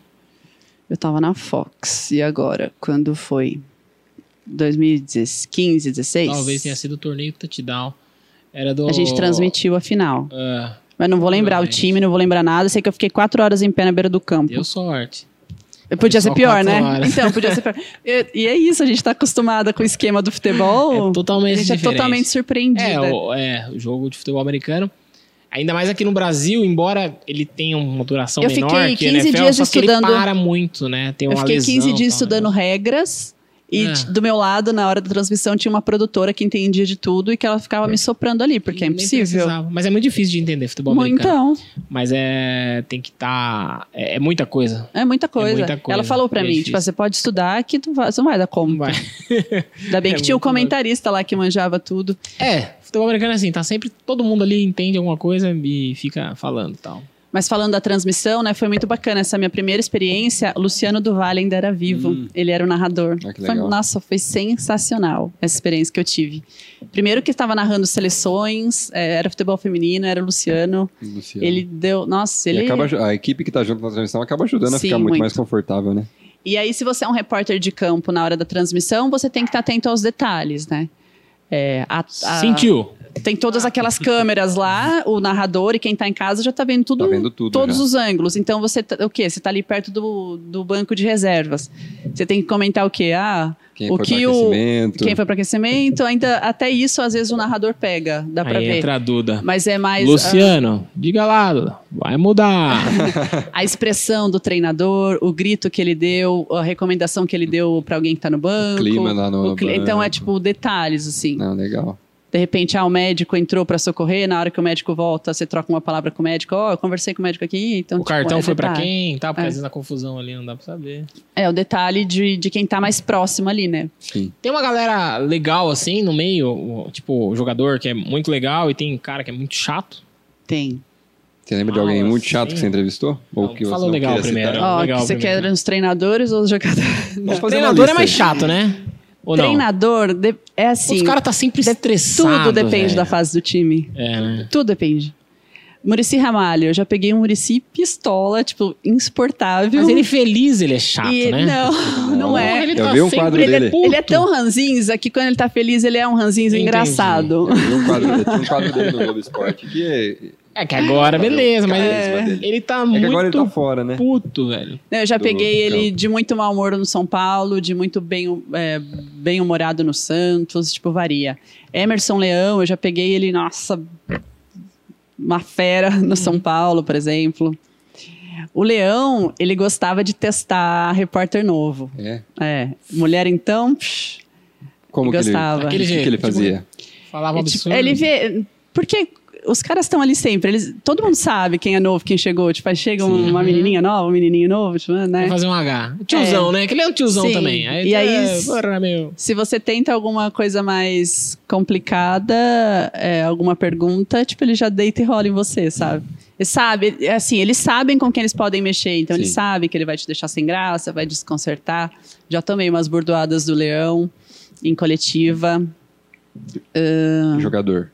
[SPEAKER 3] Eu tava na Fox. E agora? Quando foi? 2015, 16?
[SPEAKER 2] Talvez tenha sido o torneio touchdown. Era do.
[SPEAKER 3] A gente transmitiu a final.
[SPEAKER 2] Ah,
[SPEAKER 3] Mas não vou lembrar o
[SPEAKER 2] Provavelmente.
[SPEAKER 3] time, não vou lembrar nada. Sei que eu fiquei quatro horas em pé na beira do campo.
[SPEAKER 2] Deu sorte. É
[SPEAKER 3] Podia
[SPEAKER 2] Só
[SPEAKER 3] ser pior,
[SPEAKER 2] quatro
[SPEAKER 3] né?
[SPEAKER 2] horas.
[SPEAKER 3] Então, podia ser pior. E, e é isso, a gente tá acostumada com o esquema do futebol.
[SPEAKER 2] É
[SPEAKER 3] a
[SPEAKER 2] totalmente
[SPEAKER 3] gente
[SPEAKER 2] diferente.
[SPEAKER 3] é totalmente surpreendida.
[SPEAKER 2] É o, é, o jogo de futebol americano. Ainda mais aqui no Brasil, embora ele tenha uma duração
[SPEAKER 3] Eu
[SPEAKER 2] menor
[SPEAKER 3] fiquei
[SPEAKER 2] que a
[SPEAKER 3] 15
[SPEAKER 2] NFL,
[SPEAKER 3] dias
[SPEAKER 2] só
[SPEAKER 3] estudando-
[SPEAKER 2] que ele para muito, né? Tem
[SPEAKER 3] eu
[SPEAKER 2] uma
[SPEAKER 3] fiquei 15
[SPEAKER 2] lesão,
[SPEAKER 3] dias
[SPEAKER 2] tal, né?
[SPEAKER 3] estudando regras. E
[SPEAKER 2] É.
[SPEAKER 3] t- do meu lado, na hora da transmissão, tinha uma produtora que entendia de tudo e que ela ficava me soprando ali, porque é
[SPEAKER 2] Nem
[SPEAKER 3] impossível.
[SPEAKER 2] precisava. Mas é muito difícil de entender futebol
[SPEAKER 3] Mu-
[SPEAKER 2] americano.
[SPEAKER 3] Então,
[SPEAKER 2] Mas é. Tem que estar. é, é muita coisa.
[SPEAKER 3] é muita coisa.
[SPEAKER 2] muita coisa,
[SPEAKER 3] Ela falou
[SPEAKER 2] é
[SPEAKER 3] pra mim,
[SPEAKER 2] difícil.
[SPEAKER 3] tipo, "Ah, você pode estudar que tu vai- você não vai dar
[SPEAKER 2] Não
[SPEAKER 3] como.
[SPEAKER 2] vai.
[SPEAKER 3] Ainda bem
[SPEAKER 2] É
[SPEAKER 3] que tinha o
[SPEAKER 2] muito louco.
[SPEAKER 3] comentarista lá que manjava tudo.
[SPEAKER 2] É, futebol americano é assim, tá sempre. Todo mundo ali entende alguma coisa e fica falando e tal.
[SPEAKER 3] Mas falando da transmissão, né, foi muito bacana essa minha primeira experiência. Luciano Duval ainda era vivo,
[SPEAKER 1] Hum.
[SPEAKER 3] ele era o narrador.
[SPEAKER 1] Ah, que
[SPEAKER 3] Foi-
[SPEAKER 1] legal.
[SPEAKER 3] nossa, foi sensacional essa experiência que eu tive. Primeiro que estava narrando seleções, eh, era futebol feminino, era o Luciano.
[SPEAKER 1] Luciano.
[SPEAKER 3] Ele deu, nossa,
[SPEAKER 1] E
[SPEAKER 3] ele.
[SPEAKER 1] acaba aj- a equipe que tá junto na transmissão acaba ajudando a
[SPEAKER 3] Sim,
[SPEAKER 1] ficar muito,
[SPEAKER 3] muito.
[SPEAKER 1] mais confortável, né?
[SPEAKER 3] E aí, se você é um repórter de campo na hora da transmissão, você tem que estar atento aos detalhes, né? É, a- a-
[SPEAKER 2] Sentiu?
[SPEAKER 3] Tem todas aquelas câmeras lá, o narrador e quem tá em casa já tá vendo tudo,
[SPEAKER 1] Tá vendo tudo
[SPEAKER 3] todos
[SPEAKER 1] já.
[SPEAKER 3] os ângulos. Então você tá, o quê? Você tá ali perto do, do banco de reservas. Você tem que comentar o quê? Ah,
[SPEAKER 1] Quem
[SPEAKER 3] o
[SPEAKER 1] foi
[SPEAKER 3] que
[SPEAKER 1] pro
[SPEAKER 3] o
[SPEAKER 1] aquecimento.
[SPEAKER 3] quem foi para aquecimento, ainda até isso às vezes o narrador pega, dá para
[SPEAKER 2] Aí
[SPEAKER 3] ver.
[SPEAKER 2] entra a Duda.
[SPEAKER 3] Mas é mais a,
[SPEAKER 2] Luciano, diga lá, Duda. Vai mudar.
[SPEAKER 3] ah, a expressão do treinador, o grito que ele deu, a recomendação que ele deu para alguém que tá no banco.
[SPEAKER 1] clima lá no
[SPEAKER 3] o cli- Então é
[SPEAKER 1] banco. Né?
[SPEAKER 3] tipo detalhes assim.
[SPEAKER 1] Não, legal.
[SPEAKER 3] De repente, ah, o médico entrou para socorrer, na hora que o médico volta, você troca uma palavra com o médico, ó, eu conversei com o médico aqui, então...
[SPEAKER 2] o
[SPEAKER 3] tipo,
[SPEAKER 2] cartão
[SPEAKER 3] é
[SPEAKER 2] foi pra
[SPEAKER 3] detalhe.
[SPEAKER 2] quem, tá? Porque
[SPEAKER 3] É.
[SPEAKER 2] às vezes na confusão ali não dá pra saber.
[SPEAKER 3] É, o detalhe de, de quem tá mais próximo ali, né?
[SPEAKER 1] Sim.
[SPEAKER 2] Tem uma galera legal assim no meio, o- tipo, jogador que é muito legal e tem cara que é muito chato.
[SPEAKER 3] Tem.
[SPEAKER 1] Você lembra de
[SPEAKER 2] Ah,
[SPEAKER 1] alguém muito
[SPEAKER 2] sim.
[SPEAKER 1] chato que você entrevistou?
[SPEAKER 2] Não,
[SPEAKER 1] Ou que você
[SPEAKER 2] fala
[SPEAKER 1] não
[SPEAKER 2] legal
[SPEAKER 1] queria
[SPEAKER 2] primeiro.
[SPEAKER 1] citar?
[SPEAKER 3] Ó,
[SPEAKER 2] legal
[SPEAKER 3] que você
[SPEAKER 2] primeiro.
[SPEAKER 3] quer os treinadores ou os jogadores?
[SPEAKER 1] Vamos fazer
[SPEAKER 2] O
[SPEAKER 1] uma
[SPEAKER 2] treinador é
[SPEAKER 1] lista
[SPEAKER 2] mais
[SPEAKER 1] aí.
[SPEAKER 2] chato, né? Ou não?
[SPEAKER 3] Treinador de- é assim,
[SPEAKER 2] Os caras tá sempre
[SPEAKER 3] de-
[SPEAKER 2] estressados.
[SPEAKER 3] tudo depende da fase do time.
[SPEAKER 2] É, né?
[SPEAKER 3] Tudo depende. Murici Ramalho, eu já peguei um Murici pistola, tipo, insuportável.
[SPEAKER 2] Mas ele feliz, ele é chato,
[SPEAKER 3] e,
[SPEAKER 2] né?
[SPEAKER 3] Não, não
[SPEAKER 1] Não,
[SPEAKER 3] é.
[SPEAKER 1] Eu vi um quadro
[SPEAKER 2] ele
[SPEAKER 1] dele.
[SPEAKER 2] É puto.
[SPEAKER 3] Ele é tão ranzinza que quando ele tá feliz, ele é um ranzinza
[SPEAKER 2] Entendi.
[SPEAKER 3] engraçado.
[SPEAKER 1] Eu vi um quadro dele, tinha um quadro dele no Globo Esporte que é, é
[SPEAKER 2] É que agora, beleza, mas
[SPEAKER 1] É.
[SPEAKER 2] ele, ele tá
[SPEAKER 1] que
[SPEAKER 2] muito
[SPEAKER 1] agora ele tá fora, né?
[SPEAKER 2] puto, velho.
[SPEAKER 3] Eu já
[SPEAKER 1] Do
[SPEAKER 3] peguei
[SPEAKER 1] campo.
[SPEAKER 3] ele de muito mau humor no São Paulo, de muito bem, é, bem humorado no Santos, tipo, varia. Emerson Leão, eu já peguei ele, nossa, uma fera
[SPEAKER 2] Hum.
[SPEAKER 3] no São Paulo, por exemplo. O Leão, ele gostava de testar repórter novo.
[SPEAKER 1] É.
[SPEAKER 3] É, mulher então, psh,
[SPEAKER 1] Como que ele,
[SPEAKER 3] gostava.
[SPEAKER 1] o que,
[SPEAKER 2] Aquele
[SPEAKER 1] que ele
[SPEAKER 2] jeito,
[SPEAKER 1] fazia?
[SPEAKER 2] Falava um
[SPEAKER 3] É, tipo,
[SPEAKER 2] absurdo.
[SPEAKER 3] ele vê. Porque os caras estão ali sempre. Eles, todo mundo sabe quem é novo, quem chegou. Tipo, aí chega
[SPEAKER 2] Sim.
[SPEAKER 3] uma menininha nova, um menininho novo, tipo,
[SPEAKER 2] Vai
[SPEAKER 3] né?
[SPEAKER 2] fazer um H. Tiozão, né? Que ele é um tiozão
[SPEAKER 3] Sim.
[SPEAKER 2] também. Aí,
[SPEAKER 3] E aí-
[SPEAKER 2] é, porra, meu.
[SPEAKER 3] Se você tenta alguma coisa mais complicada, é, alguma pergunta, tipo, ele já deita e rola em você, sabe? Ele sabe, é assim, eles sabem com quem eles podem mexer, então eles
[SPEAKER 1] Sim.
[SPEAKER 3] sabem que ele vai te deixar sem graça, vai desconcertar. Já tomei umas bordoadas do leão em coletiva.
[SPEAKER 2] tipo,
[SPEAKER 1] Jogador.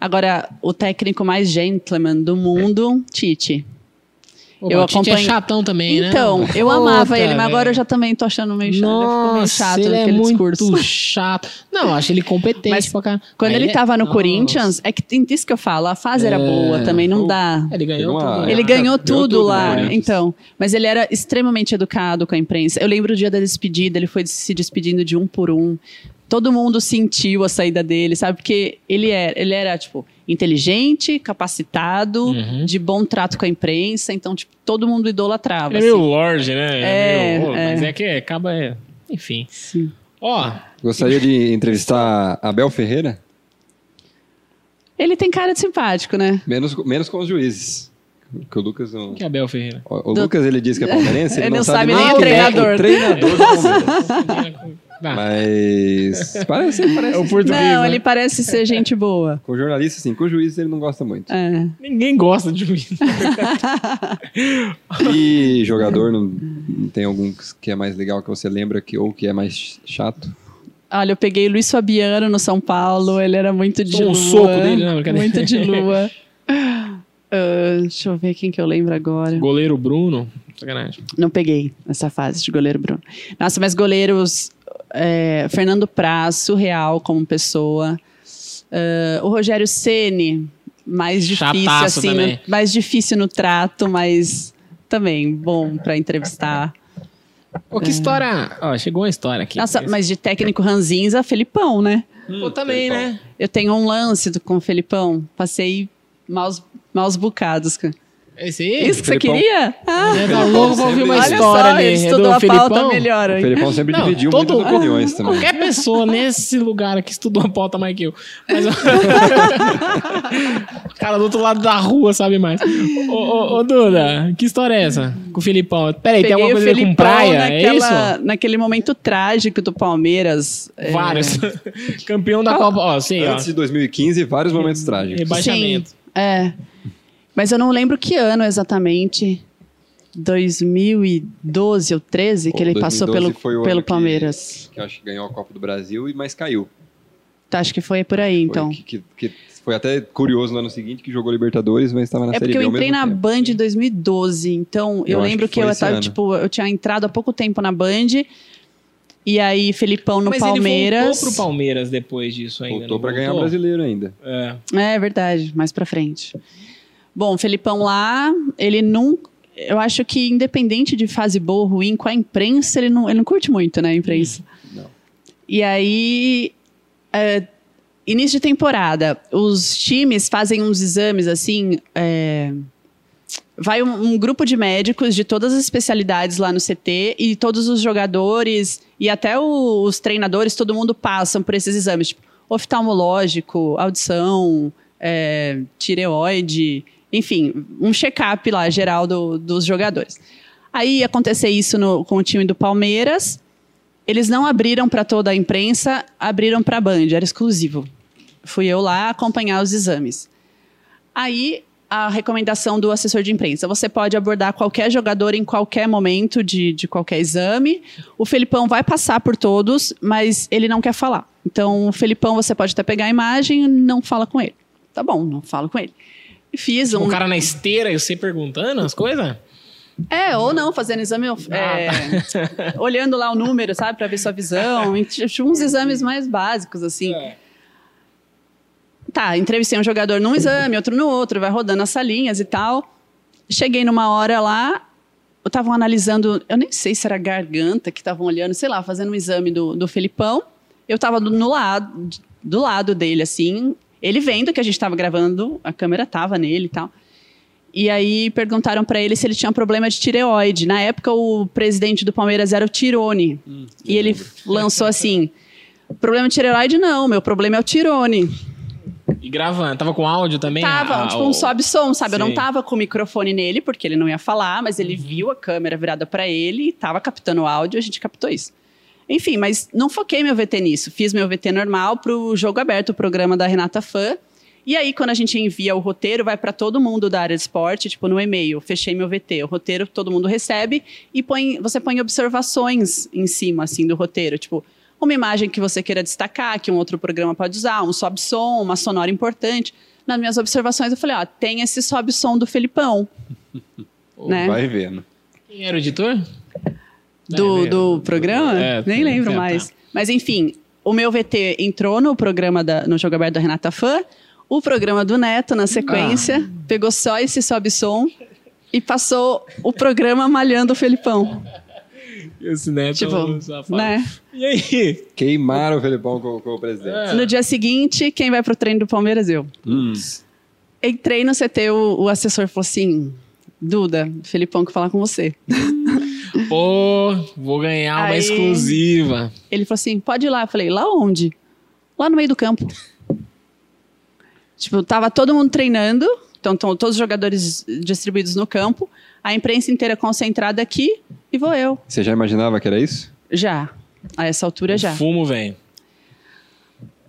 [SPEAKER 3] Agora, o técnico mais gentleman do mundo, Tite.
[SPEAKER 2] Pô,
[SPEAKER 3] Eu
[SPEAKER 2] o Tite
[SPEAKER 3] acompanho-
[SPEAKER 2] é chatão também, né?
[SPEAKER 3] Então, eu
[SPEAKER 2] Puta,
[SPEAKER 3] amava ele, mas agora
[SPEAKER 2] velho.
[SPEAKER 3] eu já também tô achando meio chato. já ficou meio
[SPEAKER 2] Nossa,
[SPEAKER 3] chato
[SPEAKER 2] ele é
[SPEAKER 3] aquele
[SPEAKER 2] muito
[SPEAKER 3] discurso.
[SPEAKER 2] chato. Não, eu acho ele competente
[SPEAKER 3] Mas
[SPEAKER 2] pra caramba.
[SPEAKER 3] Quando
[SPEAKER 2] Mas
[SPEAKER 3] ele, tava no
[SPEAKER 2] é? Nossa.
[SPEAKER 3] Corinthians, é que tem isso que eu falo, a fase era
[SPEAKER 2] É,
[SPEAKER 3] boa também, não
[SPEAKER 1] o-
[SPEAKER 3] dá.
[SPEAKER 2] Ele ganhou
[SPEAKER 1] Ele
[SPEAKER 2] tudo. né?
[SPEAKER 1] é,
[SPEAKER 3] Ele
[SPEAKER 1] é,
[SPEAKER 3] ganhou
[SPEAKER 1] ganhou
[SPEAKER 3] tudo,
[SPEAKER 1] tudo no
[SPEAKER 3] lá,
[SPEAKER 1] Corinthians.
[SPEAKER 3] então. Mas ele era extremamente educado com a imprensa. Eu lembro o dia da despedida, ele foi se despedindo de um por um. Todo mundo sentiu a saída dele, sabe? Porque ele era, ele era tipo, inteligente, capacitado,
[SPEAKER 2] Uhum.
[SPEAKER 3] de bom trato com a imprensa. Então, tipo, todo mundo idolatrava. assim.
[SPEAKER 2] Ele é meio Lorde, né?
[SPEAKER 3] É,
[SPEAKER 2] meio-
[SPEAKER 3] é.
[SPEAKER 2] Mas é que acaba. É... Enfim.
[SPEAKER 3] assim. Sim.
[SPEAKER 2] Ó,
[SPEAKER 1] Gostaria de entrevistar Abel Ferreira?
[SPEAKER 3] Ele tem cara de simpático, né?
[SPEAKER 1] Menos, menos com os juízes. Que o Lucas não.
[SPEAKER 2] que é Abel Ferreira.
[SPEAKER 1] O, o Lucas ele diz que é palmeirense, ele,
[SPEAKER 3] Ele
[SPEAKER 1] não,
[SPEAKER 3] não
[SPEAKER 1] sabe,
[SPEAKER 3] sabe
[SPEAKER 2] nem
[SPEAKER 1] o técnico,
[SPEAKER 2] o
[SPEAKER 3] treinador.
[SPEAKER 1] o treinador do Palmeiras.
[SPEAKER 2] Tá.
[SPEAKER 1] Mas parece, parece.
[SPEAKER 2] É o português.
[SPEAKER 3] Não,
[SPEAKER 2] né?
[SPEAKER 3] ele parece ser gente boa.
[SPEAKER 1] Com jornalista, sim, com juízes ele não gosta muito.
[SPEAKER 3] É.
[SPEAKER 2] Ninguém gosta de mim.
[SPEAKER 1] E jogador, não, não tem algum que é mais legal que você lembra que, ou que é mais chato?
[SPEAKER 3] Olha, eu peguei o Luiz Fabiano no São Paulo, ele era muito de
[SPEAKER 2] Tomou um
[SPEAKER 3] lua.
[SPEAKER 2] soco dele, não, brincadeira.
[SPEAKER 3] Muito de lua. Ah, deixa eu ver quem que eu lembro agora.
[SPEAKER 2] Goleiro Bruno. Sacanagem.
[SPEAKER 3] Não peguei essa fase de goleiro Bruno. Nossa, mas goleiros. é, Fernando Prazo, surreal como pessoa. Ah, o Rogério Ceni mais difícil,
[SPEAKER 2] Chataço
[SPEAKER 3] assim,
[SPEAKER 2] também.
[SPEAKER 3] no- mais difícil no trato, mas também bom pra entrevistar.
[SPEAKER 2] Ô, que história. Ó, chegou uma história aqui.
[SPEAKER 3] Nossa, mas de técnico ranzinza, Felipão, né?
[SPEAKER 2] Pô, também, né?
[SPEAKER 3] Eu tenho um lance do- com o Felipão, passei maus, maus bocados. com-
[SPEAKER 2] Esse aí?
[SPEAKER 3] Isso que você
[SPEAKER 1] Felipão.
[SPEAKER 3] queria? Ah,
[SPEAKER 2] Ele tá
[SPEAKER 1] Felipão
[SPEAKER 2] louco pra ouvir
[SPEAKER 1] sempre-
[SPEAKER 2] uma
[SPEAKER 1] Olha
[SPEAKER 2] história ali.
[SPEAKER 3] ele
[SPEAKER 2] né,
[SPEAKER 3] estudou
[SPEAKER 2] do
[SPEAKER 3] a
[SPEAKER 2] Felipão.
[SPEAKER 3] pauta melhor.
[SPEAKER 1] O
[SPEAKER 3] hein?
[SPEAKER 1] Felipão sempre
[SPEAKER 2] Não,
[SPEAKER 1] dividiu
[SPEAKER 2] todo-
[SPEAKER 1] muitas opiniões também.
[SPEAKER 2] Qualquer pessoa nesse lugar aqui estudou a pauta mais que eu. Mas o cara do outro lado da rua sabe mais. Ô, ô, ô, Duda, que história é essa? Com o Filipão? Peraí, tem alguma
[SPEAKER 3] Peguei
[SPEAKER 2] coisa a
[SPEAKER 3] o
[SPEAKER 2] ver com
[SPEAKER 3] Felipão
[SPEAKER 2] praia? É isso?
[SPEAKER 3] naquela- Naquele momento trágico do Palmeiras. é,
[SPEAKER 2] Vários. Campeão da Copa. Ó, sei, ó.
[SPEAKER 1] Antes de 2015, vários momentos trágicos.
[SPEAKER 2] Rebaixamento.
[SPEAKER 3] É. Mas eu não lembro que ano exatamente. 2012 ou 13 que
[SPEAKER 1] Pô,
[SPEAKER 3] ele passou
[SPEAKER 1] 2012
[SPEAKER 3] pelo,
[SPEAKER 1] foi o ano
[SPEAKER 3] pelo
[SPEAKER 1] que-
[SPEAKER 3] Palmeiras.
[SPEAKER 1] Que eu acho que ganhou a Copa do Brasil, e mas caiu.
[SPEAKER 3] Tá, acho que foi por aí, então.
[SPEAKER 1] Foi, que, que- que foi até curioso no ano seguinte, que jogou Libertadores, mas estava na
[SPEAKER 3] É
[SPEAKER 1] Série
[SPEAKER 3] porque eu
[SPEAKER 1] B ao
[SPEAKER 3] entrei
[SPEAKER 1] mesmo
[SPEAKER 3] na
[SPEAKER 1] tempo.
[SPEAKER 3] Band em 2012, então eu,
[SPEAKER 1] Eu acho
[SPEAKER 3] lembro
[SPEAKER 1] que
[SPEAKER 3] que,
[SPEAKER 1] foi
[SPEAKER 3] eu
[SPEAKER 1] esse
[SPEAKER 3] tava,
[SPEAKER 1] ano.
[SPEAKER 3] tipo, eu tinha entrado há pouco tempo na Band. E aí, Felipão no
[SPEAKER 2] Mas
[SPEAKER 3] Palmeiras.
[SPEAKER 2] ele voltou pro Palmeiras depois disso ainda.
[SPEAKER 1] Voltou
[SPEAKER 2] não
[SPEAKER 1] para ganhar o brasileiro ainda.
[SPEAKER 2] É.
[SPEAKER 3] É verdade, mais pra frente. Bom, o Felipão lá, ele nunca. Eu acho que, independente de fase boa ou ruim, com a imprensa, ele não, ele não curte muito, né? A imprensa.
[SPEAKER 1] Não.
[SPEAKER 3] E aí. é, início de temporada, os times fazem uns exames assim. é, vai um, um grupo de médicos de todas as especialidades lá no CT e todos os jogadores e até o- os treinadores, todo mundo passam por esses exames, tipo, oftalmológico, audição, é, tireoide, enfim, um check-up lá geral do- dos jogadores. Aí ia acontecer isso no- com o time do Palmeiras. Eles não abriram para toda a imprensa, abriram para a Band, era exclusivo. Fui eu lá acompanhar os exames. Aí a recomendação do assessor de imprensa: você pode abordar qualquer jogador em qualquer momento de, de qualquer exame. O Felipão vai passar por todos, mas ele não quer falar. Então, o Felipão, você pode até pegar a imagem, não fala com ele. Tá bom, não falo com ele. Fiz
[SPEAKER 2] Tipo,
[SPEAKER 3] um.
[SPEAKER 2] O cara na esteira e você perguntando as coisas?
[SPEAKER 3] É, ou não, fazendo exame. é, olhando lá o número, sabe, pra ver sua visão. e t- Tinha uns exames mais básicos, assim. tá, entrevistei um jogador num exame, outro no outro, vai rodando as salinhas e tal. Cheguei numa hora lá, eu estavam analisando, eu nem sei se era garganta que estavam olhando, sei lá, fazendo um exame do, do Felipão. Eu estava do, no lado, do lado dele, assim, ele vendo que a gente estava gravando, a câmera tava nele e tal. E aí perguntaram para ele se ele tinha problema de tireoide. Na época, o presidente do Palmeiras era o Tirone. e ele lançou assim: problema de tireoide não, meu problema é o Tirone.
[SPEAKER 2] E gravando. Tava com áudio também?
[SPEAKER 3] Tava,
[SPEAKER 2] Ah,
[SPEAKER 3] tipo
[SPEAKER 2] o-
[SPEAKER 3] um sobe-som, sabe? Eu não
[SPEAKER 2] Sim. Uhum.
[SPEAKER 3] tava com o microfone nele, porque ele não ia falar, mas ele viu a câmera virada pra ele e tava captando o áudio, a gente captou isso. Enfim, mas não foquei meu VT nisso. Fiz meu VT normal pro Jogo Aberto, o programa da Renata Fã. E aí, quando a gente envia o roteiro, vai pra todo mundo da área de esporte, tipo no e-mail, fechei meu VT. O roteiro todo mundo recebe e põe, você põe observações em cima, assim, do roteiro. Tipo, uma imagem que você queira destacar, que um outro programa pode usar, um sobe-som, uma sonora importante. Nas minhas observações, eu falei, ó, tem esse sobe-som do Felipão, né?
[SPEAKER 1] Vai vendo.
[SPEAKER 2] Quem era o editor?
[SPEAKER 3] do,
[SPEAKER 2] É,
[SPEAKER 3] do programa?
[SPEAKER 2] É,
[SPEAKER 3] Nem
[SPEAKER 2] tá,
[SPEAKER 3] lembro
[SPEAKER 2] tá.
[SPEAKER 3] mais. Mas enfim, o meu VT entrou no programa da, no Jogo Aberto da Renata Fã, o programa do Neto na sequência,
[SPEAKER 2] Ah.
[SPEAKER 3] pegou só esse sobe-som e passou o programa malhando o Felipão.
[SPEAKER 2] Esse neto.
[SPEAKER 3] tipo,
[SPEAKER 2] é um safado.
[SPEAKER 3] né?
[SPEAKER 2] E aí?
[SPEAKER 1] Queimaram o Felipão com, com o presidente.
[SPEAKER 2] É.
[SPEAKER 3] No dia seguinte, quem vai pro treino do Palmeiras? Eu.
[SPEAKER 1] Hum.
[SPEAKER 3] Entrei no CT, o, o assessor falou assim: Duda, Felipão quer falar com você.
[SPEAKER 2] Pô, vou ganhar uma
[SPEAKER 3] Aí.
[SPEAKER 2] exclusiva.
[SPEAKER 3] Ele falou assim: pode ir lá. Eu falei: lá onde? Lá no meio do campo. tipo, tava todo mundo treinando, então tão todos os jogadores distribuídos no campo, a imprensa inteira concentrada aqui e vou eu.
[SPEAKER 1] Você já imaginava que era isso?
[SPEAKER 3] Já. A essa altura já. Tá
[SPEAKER 2] Fumo, velho.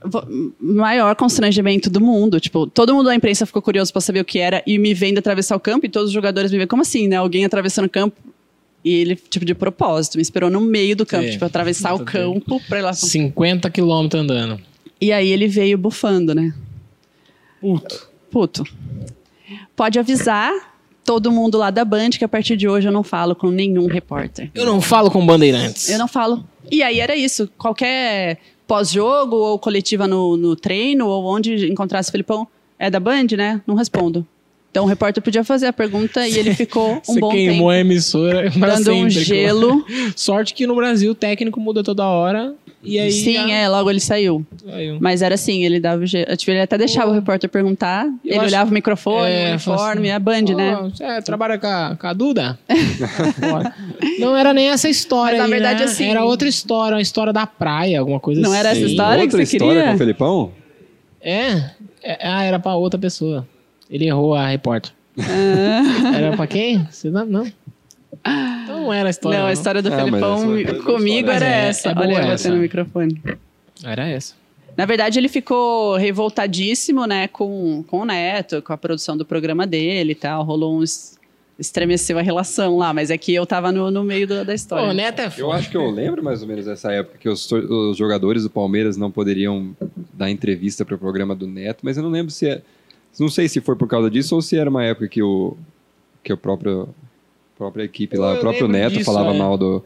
[SPEAKER 3] Vo- Maior constrangimento do mundo. Tipo, todo mundo da imprensa ficou curioso pra saber o que era e me vendo atravessar o campo e todos os jogadores me veem como assim, né? Alguém atravessando o campo. E ele, tipo, de propósito, me esperou no meio do campo,
[SPEAKER 2] É.
[SPEAKER 3] tipo, atravessar o
[SPEAKER 2] Muito bem.
[SPEAKER 3] campo pra ir lá.
[SPEAKER 2] 50 quilômetros andando.
[SPEAKER 3] E aí ele veio bufando, né?
[SPEAKER 2] Puto.
[SPEAKER 3] Puto. Pode avisar todo mundo lá da Band que a partir de hoje eu não falo com nenhum repórter.
[SPEAKER 2] Eu não falo com bandeirantes.
[SPEAKER 3] Eu não falo. E aí era isso. Qualquer pós-jogo ou coletiva no, no treino ou onde encontrasse o Felipão, É da Band, né? Não respondo. Então o repórter podia fazer a pergunta e ele ficou um
[SPEAKER 2] Você
[SPEAKER 3] bom
[SPEAKER 2] queimou
[SPEAKER 3] tempo
[SPEAKER 2] a emissora pra
[SPEAKER 3] dando um
[SPEAKER 2] sempre. é?
[SPEAKER 3] gelo.
[SPEAKER 2] Sorte que no Brasil o técnico muda toda hora. E aí.
[SPEAKER 3] Sim, é, logo ele saiu.
[SPEAKER 2] Saiu.
[SPEAKER 3] Mas era assim, ele dava o gelo. Tipo, ele até deixava o repórter perguntar.
[SPEAKER 2] Eu
[SPEAKER 3] ele
[SPEAKER 2] acho-
[SPEAKER 3] olhava o microfone,
[SPEAKER 2] É,
[SPEAKER 3] o uniforme,
[SPEAKER 2] assim,
[SPEAKER 3] a Band, né?
[SPEAKER 2] Ô, Você trabalha com a, com a Duda? Bora. não era nem essa história.
[SPEAKER 3] Mas, na
[SPEAKER 2] aí,
[SPEAKER 3] verdade,
[SPEAKER 2] né?
[SPEAKER 3] assim-
[SPEAKER 2] Era outra história, uma história da praia, alguma coisa
[SPEAKER 3] Não
[SPEAKER 2] assim.
[SPEAKER 3] era essa
[SPEAKER 1] Tem
[SPEAKER 3] história que
[SPEAKER 1] outra
[SPEAKER 3] você
[SPEAKER 1] história
[SPEAKER 3] queria?
[SPEAKER 1] com o Felipão?
[SPEAKER 2] É. É, Ah, era pra outra pessoa. Ele errou a repórter.
[SPEAKER 3] Ah.
[SPEAKER 2] Era pra quem? Você não, não. Então não era a história.
[SPEAKER 3] Não, a
[SPEAKER 2] não.
[SPEAKER 3] história do
[SPEAKER 1] Ah, mas
[SPEAKER 3] Felipão
[SPEAKER 1] essa foi-
[SPEAKER 3] comigo
[SPEAKER 1] foi-
[SPEAKER 3] era
[SPEAKER 2] É,
[SPEAKER 3] essa.
[SPEAKER 2] é boa
[SPEAKER 3] Olha, eu
[SPEAKER 2] essa.
[SPEAKER 3] batendo no microfone.
[SPEAKER 2] Era essa.
[SPEAKER 3] Na verdade, ele ficou revoltadíssimo, né, com, com o Neto, com a produção do programa dele e tal. Rolou uns. Estremeceu a relação lá, mas é que eu tava no, no meio do- da
[SPEAKER 2] Pô, o
[SPEAKER 3] história.
[SPEAKER 2] Neto é
[SPEAKER 1] Eu
[SPEAKER 2] foda.
[SPEAKER 1] acho que eu lembro mais ou menos dessa época que os, to- os jogadores do Palmeiras não poderiam dar entrevista para o programa do Neto, mas eu não lembro se é. Não sei se foi por causa disso ou se era uma época que o que o próprio a própria equipe lá,
[SPEAKER 2] Eu
[SPEAKER 1] o próprio
[SPEAKER 2] lembro
[SPEAKER 1] Neto
[SPEAKER 2] disso,
[SPEAKER 1] falava
[SPEAKER 2] é.
[SPEAKER 1] mal do,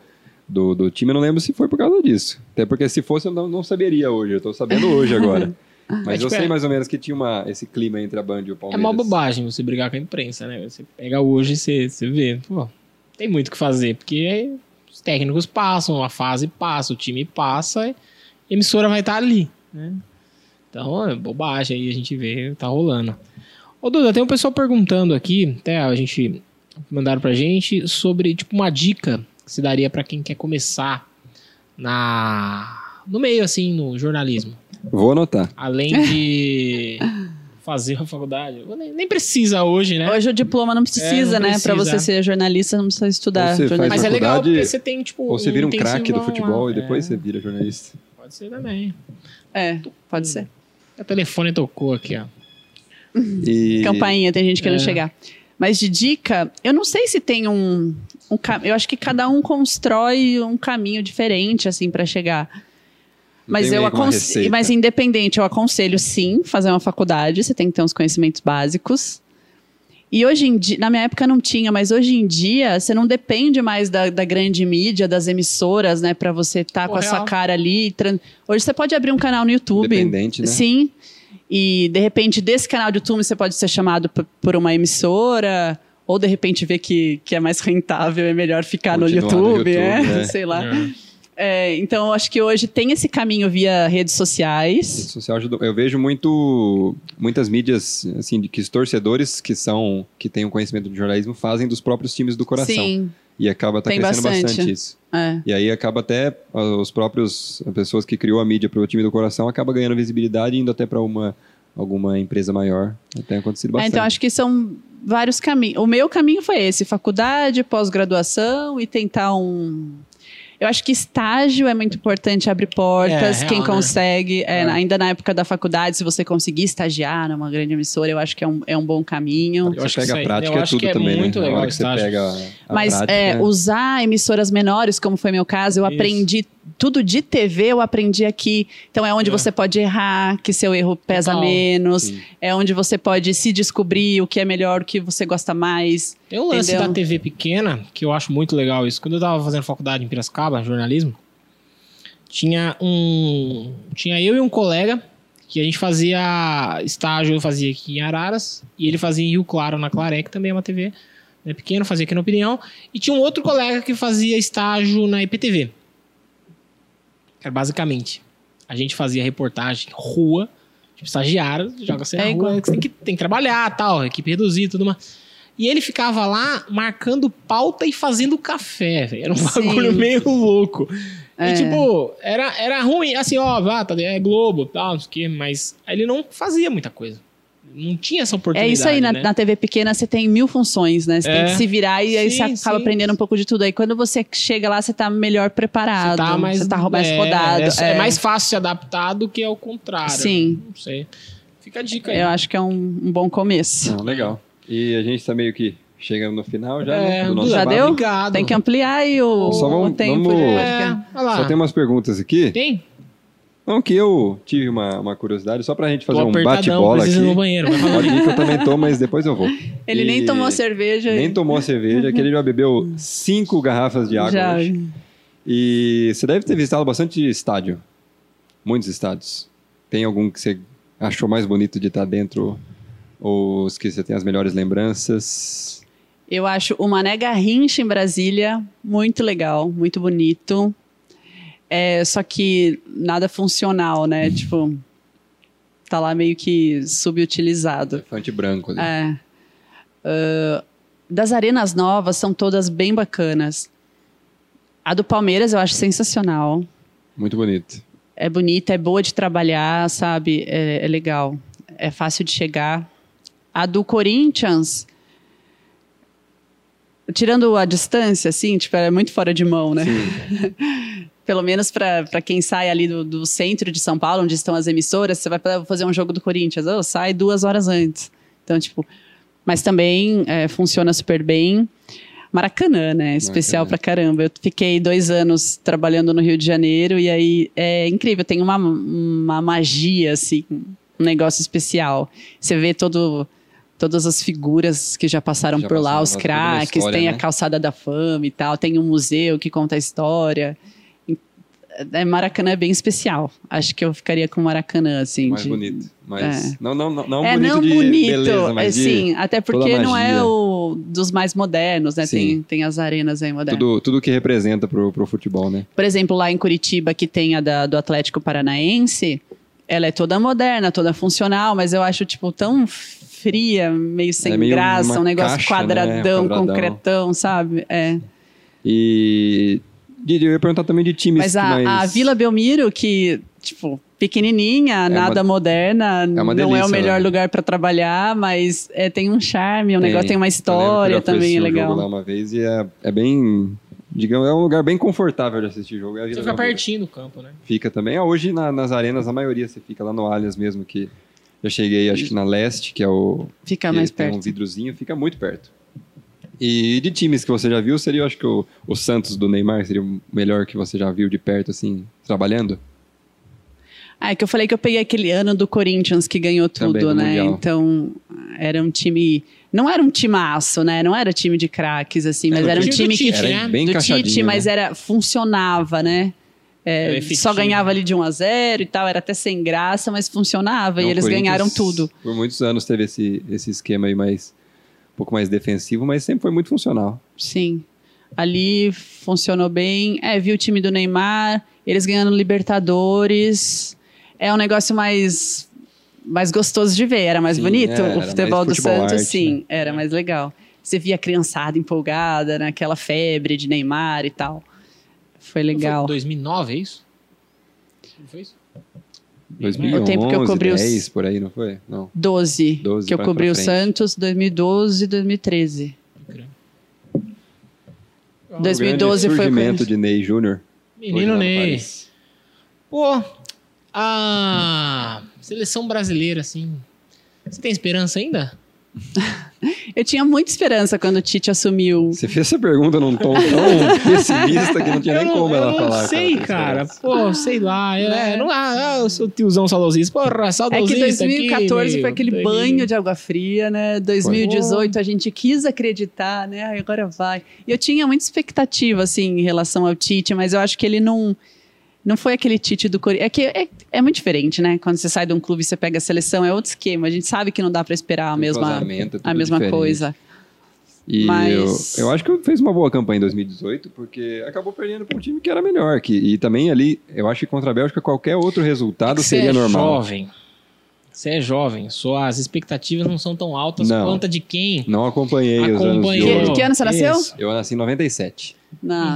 [SPEAKER 1] do, do time. Eu não lembro se foi por causa disso. Até porque se fosse eu não, não saberia hoje. Eu tô sabendo hoje agora. Mas
[SPEAKER 2] tipo,
[SPEAKER 1] eu sei
[SPEAKER 2] é-
[SPEAKER 1] mais ou menos que tinha uma, esse clima entre a Band e o
[SPEAKER 2] É
[SPEAKER 1] Palmeiras.
[SPEAKER 2] mó bobagem você brigar com a imprensa, né? Você pega hoje e você, você vê. Pô, tem muito o que fazer, porque os técnicos passam, a fase passa, o time passa, e a emissora vai estar ali, né? Então, é bobagem aí, a gente vê, tá rolando. Ô, Duda, tem um pessoal perguntando aqui, até a gente mandaram pra gente, sobre, tipo, uma dica que se daria pra quem quer começar na... no meio, assim, no jornalismo.
[SPEAKER 1] Vou anotar.
[SPEAKER 2] Além de fazer a faculdade. Nem, nem precisa hoje, né?
[SPEAKER 3] Hoje o diploma não precisa,
[SPEAKER 2] É, não
[SPEAKER 3] né? Pra
[SPEAKER 2] precisa.
[SPEAKER 3] você ser jornalista, não precisa estudar.
[SPEAKER 1] Ou você faz
[SPEAKER 3] jornalismo.
[SPEAKER 2] Mas é
[SPEAKER 1] faculdade,
[SPEAKER 2] legal porque você tem, tipo.
[SPEAKER 1] Ou você vira um
[SPEAKER 2] intensivão
[SPEAKER 1] craque do
[SPEAKER 2] lá.
[SPEAKER 1] futebol e
[SPEAKER 2] É,
[SPEAKER 1] depois você vira jornalista.
[SPEAKER 2] Pode ser também.
[SPEAKER 3] É, pode ser.
[SPEAKER 2] O telefone tocou aqui, ó.
[SPEAKER 1] E...
[SPEAKER 3] Campainha, tem gente querendo
[SPEAKER 2] É.
[SPEAKER 3] chegar. Mas de dica, eu não sei se tem um, um ca- eu acho que cada um constrói um caminho diferente assim para chegar.
[SPEAKER 1] Não
[SPEAKER 3] Mas
[SPEAKER 1] tem
[SPEAKER 3] eu
[SPEAKER 1] meio que uma
[SPEAKER 3] aconselho,
[SPEAKER 1] receita.
[SPEAKER 3] mas independente, eu aconselho sim fazer uma faculdade, você tem que ter uns conhecimentos básicos. E hoje em dia, na minha época não tinha, mas hoje em dia você não depende mais da, da grande mídia, das emissoras, né, para você estar
[SPEAKER 2] Pô,
[SPEAKER 3] com a sua
[SPEAKER 2] real.
[SPEAKER 3] cara ali. tran- Hoje você pode abrir um canal no YouTube.
[SPEAKER 1] Independente, né?
[SPEAKER 3] Sim. E de repente, desse canal de YouTube, você pode ser chamado p- por uma emissora, ou de repente ver que, que é mais rentável, é melhor ficar no
[SPEAKER 1] Continuar
[SPEAKER 3] YouTube,
[SPEAKER 1] no YouTube,
[SPEAKER 3] é,
[SPEAKER 1] né?
[SPEAKER 3] sei lá.
[SPEAKER 2] É.
[SPEAKER 3] É, então, eu acho que hoje tem esse caminho via redes
[SPEAKER 1] Rede
[SPEAKER 3] sociais.
[SPEAKER 1] social ajudou. Eu vejo muito muitas mídias assim de que os torcedores que são que têm um conhecimento de jornalismo fazem dos próprios times do coração
[SPEAKER 3] Sim.
[SPEAKER 1] e acaba tá
[SPEAKER 3] Tem
[SPEAKER 1] crescendo bastante.
[SPEAKER 3] bastante
[SPEAKER 1] isso.
[SPEAKER 3] É.
[SPEAKER 1] E aí acaba até ah, os próprios as pessoas que criou a mídia para o time do coração acaba ganhando visibilidade e indo até para uma alguma empresa maior. Tem acontecido
[SPEAKER 3] É,
[SPEAKER 1] bastante.
[SPEAKER 3] então, acho que são vários caminhos. O meu caminho foi esse: faculdade, pós-graduação e tentar um. Eu acho que estágio é muito importante, abre portas.
[SPEAKER 2] É, real,
[SPEAKER 3] quem
[SPEAKER 2] né?
[SPEAKER 3] consegue, é,
[SPEAKER 2] É.
[SPEAKER 3] na- ainda na época da faculdade, se você conseguir estagiar numa grande emissora, eu acho que é um, é um bom caminho.
[SPEAKER 1] Você
[SPEAKER 2] Eu acho que
[SPEAKER 1] pega
[SPEAKER 2] isso aí-
[SPEAKER 1] a prática
[SPEAKER 2] eu
[SPEAKER 1] é
[SPEAKER 2] acho
[SPEAKER 1] tudo
[SPEAKER 2] que é
[SPEAKER 1] também,
[SPEAKER 2] muito
[SPEAKER 1] né?
[SPEAKER 2] legal
[SPEAKER 1] Na hora que você
[SPEAKER 2] estágio.
[SPEAKER 1] pega a, a
[SPEAKER 3] Mas
[SPEAKER 1] prática, né?
[SPEAKER 3] é, usar emissoras menores, como foi meu caso, eu
[SPEAKER 2] Isso.
[SPEAKER 3] aprendi tudo de TV, eu aprendi aqui. Então é onde
[SPEAKER 2] É.
[SPEAKER 3] você pode errar, que seu erro pesa
[SPEAKER 2] Total.
[SPEAKER 3] menos,
[SPEAKER 1] Sim.
[SPEAKER 3] é onde você pode se descobrir o que é melhor, o que você gosta mais.
[SPEAKER 2] Tem um lance
[SPEAKER 3] Entendeu?
[SPEAKER 2] da TV pequena, que eu acho muito legal isso. Quando eu tava fazendo faculdade em Piracicaba, jornalismo, tinha um. Tinha eu e um colega que a gente fazia estágio, eu fazia aqui em Araras, e ele fazia em Rio Claro, na Claré, que também é uma TV né, pequena, fazia aqui na Opinião. E tinha um outro colega que fazia estágio na IPTV. Era basicamente, a gente fazia reportagem rua, tipo, estagiário, joga você na
[SPEAKER 3] É
[SPEAKER 2] rua,
[SPEAKER 3] igual.
[SPEAKER 2] que você tem que, tem que trabalhar, tal, equipe reduzida, tudo mais. E ele ficava lá marcando pauta e fazendo café, velho. Era um
[SPEAKER 3] Sim.
[SPEAKER 2] bagulho meio louco.
[SPEAKER 3] É.
[SPEAKER 2] E, tipo, era, era ruim, assim, ó, vá, tá, é Globo, tal, não sei o quê, mas ele não fazia muita coisa. Não tinha essa
[SPEAKER 3] É
[SPEAKER 2] oportunidade.
[SPEAKER 3] isso aí, na,
[SPEAKER 2] né?
[SPEAKER 3] na TV pequena você tem mil funções, né? Você
[SPEAKER 2] É.
[SPEAKER 3] tem que se virar e aí
[SPEAKER 2] Sim,
[SPEAKER 3] você acaba
[SPEAKER 2] sim.
[SPEAKER 3] aprendendo um pouco de tudo. Aí quando você chega lá, você tá melhor preparado.
[SPEAKER 2] Você tá mais,
[SPEAKER 3] mais
[SPEAKER 2] é,
[SPEAKER 3] rodado.
[SPEAKER 2] É, é mais fácil se adaptar do que ao contrário.
[SPEAKER 3] Sim.
[SPEAKER 2] Não sei. Fica a dica aí.
[SPEAKER 3] Eu acho que é um, um bom começo.
[SPEAKER 1] Ah, legal. E a gente está meio que chegando no final já né, do nosso
[SPEAKER 3] já
[SPEAKER 1] papo.
[SPEAKER 3] deu?
[SPEAKER 2] É, Obrigado.
[SPEAKER 3] Tem que ampliar aí o,
[SPEAKER 1] Só vamos-
[SPEAKER 3] o tempo.
[SPEAKER 1] vamos-
[SPEAKER 3] de-
[SPEAKER 2] É, olha lá.
[SPEAKER 1] Só tem um umas perguntas aqui.
[SPEAKER 2] Tem?
[SPEAKER 1] Não, que eu tive uma, uma curiosidade, só pra gente fazer
[SPEAKER 2] Tô
[SPEAKER 1] um
[SPEAKER 2] apertadão,
[SPEAKER 1] bate-bola aqui.
[SPEAKER 2] preciso ir no banheiro. vai falar.
[SPEAKER 1] Pode ir que eu também tô, mas depois eu vou.
[SPEAKER 3] Ele
[SPEAKER 1] E
[SPEAKER 3] nem tomou cerveja. e-
[SPEAKER 1] Nem tomou cerveja, que ele já bebeu cinco garrafas de água
[SPEAKER 3] já.
[SPEAKER 1] hoje. E você deve ter visitado bastante estádio. Muitos estádios. Tem algum que você achou mais bonito de estar dentro Os que você tem as melhores lembranças.
[SPEAKER 3] Eu acho o Mané Garrincha em Brasília muito legal, muito bonito. É, só que nada funcional, né?
[SPEAKER 1] Uhum.
[SPEAKER 3] Tipo, tá lá meio que subutilizado.
[SPEAKER 1] Elefante branco ali.
[SPEAKER 3] É. Ah, das arenas novas são todas bem bacanas. A do Palmeiras eu acho sensacional.
[SPEAKER 1] Muito bonito.
[SPEAKER 3] É bonita, é boa de trabalhar, sabe? É, é legal. É fácil de chegar. A do Corinthians, tirando a distância, assim, tipo, ela é muito fora de mão, né? Pelo menos para quem sai ali do, do centro de São Paulo, onde estão as emissoras, você vai pra fazer um jogo do Corinthians, oh, sai duas horas antes. Então, tipo, mas também é, funciona super bem. Maracanã, né? Especial pra caramba. Eu fiquei dois anos trabalhando no Rio de Janeiro e aí é incrível, tem uma, uma magia, assim, um negócio especial. Você vê todo, todas as figuras que já passaram
[SPEAKER 1] Já
[SPEAKER 3] por lá,
[SPEAKER 1] passaram
[SPEAKER 3] os
[SPEAKER 1] lá, toda a
[SPEAKER 3] craques,
[SPEAKER 1] história,
[SPEAKER 3] tem
[SPEAKER 1] né?
[SPEAKER 3] a calçada da fama e tal, tem um museu que conta a história. E, é, Maracanã é bem especial. Acho que eu ficaria com Maracanã, assim.
[SPEAKER 1] Mais
[SPEAKER 3] de-
[SPEAKER 1] bonito. Mas
[SPEAKER 3] É.
[SPEAKER 1] não, não, não, não
[SPEAKER 3] é
[SPEAKER 1] bonito
[SPEAKER 3] não
[SPEAKER 1] de
[SPEAKER 3] bonito,
[SPEAKER 1] beleza, mas de
[SPEAKER 3] assim, até
[SPEAKER 1] toda
[SPEAKER 3] porque não é
[SPEAKER 1] magia.
[SPEAKER 3] o dos mais modernos, né?
[SPEAKER 1] Sim.
[SPEAKER 3] Tem, tem as arenas aí modernas.
[SPEAKER 1] tudo, tudo que representa pro, pro futebol, né?
[SPEAKER 3] Por exemplo, lá em Curitiba, que tem a da- do Atlético Paranaense, ela é toda moderna, toda funcional, mas eu acho, tipo, tão fria, meio sem
[SPEAKER 1] É meio
[SPEAKER 3] graça, um
[SPEAKER 1] uma
[SPEAKER 3] negócio
[SPEAKER 1] caixa,
[SPEAKER 3] quadradão,
[SPEAKER 1] né? Quadradão.
[SPEAKER 3] concretão, sabe? É.
[SPEAKER 1] E Didi, eu ia perguntar também de times
[SPEAKER 3] Mas a,
[SPEAKER 1] que mais...
[SPEAKER 3] a Vila Belmiro, que, tipo, pequenininha, nada moderna,
[SPEAKER 1] É uma
[SPEAKER 3] não é
[SPEAKER 1] delícia,
[SPEAKER 3] o
[SPEAKER 1] né?
[SPEAKER 3] melhor lugar para trabalhar, mas é, tem um charme, o negócio tem uma
[SPEAKER 1] Eu
[SPEAKER 3] história
[SPEAKER 1] lembro que eu
[SPEAKER 3] também,
[SPEAKER 1] assisti
[SPEAKER 3] é
[SPEAKER 1] um
[SPEAKER 3] legal.
[SPEAKER 1] jogo lá uma vez e é, é bem... Digamos, é um lugar bem confortável de assistir jogo. É a Vila
[SPEAKER 2] Você fica
[SPEAKER 1] Belmiro.
[SPEAKER 2] pertinho do campo, né?
[SPEAKER 1] Fica também. Ah, Hoje na- nas arenas, a maioria você fica lá no Allianz mesmo, que eu cheguei, acho que na Leste, que é o...
[SPEAKER 3] Fica
[SPEAKER 1] que
[SPEAKER 3] mais
[SPEAKER 1] tem
[SPEAKER 3] perto.
[SPEAKER 1] um vidrozinho, fica muito perto. E de times que você já viu, seria, eu acho que o, o Santos do Neymar seria o melhor que você já viu de perto, assim, trabalhando?
[SPEAKER 3] Ah, é que eu falei que eu peguei aquele ano do Corinthians que ganhou
[SPEAKER 1] Também
[SPEAKER 3] tudo,
[SPEAKER 1] do
[SPEAKER 3] né?
[SPEAKER 1] Mundial.
[SPEAKER 3] Então, era um time. Não era um timaço, né? Não era time de craques, assim, mas
[SPEAKER 1] Era um
[SPEAKER 3] era, um
[SPEAKER 2] time do
[SPEAKER 3] time, que.
[SPEAKER 2] Tite, né?
[SPEAKER 1] Era bem
[SPEAKER 3] do
[SPEAKER 1] encaixadinho,
[SPEAKER 3] Tite,
[SPEAKER 1] né?
[SPEAKER 3] mas era, funcionava, né? É,
[SPEAKER 2] Era efetivo.
[SPEAKER 3] só ganhava ali de 1 a 0 e tal, era até sem graça, mas funcionava
[SPEAKER 1] Então, o
[SPEAKER 3] e eles
[SPEAKER 1] Corinthians,
[SPEAKER 3] ganharam tudo.
[SPEAKER 1] Por muitos anos teve esse, esse esquema aí mais um pouco mais defensivo, mas sempre foi muito funcional.
[SPEAKER 3] Sim. Ali funcionou bem. É, vi o time do Neymar, eles ganhando Libertadores. É um negócio mais mais gostoso de ver, era mais
[SPEAKER 1] Sim,
[SPEAKER 3] bonito.
[SPEAKER 1] é, era
[SPEAKER 3] o futebol
[SPEAKER 1] mais
[SPEAKER 3] do
[SPEAKER 1] futebol
[SPEAKER 3] Santos,
[SPEAKER 1] arte, né?
[SPEAKER 3] sim, era mais legal. Você via a criançada empolgada, naquela febre de Neymar e tal. Foi legal.
[SPEAKER 2] Foi 2009, é isso? Não foi isso? É.
[SPEAKER 1] 2011,
[SPEAKER 3] O tempo que eu cobri os-
[SPEAKER 1] 10, por aí, não foi? Não.
[SPEAKER 3] 12,
[SPEAKER 1] 12
[SPEAKER 3] que eu
[SPEAKER 1] pra-
[SPEAKER 3] cobri
[SPEAKER 1] pra
[SPEAKER 3] o
[SPEAKER 1] frente.
[SPEAKER 3] Santos, 2012 2013.
[SPEAKER 2] Um
[SPEAKER 3] 2012
[SPEAKER 1] o
[SPEAKER 3] foi o
[SPEAKER 1] surgimento
[SPEAKER 3] Corinthians.
[SPEAKER 1] de Ney Júnior. hoje lá
[SPEAKER 2] Menino
[SPEAKER 1] no
[SPEAKER 2] Ney.
[SPEAKER 1] Paris.
[SPEAKER 2] Pô, a seleção brasileira, assim. Você tem esperança ainda?
[SPEAKER 3] Eu tinha muita esperança quando o Tite assumiu.
[SPEAKER 1] Você fez essa pergunta num tom tão pessimista que não tinha
[SPEAKER 2] eu
[SPEAKER 1] nem
[SPEAKER 2] não,
[SPEAKER 1] como
[SPEAKER 2] eu
[SPEAKER 1] ela
[SPEAKER 2] não
[SPEAKER 1] falar.
[SPEAKER 2] sei,
[SPEAKER 1] essa
[SPEAKER 2] cara.
[SPEAKER 1] esperança.
[SPEAKER 2] Pô, sei lá. É,
[SPEAKER 3] Né?
[SPEAKER 2] não, ah, ah, eu sou tiozão saudosista. Porra,
[SPEAKER 3] É
[SPEAKER 2] saudosista.
[SPEAKER 3] que 2014
[SPEAKER 2] aqui,
[SPEAKER 3] foi aquele
[SPEAKER 2] meu,
[SPEAKER 3] banho de água fria, né? 2018 a gente quis acreditar, né? Ai, agora vai. E eu tinha muita expectativa, assim, em relação ao Tite, mas eu acho que ele não. Não foi aquele Tite do Corinthians. É que é, é muito diferente, né? Quando você sai de um clube e você pega a seleção, é outro esquema. A gente sabe que não dá pra esperar a mesma,
[SPEAKER 1] Entrosamento, é tudo
[SPEAKER 3] a mesma
[SPEAKER 1] diferente.
[SPEAKER 3] coisa.
[SPEAKER 1] E
[SPEAKER 3] Mas-
[SPEAKER 1] eu, eu acho que fez uma boa campanha em 2018, porque acabou perdendo para um time que era melhor. Que, e também ali, eu acho que contra a Bélgica qualquer outro resultado
[SPEAKER 2] Você
[SPEAKER 1] seria
[SPEAKER 2] é
[SPEAKER 1] normal.
[SPEAKER 2] jovem. Você é jovem. Suas expectativas não são tão altas
[SPEAKER 1] Não.
[SPEAKER 2] quanto a de quem
[SPEAKER 1] Não acompanhei os anos de
[SPEAKER 2] acompanhou.
[SPEAKER 1] ouro.
[SPEAKER 3] Que- que ano você nasceu?
[SPEAKER 2] Isso.
[SPEAKER 1] Eu nasci em 97.
[SPEAKER 3] Não,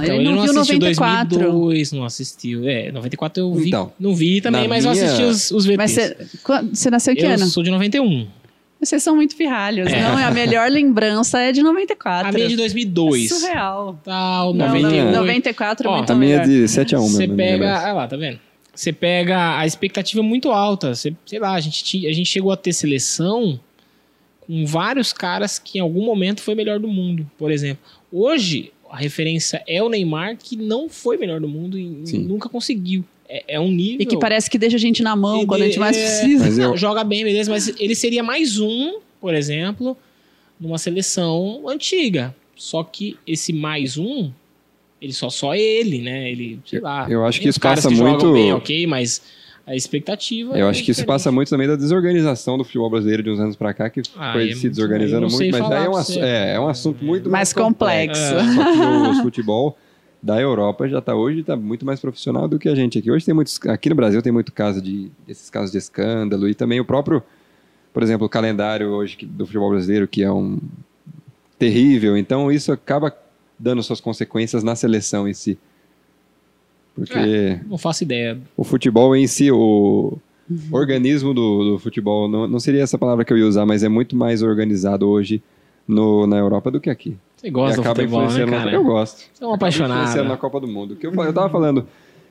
[SPEAKER 2] Então,
[SPEAKER 3] Ah, ele não, viu
[SPEAKER 2] assistiu
[SPEAKER 3] 94.
[SPEAKER 2] 2002, não assistiu. É, 94 eu vi.
[SPEAKER 1] Então,
[SPEAKER 2] não vi também,
[SPEAKER 1] na
[SPEAKER 2] mas eu
[SPEAKER 1] minha-
[SPEAKER 2] assisti os, os VPs.
[SPEAKER 3] Mas você, quando- você nasceu que
[SPEAKER 2] eu
[SPEAKER 3] ano?
[SPEAKER 2] sou de 91.
[SPEAKER 3] Vocês são muito pirralhos.
[SPEAKER 2] É.
[SPEAKER 3] Não, a melhor lembrança é de 94.
[SPEAKER 2] A minha é de 2002.
[SPEAKER 3] Surreal.
[SPEAKER 2] Tal,
[SPEAKER 3] Não,
[SPEAKER 2] 91.
[SPEAKER 3] 94
[SPEAKER 2] Ó,
[SPEAKER 3] é
[SPEAKER 1] a
[SPEAKER 3] muito
[SPEAKER 1] minha
[SPEAKER 3] melhor.
[SPEAKER 1] é de 7 a 1
[SPEAKER 2] Tá, Você
[SPEAKER 1] meu, minha lembrança.
[SPEAKER 2] pega. Ah lá, tá vendo? Você pega a expectativa muito alta. Você, sei lá, a gente, ti- a gente chegou a ter seleção com vários caras que em algum momento foi melhor do mundo, por exemplo. Hoje, a referência é o Neymar, que não foi melhor do mundo e
[SPEAKER 1] Sim.
[SPEAKER 2] nunca conseguiu. É, é um nível.
[SPEAKER 3] E que parece que deixa a gente na mão
[SPEAKER 2] E
[SPEAKER 3] quando a gente mais
[SPEAKER 2] é-
[SPEAKER 3] precisa.
[SPEAKER 1] Mas eu,
[SPEAKER 2] joga bem, beleza, mas ele seria mais um, por exemplo, numa seleção antiga. Só que esse mais um, ele só só é ele, né? Ele, sei lá.
[SPEAKER 1] eu acho
[SPEAKER 2] tem
[SPEAKER 1] que
[SPEAKER 2] os
[SPEAKER 1] isso
[SPEAKER 2] caras
[SPEAKER 1] passa
[SPEAKER 2] que jogam
[SPEAKER 1] muito-
[SPEAKER 2] bem, ok, mas A expectativa.
[SPEAKER 1] Eu
[SPEAKER 2] é
[SPEAKER 1] acho que isso
[SPEAKER 2] diferente.
[SPEAKER 1] passa muito também da desorganização do futebol brasileiro de uns anos pra cá, que
[SPEAKER 2] Ah, é
[SPEAKER 1] foi se
[SPEAKER 2] muito- eu
[SPEAKER 1] desorganizando
[SPEAKER 2] não
[SPEAKER 1] muito,
[SPEAKER 2] sei
[SPEAKER 1] mas
[SPEAKER 2] falar
[SPEAKER 1] já é um,
[SPEAKER 2] pra
[SPEAKER 1] assu-
[SPEAKER 2] você.
[SPEAKER 1] é, é um assunto muito
[SPEAKER 3] Mais complexo.
[SPEAKER 1] Então, Só que o futebol da Europa já tá hoje tá muito mais profissional do que a gente aqui. Hoje tem muitos, aqui no Brasil tem muito caso de esses casos de escândalo e também o próprio, por exemplo, o calendário hoje que- do futebol brasileiro que é um terrível. Então isso acaba dando suas consequências na seleção em si. Porque
[SPEAKER 2] Não faço ideia.
[SPEAKER 1] o futebol em si, o
[SPEAKER 2] Uhum.
[SPEAKER 1] organismo do, do futebol, não, não seria essa palavra que eu ia usar, mas é muito mais organizado hoje no- na Europa do que aqui.
[SPEAKER 2] Você gosta
[SPEAKER 1] e
[SPEAKER 2] do
[SPEAKER 1] acaba
[SPEAKER 2] futebol, né,
[SPEAKER 1] influenciando na-
[SPEAKER 2] cara?
[SPEAKER 1] Eu gosto.
[SPEAKER 2] Você é um
[SPEAKER 1] Acaba influenciando na
[SPEAKER 2] apaixonado.
[SPEAKER 1] Copa do Mundo. Que eu, fa- eu tava falando,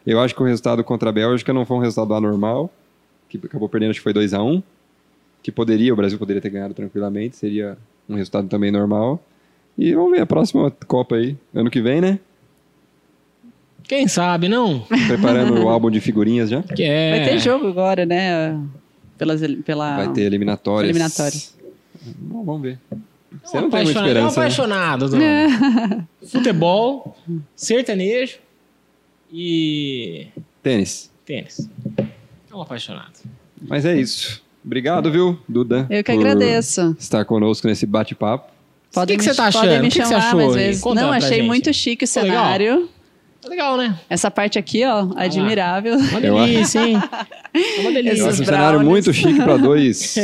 [SPEAKER 1] eu acho que o resultado contra a Bélgica não foi um resultado anormal, que acabou perdendo, acho que foi 2 a 1 que poderia, o Brasil poderia ter ganhado tranquilamente, seria um resultado também normal. E vamos ver a próxima Copa aí, ano que vem, né?
[SPEAKER 2] Quem sabe, não?
[SPEAKER 1] Preparando o álbum de figurinhas já.
[SPEAKER 2] Que é...
[SPEAKER 3] Vai ter jogo agora, né? Pelas, pela...
[SPEAKER 1] Vai ter eliminatórias.
[SPEAKER 3] Ah. Eliminatórias.
[SPEAKER 1] Bom, vamos ver. Você
[SPEAKER 2] É um
[SPEAKER 1] não tem muita
[SPEAKER 2] apaixonado- é um
[SPEAKER 1] esperança. né?
[SPEAKER 2] apaixonado. do- Futebol, sertanejo e
[SPEAKER 1] Tênis.
[SPEAKER 2] tênis. É um apaixonado.
[SPEAKER 1] Mas é isso. Obrigado, viu, Duda?
[SPEAKER 3] Eu que
[SPEAKER 1] por
[SPEAKER 3] agradeço.
[SPEAKER 1] Estar conosco nesse bate-papo.
[SPEAKER 3] Podem
[SPEAKER 2] que
[SPEAKER 3] me-
[SPEAKER 2] você tá
[SPEAKER 3] podem
[SPEAKER 2] achando?
[SPEAKER 3] Me
[SPEAKER 2] O que que você
[SPEAKER 3] chamar
[SPEAKER 2] achou
[SPEAKER 3] mais
[SPEAKER 2] aí?
[SPEAKER 3] vezes.
[SPEAKER 2] Conta
[SPEAKER 3] Não,
[SPEAKER 2] pra
[SPEAKER 3] achei
[SPEAKER 2] gente.
[SPEAKER 3] muito chique o
[SPEAKER 2] Pô, legal.
[SPEAKER 3] cenário.
[SPEAKER 2] É Legal, né?
[SPEAKER 3] Essa parte aqui, ó, admirável.
[SPEAKER 2] Uma
[SPEAKER 1] Eu acho-
[SPEAKER 2] delícia, hein? É uma delícia.
[SPEAKER 1] Eu
[SPEAKER 3] Esses
[SPEAKER 1] acho um cenário
[SPEAKER 3] brownies.
[SPEAKER 1] muito chique para dois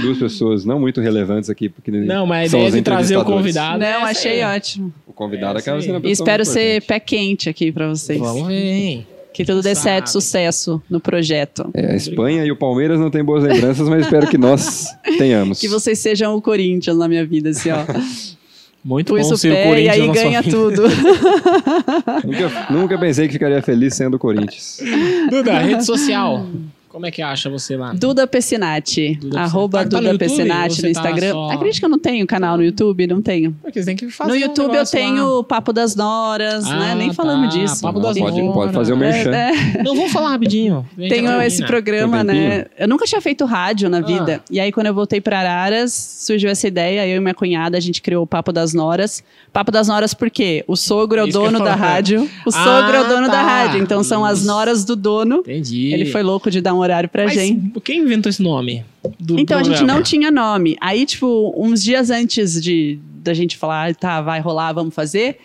[SPEAKER 1] duas pessoas não muito relevantes aqui, porque
[SPEAKER 2] Não, mas a
[SPEAKER 1] são
[SPEAKER 2] ideia
[SPEAKER 1] os
[SPEAKER 2] de trazer o
[SPEAKER 1] entrevistadores.
[SPEAKER 2] convidado.
[SPEAKER 3] Não,
[SPEAKER 2] é essa
[SPEAKER 3] achei
[SPEAKER 2] aí.
[SPEAKER 3] ótimo.
[SPEAKER 1] O convidado
[SPEAKER 2] É,
[SPEAKER 1] acaba
[SPEAKER 2] sim.
[SPEAKER 1] sendo a
[SPEAKER 3] E
[SPEAKER 1] pessoa
[SPEAKER 3] espero
[SPEAKER 1] mais
[SPEAKER 3] ser
[SPEAKER 1] importante.
[SPEAKER 3] pé quente aqui pra vocês.
[SPEAKER 2] Vamos ver, hein?
[SPEAKER 3] Que tudo dê certo,
[SPEAKER 2] Sabe.
[SPEAKER 3] sucesso no projeto.
[SPEAKER 1] É, a Espanha e o Palmeiras não têm boas lembranças, mas espero que nós tenhamos.
[SPEAKER 3] Que vocês sejam o Corinthians na minha vida, assim, ó.
[SPEAKER 2] Muito
[SPEAKER 3] Põe
[SPEAKER 2] bom
[SPEAKER 3] isso
[SPEAKER 2] ser o
[SPEAKER 3] pé e
[SPEAKER 2] Corinthians
[SPEAKER 3] aí
[SPEAKER 2] na sua
[SPEAKER 3] ganha
[SPEAKER 2] vida.
[SPEAKER 3] tudo.
[SPEAKER 1] Nunca, nunca pensei que ficaria feliz sendo o Corinthians.
[SPEAKER 2] Duda, rede social. Como é que acha você lá?
[SPEAKER 3] Duda Pessinati.
[SPEAKER 2] Duda
[SPEAKER 3] Arroba
[SPEAKER 2] Pessinati. Tá- tá no
[SPEAKER 3] Duda
[SPEAKER 2] YouTube?
[SPEAKER 3] Pessinati
[SPEAKER 2] Você
[SPEAKER 3] no
[SPEAKER 2] tá
[SPEAKER 3] Instagram.
[SPEAKER 2] só-
[SPEAKER 3] Acredito que eu não tenho canal no YouTube, não tenho.
[SPEAKER 2] Porque você tem que fazer
[SPEAKER 3] No
[SPEAKER 2] um
[SPEAKER 3] YouTube eu
[SPEAKER 2] negócio lá.
[SPEAKER 3] tenho o Papo das Noras, né?
[SPEAKER 2] Ah,
[SPEAKER 3] Nem falamos
[SPEAKER 2] tá.
[SPEAKER 3] disso.
[SPEAKER 2] Papo das
[SPEAKER 1] Não, pode,
[SPEAKER 2] Noras.
[SPEAKER 1] pode fazer o merchan.
[SPEAKER 3] É,
[SPEAKER 2] Não, vamos falar rapidinho. A gente já
[SPEAKER 3] Tenho
[SPEAKER 2] termina.
[SPEAKER 3] esse programa,
[SPEAKER 1] Tem um
[SPEAKER 3] né? Eu nunca tinha feito rádio na
[SPEAKER 2] Ah.
[SPEAKER 3] vida. E aí, quando eu voltei para Araras, surgiu essa ideia. Eu e minha cunhada, a gente criou o Papo das Noras. Papo das Noras, por quê? O sogro é o
[SPEAKER 2] Isso que eu ia
[SPEAKER 3] dono da
[SPEAKER 2] falar.
[SPEAKER 3] rádio. O
[SPEAKER 2] Ah,
[SPEAKER 3] sogro é o dono
[SPEAKER 2] tá.
[SPEAKER 3] da rádio. Então, são as
[SPEAKER 2] Isso.
[SPEAKER 3] noras do dono.
[SPEAKER 2] Entendi.
[SPEAKER 3] Ele foi louco de dar um horário pra
[SPEAKER 2] Mas
[SPEAKER 3] gente.
[SPEAKER 2] Quem inventou esse nome? Do
[SPEAKER 3] Então, a gente
[SPEAKER 2] programa?
[SPEAKER 3] não tinha nome. Aí, tipo, uns dias antes de da gente falar, "Ah, tá, vai rolar, vamos fazer,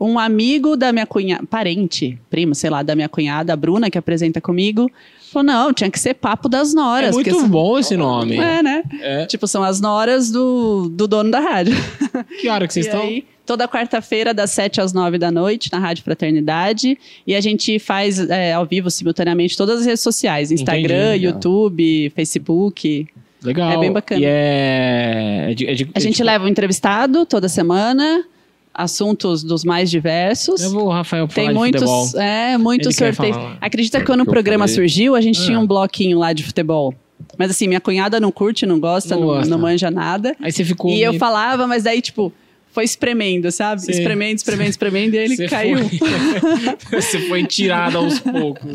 [SPEAKER 3] um amigo da minha cunhada, parente, primo, sei lá, da minha cunhada, a Bruna, que apresenta comigo, falou: não, tinha que ser papo das
[SPEAKER 2] É
[SPEAKER 3] noras.
[SPEAKER 2] muito
[SPEAKER 3] porque são-
[SPEAKER 2] bom esse nome.
[SPEAKER 3] É, né?
[SPEAKER 2] É.
[SPEAKER 3] Tipo, são as noras do, do dono da rádio.
[SPEAKER 2] Que hora que vocês
[SPEAKER 3] E
[SPEAKER 2] estão?
[SPEAKER 3] aí, toda quarta-feira, das 7 às 9 da noite, na Rádio Fraternidade. E a gente faz é, ao vivo, simultaneamente, todas as redes sociais: Instagram,
[SPEAKER 1] Entendi.
[SPEAKER 3] YouTube, Facebook.
[SPEAKER 2] Legal.
[SPEAKER 3] É bem bacana.
[SPEAKER 2] E é... é de- é de-
[SPEAKER 3] A
[SPEAKER 2] é
[SPEAKER 3] gente
[SPEAKER 2] tipo-
[SPEAKER 3] leva um entrevistado toda semana, assuntos dos mais diversos.
[SPEAKER 2] Eu vou, Rafael, falar
[SPEAKER 3] Tem
[SPEAKER 2] de futebol.
[SPEAKER 3] muitos, é, muitos
[SPEAKER 2] Ele quer
[SPEAKER 3] sorteios.
[SPEAKER 2] falar.
[SPEAKER 3] Acredita que quando o
[SPEAKER 1] Que eu
[SPEAKER 3] programa
[SPEAKER 1] falei.
[SPEAKER 3] surgiu, a gente
[SPEAKER 2] Ah.
[SPEAKER 3] tinha um bloquinho lá de futebol. Mas assim, minha cunhada não curte, não gosta,
[SPEAKER 2] Não
[SPEAKER 3] não,
[SPEAKER 2] gosta.
[SPEAKER 3] não manja nada.
[SPEAKER 2] Aí você ficou...
[SPEAKER 3] E eu
[SPEAKER 2] meio-
[SPEAKER 3] falava, mas daí, tipo, foi espremendo, sabe?
[SPEAKER 2] Sim.
[SPEAKER 3] Espremendo, espremendo, espremendo, e ele
[SPEAKER 2] Você
[SPEAKER 3] caiu.
[SPEAKER 2] foi- você foi tirado aos poucos.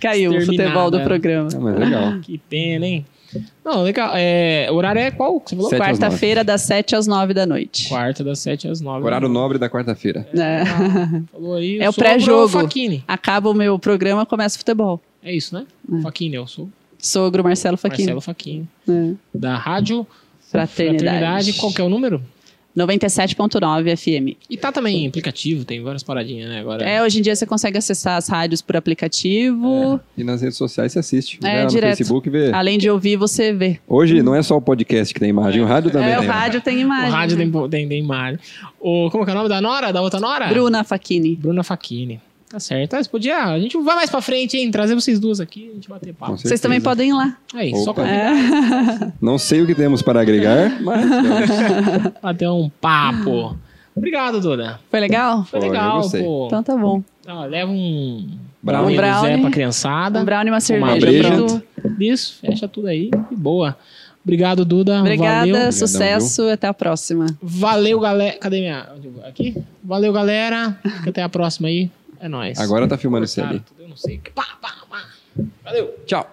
[SPEAKER 3] Caiu o futebol do
[SPEAKER 2] Exterminada.
[SPEAKER 3] programa.
[SPEAKER 1] Ah, mas legal.
[SPEAKER 2] Que pena, hein? Não, legal. É, o horário é qual? que Você falou?
[SPEAKER 1] Sete às
[SPEAKER 3] Quarta-feira, das 7 às 9 da noite.
[SPEAKER 2] Quarta, das 7 às 9.
[SPEAKER 1] Horário nobre da quarta-feira.
[SPEAKER 3] Né?
[SPEAKER 2] Falou aí.
[SPEAKER 3] É o
[SPEAKER 2] sobrou
[SPEAKER 3] pré-jogo.
[SPEAKER 2] Fachini.
[SPEAKER 3] Acaba o meu programa, começa o futebol.
[SPEAKER 2] É isso, né? Faquini, eu sou
[SPEAKER 3] Sogro Marcelo Faquinha.
[SPEAKER 2] Marcelo Faquini.
[SPEAKER 3] Né?
[SPEAKER 2] Da Rádio
[SPEAKER 3] Fraternidade.
[SPEAKER 2] Fraternidade. Qual que é o número?
[SPEAKER 3] 97.9 FM.
[SPEAKER 2] E tá também em aplicativo, tem várias paradinhas, né? Agora.
[SPEAKER 3] É, hoje em dia você consegue acessar as rádios por aplicativo.
[SPEAKER 1] E nas redes sociais você assiste.
[SPEAKER 3] É,
[SPEAKER 1] Vai lá no
[SPEAKER 3] direto. Ah.
[SPEAKER 1] Facebook vê.
[SPEAKER 3] Além de ouvir, você vê.
[SPEAKER 1] Hoje não é só o podcast que tem imagem, o rádio também
[SPEAKER 3] é, o
[SPEAKER 1] tem.
[SPEAKER 3] rádio tem
[SPEAKER 2] o
[SPEAKER 3] imagem.
[SPEAKER 2] rádio tem, tem, tem imagem. O, como que é o nome da Nora? Da outra Nora?
[SPEAKER 3] Bruna Faquini.
[SPEAKER 2] Bruna Faquini. Tá certo. Ah, você podia. A gente vai mais pra frente, hein? Trazer vocês duas aqui, a gente bater papo.
[SPEAKER 1] Com
[SPEAKER 3] Vocês também
[SPEAKER 1] certeza.
[SPEAKER 3] podem ir lá.
[SPEAKER 2] Aí, só
[SPEAKER 1] Opa.
[SPEAKER 2] convidar,
[SPEAKER 1] Não sei o que temos para agregar, mas
[SPEAKER 2] bater um
[SPEAKER 3] É.
[SPEAKER 2] papo. Obrigado, Duda.
[SPEAKER 3] Foi legal?
[SPEAKER 2] Foi
[SPEAKER 1] Pô, eu
[SPEAKER 2] legal,
[SPEAKER 1] gostei.
[SPEAKER 2] pô.
[SPEAKER 3] Então tá bom.
[SPEAKER 2] Ah, leva um.
[SPEAKER 1] Brownie.
[SPEAKER 2] um
[SPEAKER 3] Um brownie.
[SPEAKER 2] Zé pra criançada.
[SPEAKER 3] Um brownie e uma cerveja.
[SPEAKER 1] breja.
[SPEAKER 3] pronto.
[SPEAKER 2] Isso, fecha tudo aí. E boa. Obrigado, Duda.
[SPEAKER 3] Obrigada,
[SPEAKER 2] Valeu.
[SPEAKER 3] sucesso até a próxima.
[SPEAKER 2] Valeu, galera. Cadê minha. onde eu vou? Aqui? Valeu, galera. Fica até a próxima aí. É nóis.
[SPEAKER 1] agora tá filmando isso
[SPEAKER 2] Cara,
[SPEAKER 1] ali.
[SPEAKER 2] tudo eu não sei. Pá, pá, pá. Valeu.
[SPEAKER 1] Tchau.